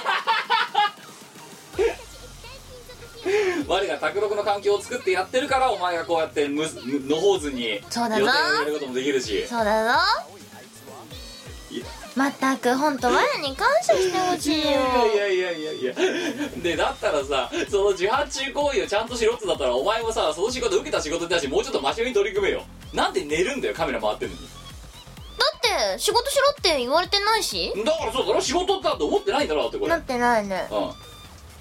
Speaker 1: り立って
Speaker 4: 我が卓録の環境を作ってやってるからお前がこうやってむむのほうずに予定
Speaker 1: そうだな
Speaker 4: をやることもできるし
Speaker 1: るそうだぞ
Speaker 4: いや
Speaker 1: まったく本当我に感謝してほしいよ
Speaker 4: いやいやいやいやいやでだったらさその受発注行為をちゃんとしろってだったらお前もさその仕事受けた仕事に対してもうちょっと真面目に取り組めよなんで寝るんだよカメラ回ってるのに
Speaker 1: だって仕事しろって言われてないし
Speaker 4: だからそうだろ仕事だと思ってないんだろだってこれ
Speaker 1: な
Speaker 4: う
Speaker 1: っ
Speaker 4: ん
Speaker 1: てないね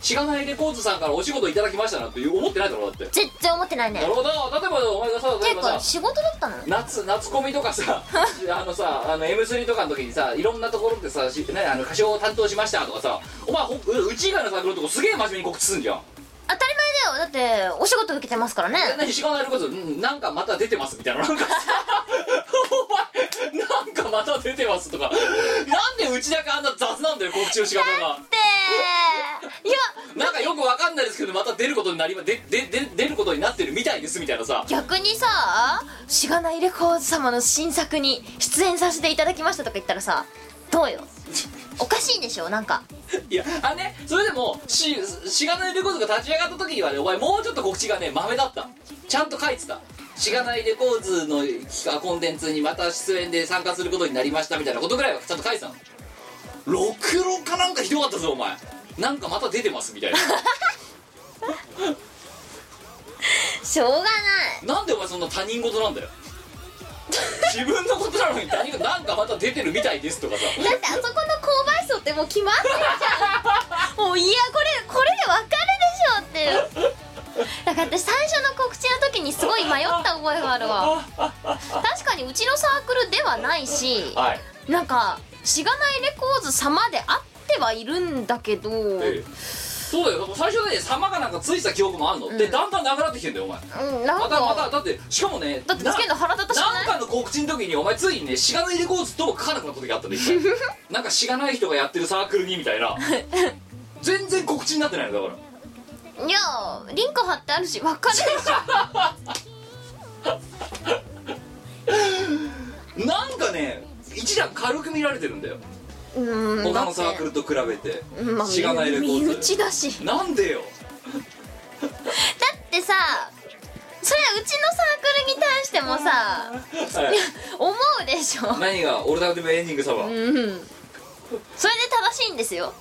Speaker 4: 知らないレコーズさんからお仕事いただきましたなんて思ってないだろだって
Speaker 1: 絶対思ってない
Speaker 4: な
Speaker 1: ね
Speaker 4: るほど例えばお前がさ
Speaker 1: て
Speaker 4: 例え
Speaker 1: いう
Speaker 4: ば
Speaker 1: か
Speaker 4: さ
Speaker 1: 仕事だったの
Speaker 4: 夏夏コミとかさあのさあの M3 とかの時にさいろんなところでさ、しね、あの歌唱を担当しましたとかさお前ほううち以外のサークルのとこすげえ真面目に告知すんじゃん
Speaker 1: 当たり前だよだってお仕事受けてますからね
Speaker 4: え何しがないことうんなんかまた出てますみたいななんか [LAUGHS] お前なんかまた出てますとかなんでうちだけあんな雑なんだよ告知の仕方が
Speaker 1: っていや
Speaker 4: なんかよくわかんないですけどまた出ることになりまででで出ることになってるみたいですみたいなさ
Speaker 1: 逆にさしがないレコーズ様の新作に出演させていただきましたとか言ったらさどうよおかしいでしょなんか
Speaker 4: いやあねそれでもししがないレコーズが立ち上がった時にはねお前もうちょっと告知がねマメだったちゃんと書いてたしがないレコーズの企画コンテンツにまた出演で参加することになりましたみたいなことぐらいはちゃんと書いてたのろくろかなんかひどかったぞお前なんかまた出てますみたいな
Speaker 1: しょうがない
Speaker 4: なんでお前そんな他人事なんだよ自分のことなのに他人事なんかまた出てるみたいですとかさ
Speaker 1: だってあそこの購買層ってもう決まってるじゃんもういやこれこれでわかるでしょっていうだから私最初の告知の時にすごい迷った覚えがあるわ確かにうちのサークルではないし
Speaker 4: はい
Speaker 1: なんかしがないレコーズ様であってはいるんだけど、
Speaker 4: ええそうだよ最初はね様がなんかついてた記憶もあんの、でだんだんなくなってきてんだよお前
Speaker 1: うんなん
Speaker 4: ま
Speaker 1: か
Speaker 4: たまただってしかもね
Speaker 1: だってつけるの腹立たしく
Speaker 4: な
Speaker 1: なんい
Speaker 4: かの告知の時にお前ついにねしがないレコーズとも書かなくなった時あったね一
Speaker 1: [LAUGHS]
Speaker 4: 回なんかしがない人がやってるサークルにみたいな全然告知になってないのだから
Speaker 1: いやリンク貼ってあるしわか
Speaker 4: [LAUGHS]
Speaker 1: るでしょ
Speaker 4: なんかね一段軽く見られてるんだよ
Speaker 1: うん
Speaker 4: 他のサ
Speaker 1: だっ
Speaker 4: ー
Speaker 1: て
Speaker 4: クルと比べて
Speaker 1: まあ
Speaker 4: しがないレコ
Speaker 1: 身
Speaker 4: ー
Speaker 1: 内
Speaker 4: ズ
Speaker 1: だし
Speaker 4: なんでよ [LAUGHS]
Speaker 1: だってさそれはうちのサークルに対してもさ
Speaker 4: はい
Speaker 1: 思うでしょうん
Speaker 4: 何がオルタナティブエンディング様、
Speaker 1: それで正しいんですよ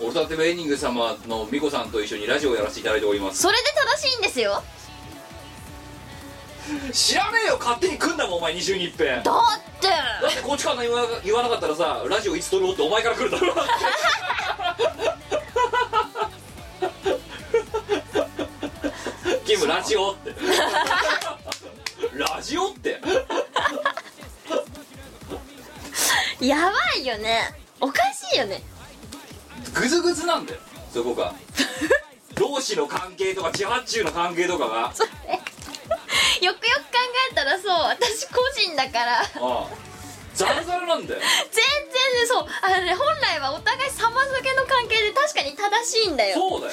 Speaker 4: オルタナティブエンディング様の美子さんと一緒にラジオをやらせていただいております
Speaker 1: それで正しいんですよ
Speaker 4: 知らねえよ勝手に来んだもんお前2週に一
Speaker 1: だ
Speaker 4: 遍だ
Speaker 1: って
Speaker 4: ってこっちから言わな言わなかったらさラジオいつ撮ろうってお前から来るだろキムラジオって [LAUGHS] ラジオって
Speaker 1: やばいよねおかしいよね
Speaker 4: グズグズなんだよそこが同志の関係とか自発中の関係とかがあ
Speaker 1: それよくよく考えたらそう私個人だから
Speaker 4: あザラザラなんだ
Speaker 1: 全然
Speaker 4: よ
Speaker 1: ねそうあのね本来はお互い様付けの関係で確かに正しいんだよ
Speaker 4: そうだよ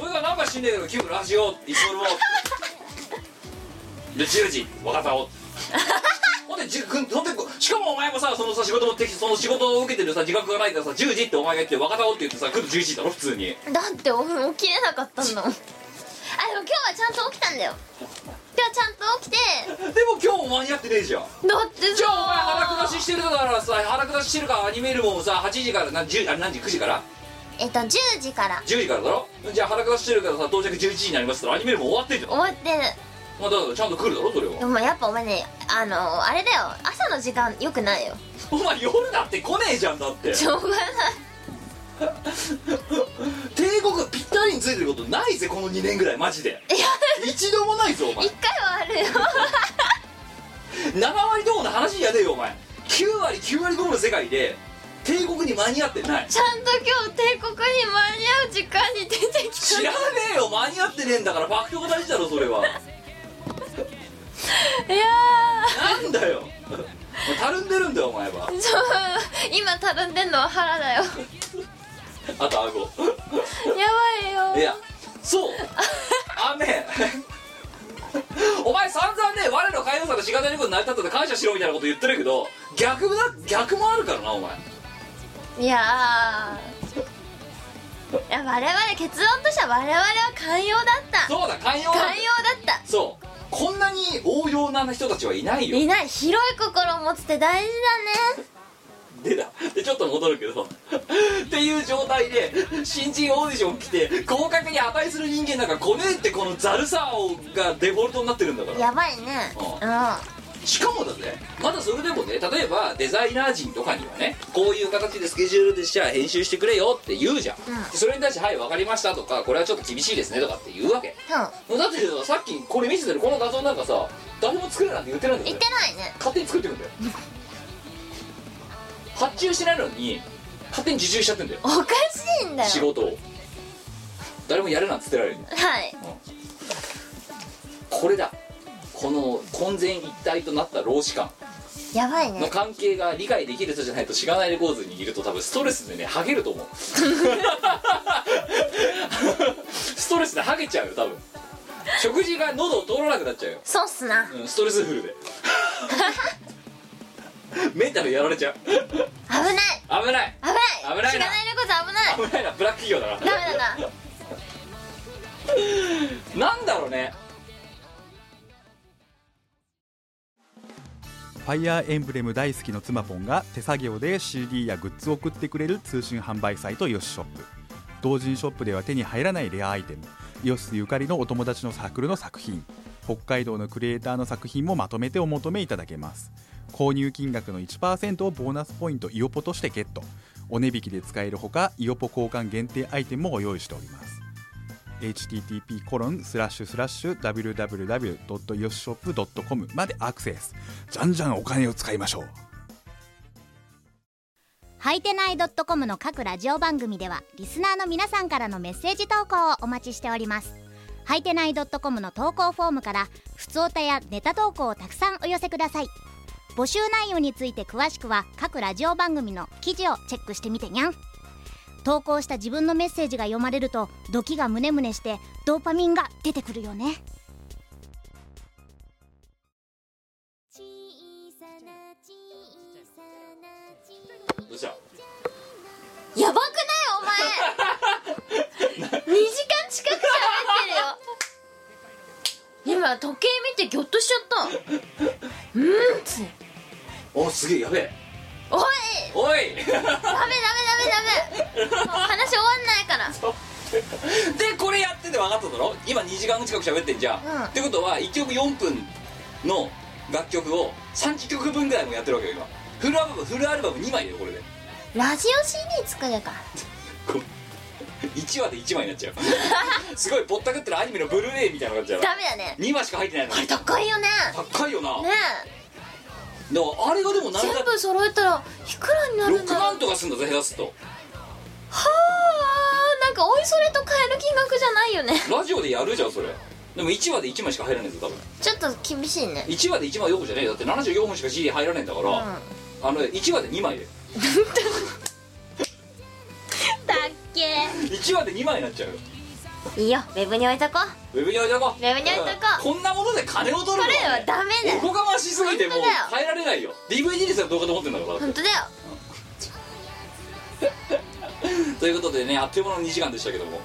Speaker 4: 俺がなんか死んねえけどキムラジオイソルモで10時分かったおほんでじゅくんほんでこしかもお前もさそのさ仕事持ってきてその仕事を受けてるさ自覚がないからさ10時ってお前が言って分かったおって言ってさ来る11時だろ普通に
Speaker 1: だってお起きれなかった [LAUGHS] んだもんあでも今日はちゃんと起きたんだよ今日はちゃんと起きて
Speaker 4: でも今日も間に合ってねえじゃん
Speaker 1: だってさ
Speaker 4: じゃあお前腹下ししてるからさ腹下ししてるからアニメールもさ8時からな10あれ何時9時から
Speaker 1: えっと10時から
Speaker 4: 10時からだろじゃあ腹下ししてるからさ到着11時になりますからアニメールも終わってんじゃん、ま
Speaker 1: 終わってる
Speaker 4: あ、だからちゃんと来るだろそれは
Speaker 1: でもやっぱお前ねあのあれだよ朝の時間よくないよ
Speaker 4: お前夜だって来ねえじゃんだって
Speaker 1: しょうがない
Speaker 4: 帝国ぴったりについてることないぜこの2年ぐらいマジで
Speaker 1: いや
Speaker 4: 一度もないぞお前
Speaker 1: 一回はある [LAUGHS] よ
Speaker 4: 7割どころの話じゃねえよお前9割9割どころの世界で帝国に間に合ってない
Speaker 1: ちゃんと今日帝国に間に合う時間に出てき
Speaker 4: 知らねえよ間に合ってねえんだからファクトが大事だろそれは
Speaker 1: たいや
Speaker 4: なんだよもうたるんでるんだよお前は
Speaker 1: ーそう今たるんでんのは腹だよ
Speaker 4: あと顎
Speaker 1: やばいよ
Speaker 4: いやそう雨お前散々ね我の海洋さんが仕方ないことになりたったって感謝しろみたいなこと言ってるけど逆だ逆もあるからなお前
Speaker 1: いやーいや我々結論としては我々は寛容だった
Speaker 4: そうだ寛容
Speaker 1: 寛
Speaker 4: だ
Speaker 1: 容だっ
Speaker 4: そうこんなに応用な人たちはいない
Speaker 1: た
Speaker 4: よ
Speaker 1: いない広い心を持つって大事だね
Speaker 4: でだでちょっと戻るけどっていう状態で新人オーディション来て合格に値する人間なんか来ねえってこのざるさがデフォルトになってるんだから
Speaker 1: やばいね
Speaker 4: う
Speaker 1: う
Speaker 4: しかもだぜまだそれでもね例えばデザイナー陣とかにはねこういう形でスケジュールでじゃあ編集してくれよって言うじゃん、
Speaker 1: ん
Speaker 4: でそれに対して「はい分かりました」とか「これはちょっと厳しいですね」とかって言うわけ
Speaker 1: んうん
Speaker 4: だってささっきこれ見せてるこの画像なんかさ誰も作れなんて言ってないんだよ
Speaker 1: 言ってないね
Speaker 4: 勝手に作ってくんだよ発注してないのに勝手に受注しちゃってんだよ
Speaker 1: おかしいんだよ
Speaker 4: 仕事を誰もやるなんて言ってられる
Speaker 1: はい
Speaker 4: これだこの混然一体となった労使間
Speaker 1: やばい
Speaker 4: の
Speaker 1: ね
Speaker 4: 関係が理解できる人じゃないとしがないレコーズにいると多分ストレスでねハゲる
Speaker 1: [LAUGHS]
Speaker 4: と思うストレスでハゲちゃうよ多分食事が喉を通らなくなっちゃうよ
Speaker 1: そうっすな
Speaker 4: うんストレスフ
Speaker 1: [LAUGHS]
Speaker 4: ルでメンタルやられちゃう
Speaker 1: 危ない
Speaker 4: 危ない
Speaker 1: 危ない
Speaker 4: 危ないな
Speaker 1: 知らないレコード危ない
Speaker 4: 危ないなブラック企業だ
Speaker 1: ダメだな
Speaker 4: ななんだろうね
Speaker 5: ファイアーエンブレム大好きの妻ポンが手作業で CD やグッズを送ってくれる通信販売サイトヨシショップ同人ショップでは手に入らないレアアイテムヨシスゆかりのお友達のサークルの作品北海道のクリエイターの作品もまとめてお求めいただけます購入金額の1%をボーナスポイントイオポとしてゲットお値引きで使えるほかイオポ交換限定アイテムもご用意しております http コロンスラッシュスラッシュ www.yoshop.com までアクセスじゃんじゃんお金を使いましょう
Speaker 2: はいてない .com の各ラジオ番組ではリスナーの皆さんからのメッセージ投稿をお待ちしておりますはいてない .com の投稿フォームからふつおたやネタ投稿をたくさんお寄せください募集内容について詳しくは各ラジオ番組の記事をチェックしてみてにゃん投稿した自分のメッセージが読まれるとドキがムネムネしてドーパミンが出てくるよね小さな小さな
Speaker 4: どうした
Speaker 1: やばくないお前2時間近く喋ってるよ今時計見てギョッとしちゃったうんっつって
Speaker 4: おすげえやべえ
Speaker 1: おい
Speaker 4: おいで
Speaker 1: ダメダメダメダメもう話終わんないから
Speaker 4: これやってて分かっただろ今2時間近く喋ってんじゃん、
Speaker 1: うん
Speaker 4: ってことは1曲4分の楽曲を30曲分ぐらいもやってるわけよ今フルアルバムフルアルバム2枚だよこれで
Speaker 1: ラジオ CD 作るから
Speaker 4: 1話で1枚になっちゃ
Speaker 1: [LAUGHS]
Speaker 4: うすごいぼったくってるアニメのブルーレイみたいな感じだろ
Speaker 1: ダメだね
Speaker 4: 2枚しか入ってないの
Speaker 1: あれ
Speaker 4: に
Speaker 1: 高いよね
Speaker 4: 高いよな、
Speaker 1: ね
Speaker 4: だからあれがでも
Speaker 1: え
Speaker 4: なん
Speaker 1: 全
Speaker 4: だ
Speaker 1: 部揃えたらいくらになるん
Speaker 4: 6
Speaker 1: だろう
Speaker 4: 万とかすんだぜ下手すると
Speaker 1: はあなんかおいそれと買える金額じゃないよね
Speaker 4: ラジオでやるじゃんそれでも1話で1枚しか入らないぞ多分
Speaker 1: ちょっと厳しいね
Speaker 4: 1話で1枚4本じゃねえよだって74本しか CD 入らないんだから、あの1話で2枚で
Speaker 1: だっけ
Speaker 4: 1話で2枚になっちゃうよ
Speaker 1: いいよウェブに置いとこう
Speaker 4: ウェブに置いとこう
Speaker 1: ウェブに置いとこ
Speaker 4: こんなもので金を取るの
Speaker 1: これはダメだよ
Speaker 4: おこがましすぎてもう
Speaker 1: 本当だよ
Speaker 4: 変えられないよ DVD ですら動画で持ってんだからだっ
Speaker 1: 本
Speaker 4: て
Speaker 1: 当だよ
Speaker 4: ということでねあっという間の2時間でしたけども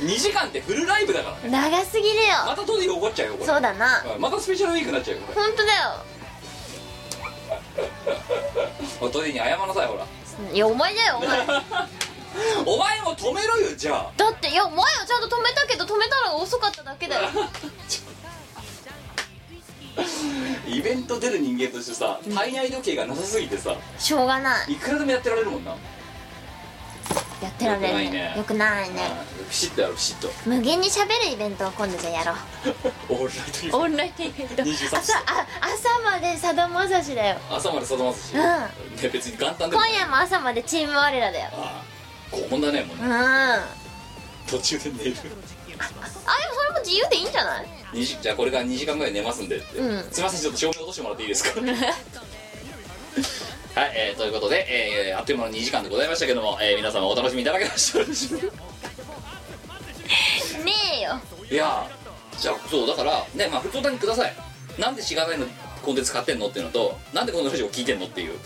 Speaker 4: 2時間ってフルライブだからね
Speaker 1: 長すぎるよ
Speaker 4: また当時怒っちゃうよこれ
Speaker 1: そうだな
Speaker 4: うんまたスペシャルウィークになっちゃうよこれ
Speaker 1: 本当
Speaker 4: お当時に謝んなさいほら
Speaker 1: だよいやお前だよお前だ
Speaker 4: お前も止めろよじゃあ
Speaker 1: っていやお前はちゃんと止めたけど止めたのが遅かっただけだよ
Speaker 4: イベント出る人間としてさ体内時計がなさすぎてさ
Speaker 1: しょうがない
Speaker 4: いくらでもやってられるもんな
Speaker 1: やってられるねよ
Speaker 4: よ
Speaker 1: く
Speaker 4: く
Speaker 1: ないね
Speaker 4: うんピシッとやろうピシッ
Speaker 1: [LAUGHS]
Speaker 4: と
Speaker 1: 無限に喋るイベントを今度じゃやろう
Speaker 4: オールナイトニッポン
Speaker 1: オンラインイベント
Speaker 4: 23
Speaker 1: 朝あ朝までさだまさしだよ
Speaker 4: 朝まで定まずし、
Speaker 1: うん
Speaker 4: ね別に元旦でも
Speaker 1: 今夜も朝までチーム我らだよ
Speaker 4: ああ拷問だねもう
Speaker 1: う
Speaker 4: ね
Speaker 1: んあ
Speaker 4: 途中で寝る
Speaker 1: でもそれも自由でいいんじゃ [LAUGHS] ない
Speaker 4: 2時じゃあこれから2時間ぐらい寝ますんでって、
Speaker 1: うん
Speaker 4: すいませんちょっと照明落としてもらっていいですかはい、えーということで、えーあっという間の2時間でございましたけども、えー皆様お楽しみいただけましたでしょうか
Speaker 1: ねえよ
Speaker 4: いやーじゃあそうだからねまあ普通にくださいなんでしがないのコンテンツ買ってんのっていうのとなんでこのラジオ聞いてんのっ
Speaker 1: [LAUGHS]
Speaker 4: ていう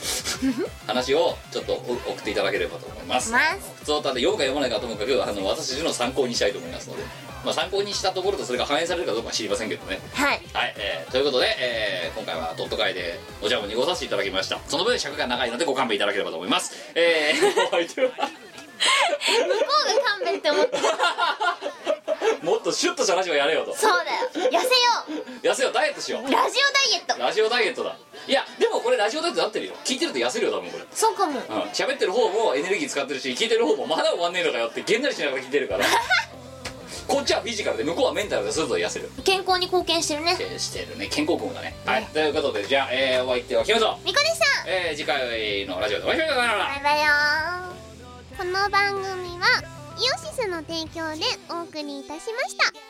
Speaker 4: 話をちょっとお送っていただければと思います
Speaker 1: ます
Speaker 4: 普通歌で読むか読まないかはともかくあの私たちの参考にしたいと思いますので、まあ、参考にしたところとそれが反映されるかどうかは知りませんけどね
Speaker 1: はい
Speaker 4: はい、えーということで、えー今回はドット会でお茶を濁させていただきましたその分尺が長いのでご勘弁いただければと思いますえー [LAUGHS] お相手
Speaker 1: 向
Speaker 4: は
Speaker 1: こうが勘弁って思って
Speaker 4: もっとシュッとしたラジオやれよと
Speaker 1: そうだよ痩せよ
Speaker 4: 痩せようダイエットしよ
Speaker 1: う
Speaker 4: う
Speaker 1: ラジオダイエット
Speaker 4: ラジオダイエットだいやでもこれラジオダイエットなってるよ聞いてると痩せるよ多分これ
Speaker 1: そうかも
Speaker 4: うん喋ってる方もエネルギー使ってるし聞いてる方もまだ終わんねえのかよってげんなりしながら聞いてるから [LAUGHS] こっちはフィジカルで向こうはメンタルでそれぞれ痩せる
Speaker 1: 健康に貢献してるね
Speaker 4: えーしてるね健康国だねはいということでじゃあ、えー、お相手はキムと、
Speaker 1: みこでした
Speaker 4: えー、次回のラジオでお会いしましょうさよなら
Speaker 6: バイバイよこの番組はイオシスの提供でお送りいたしました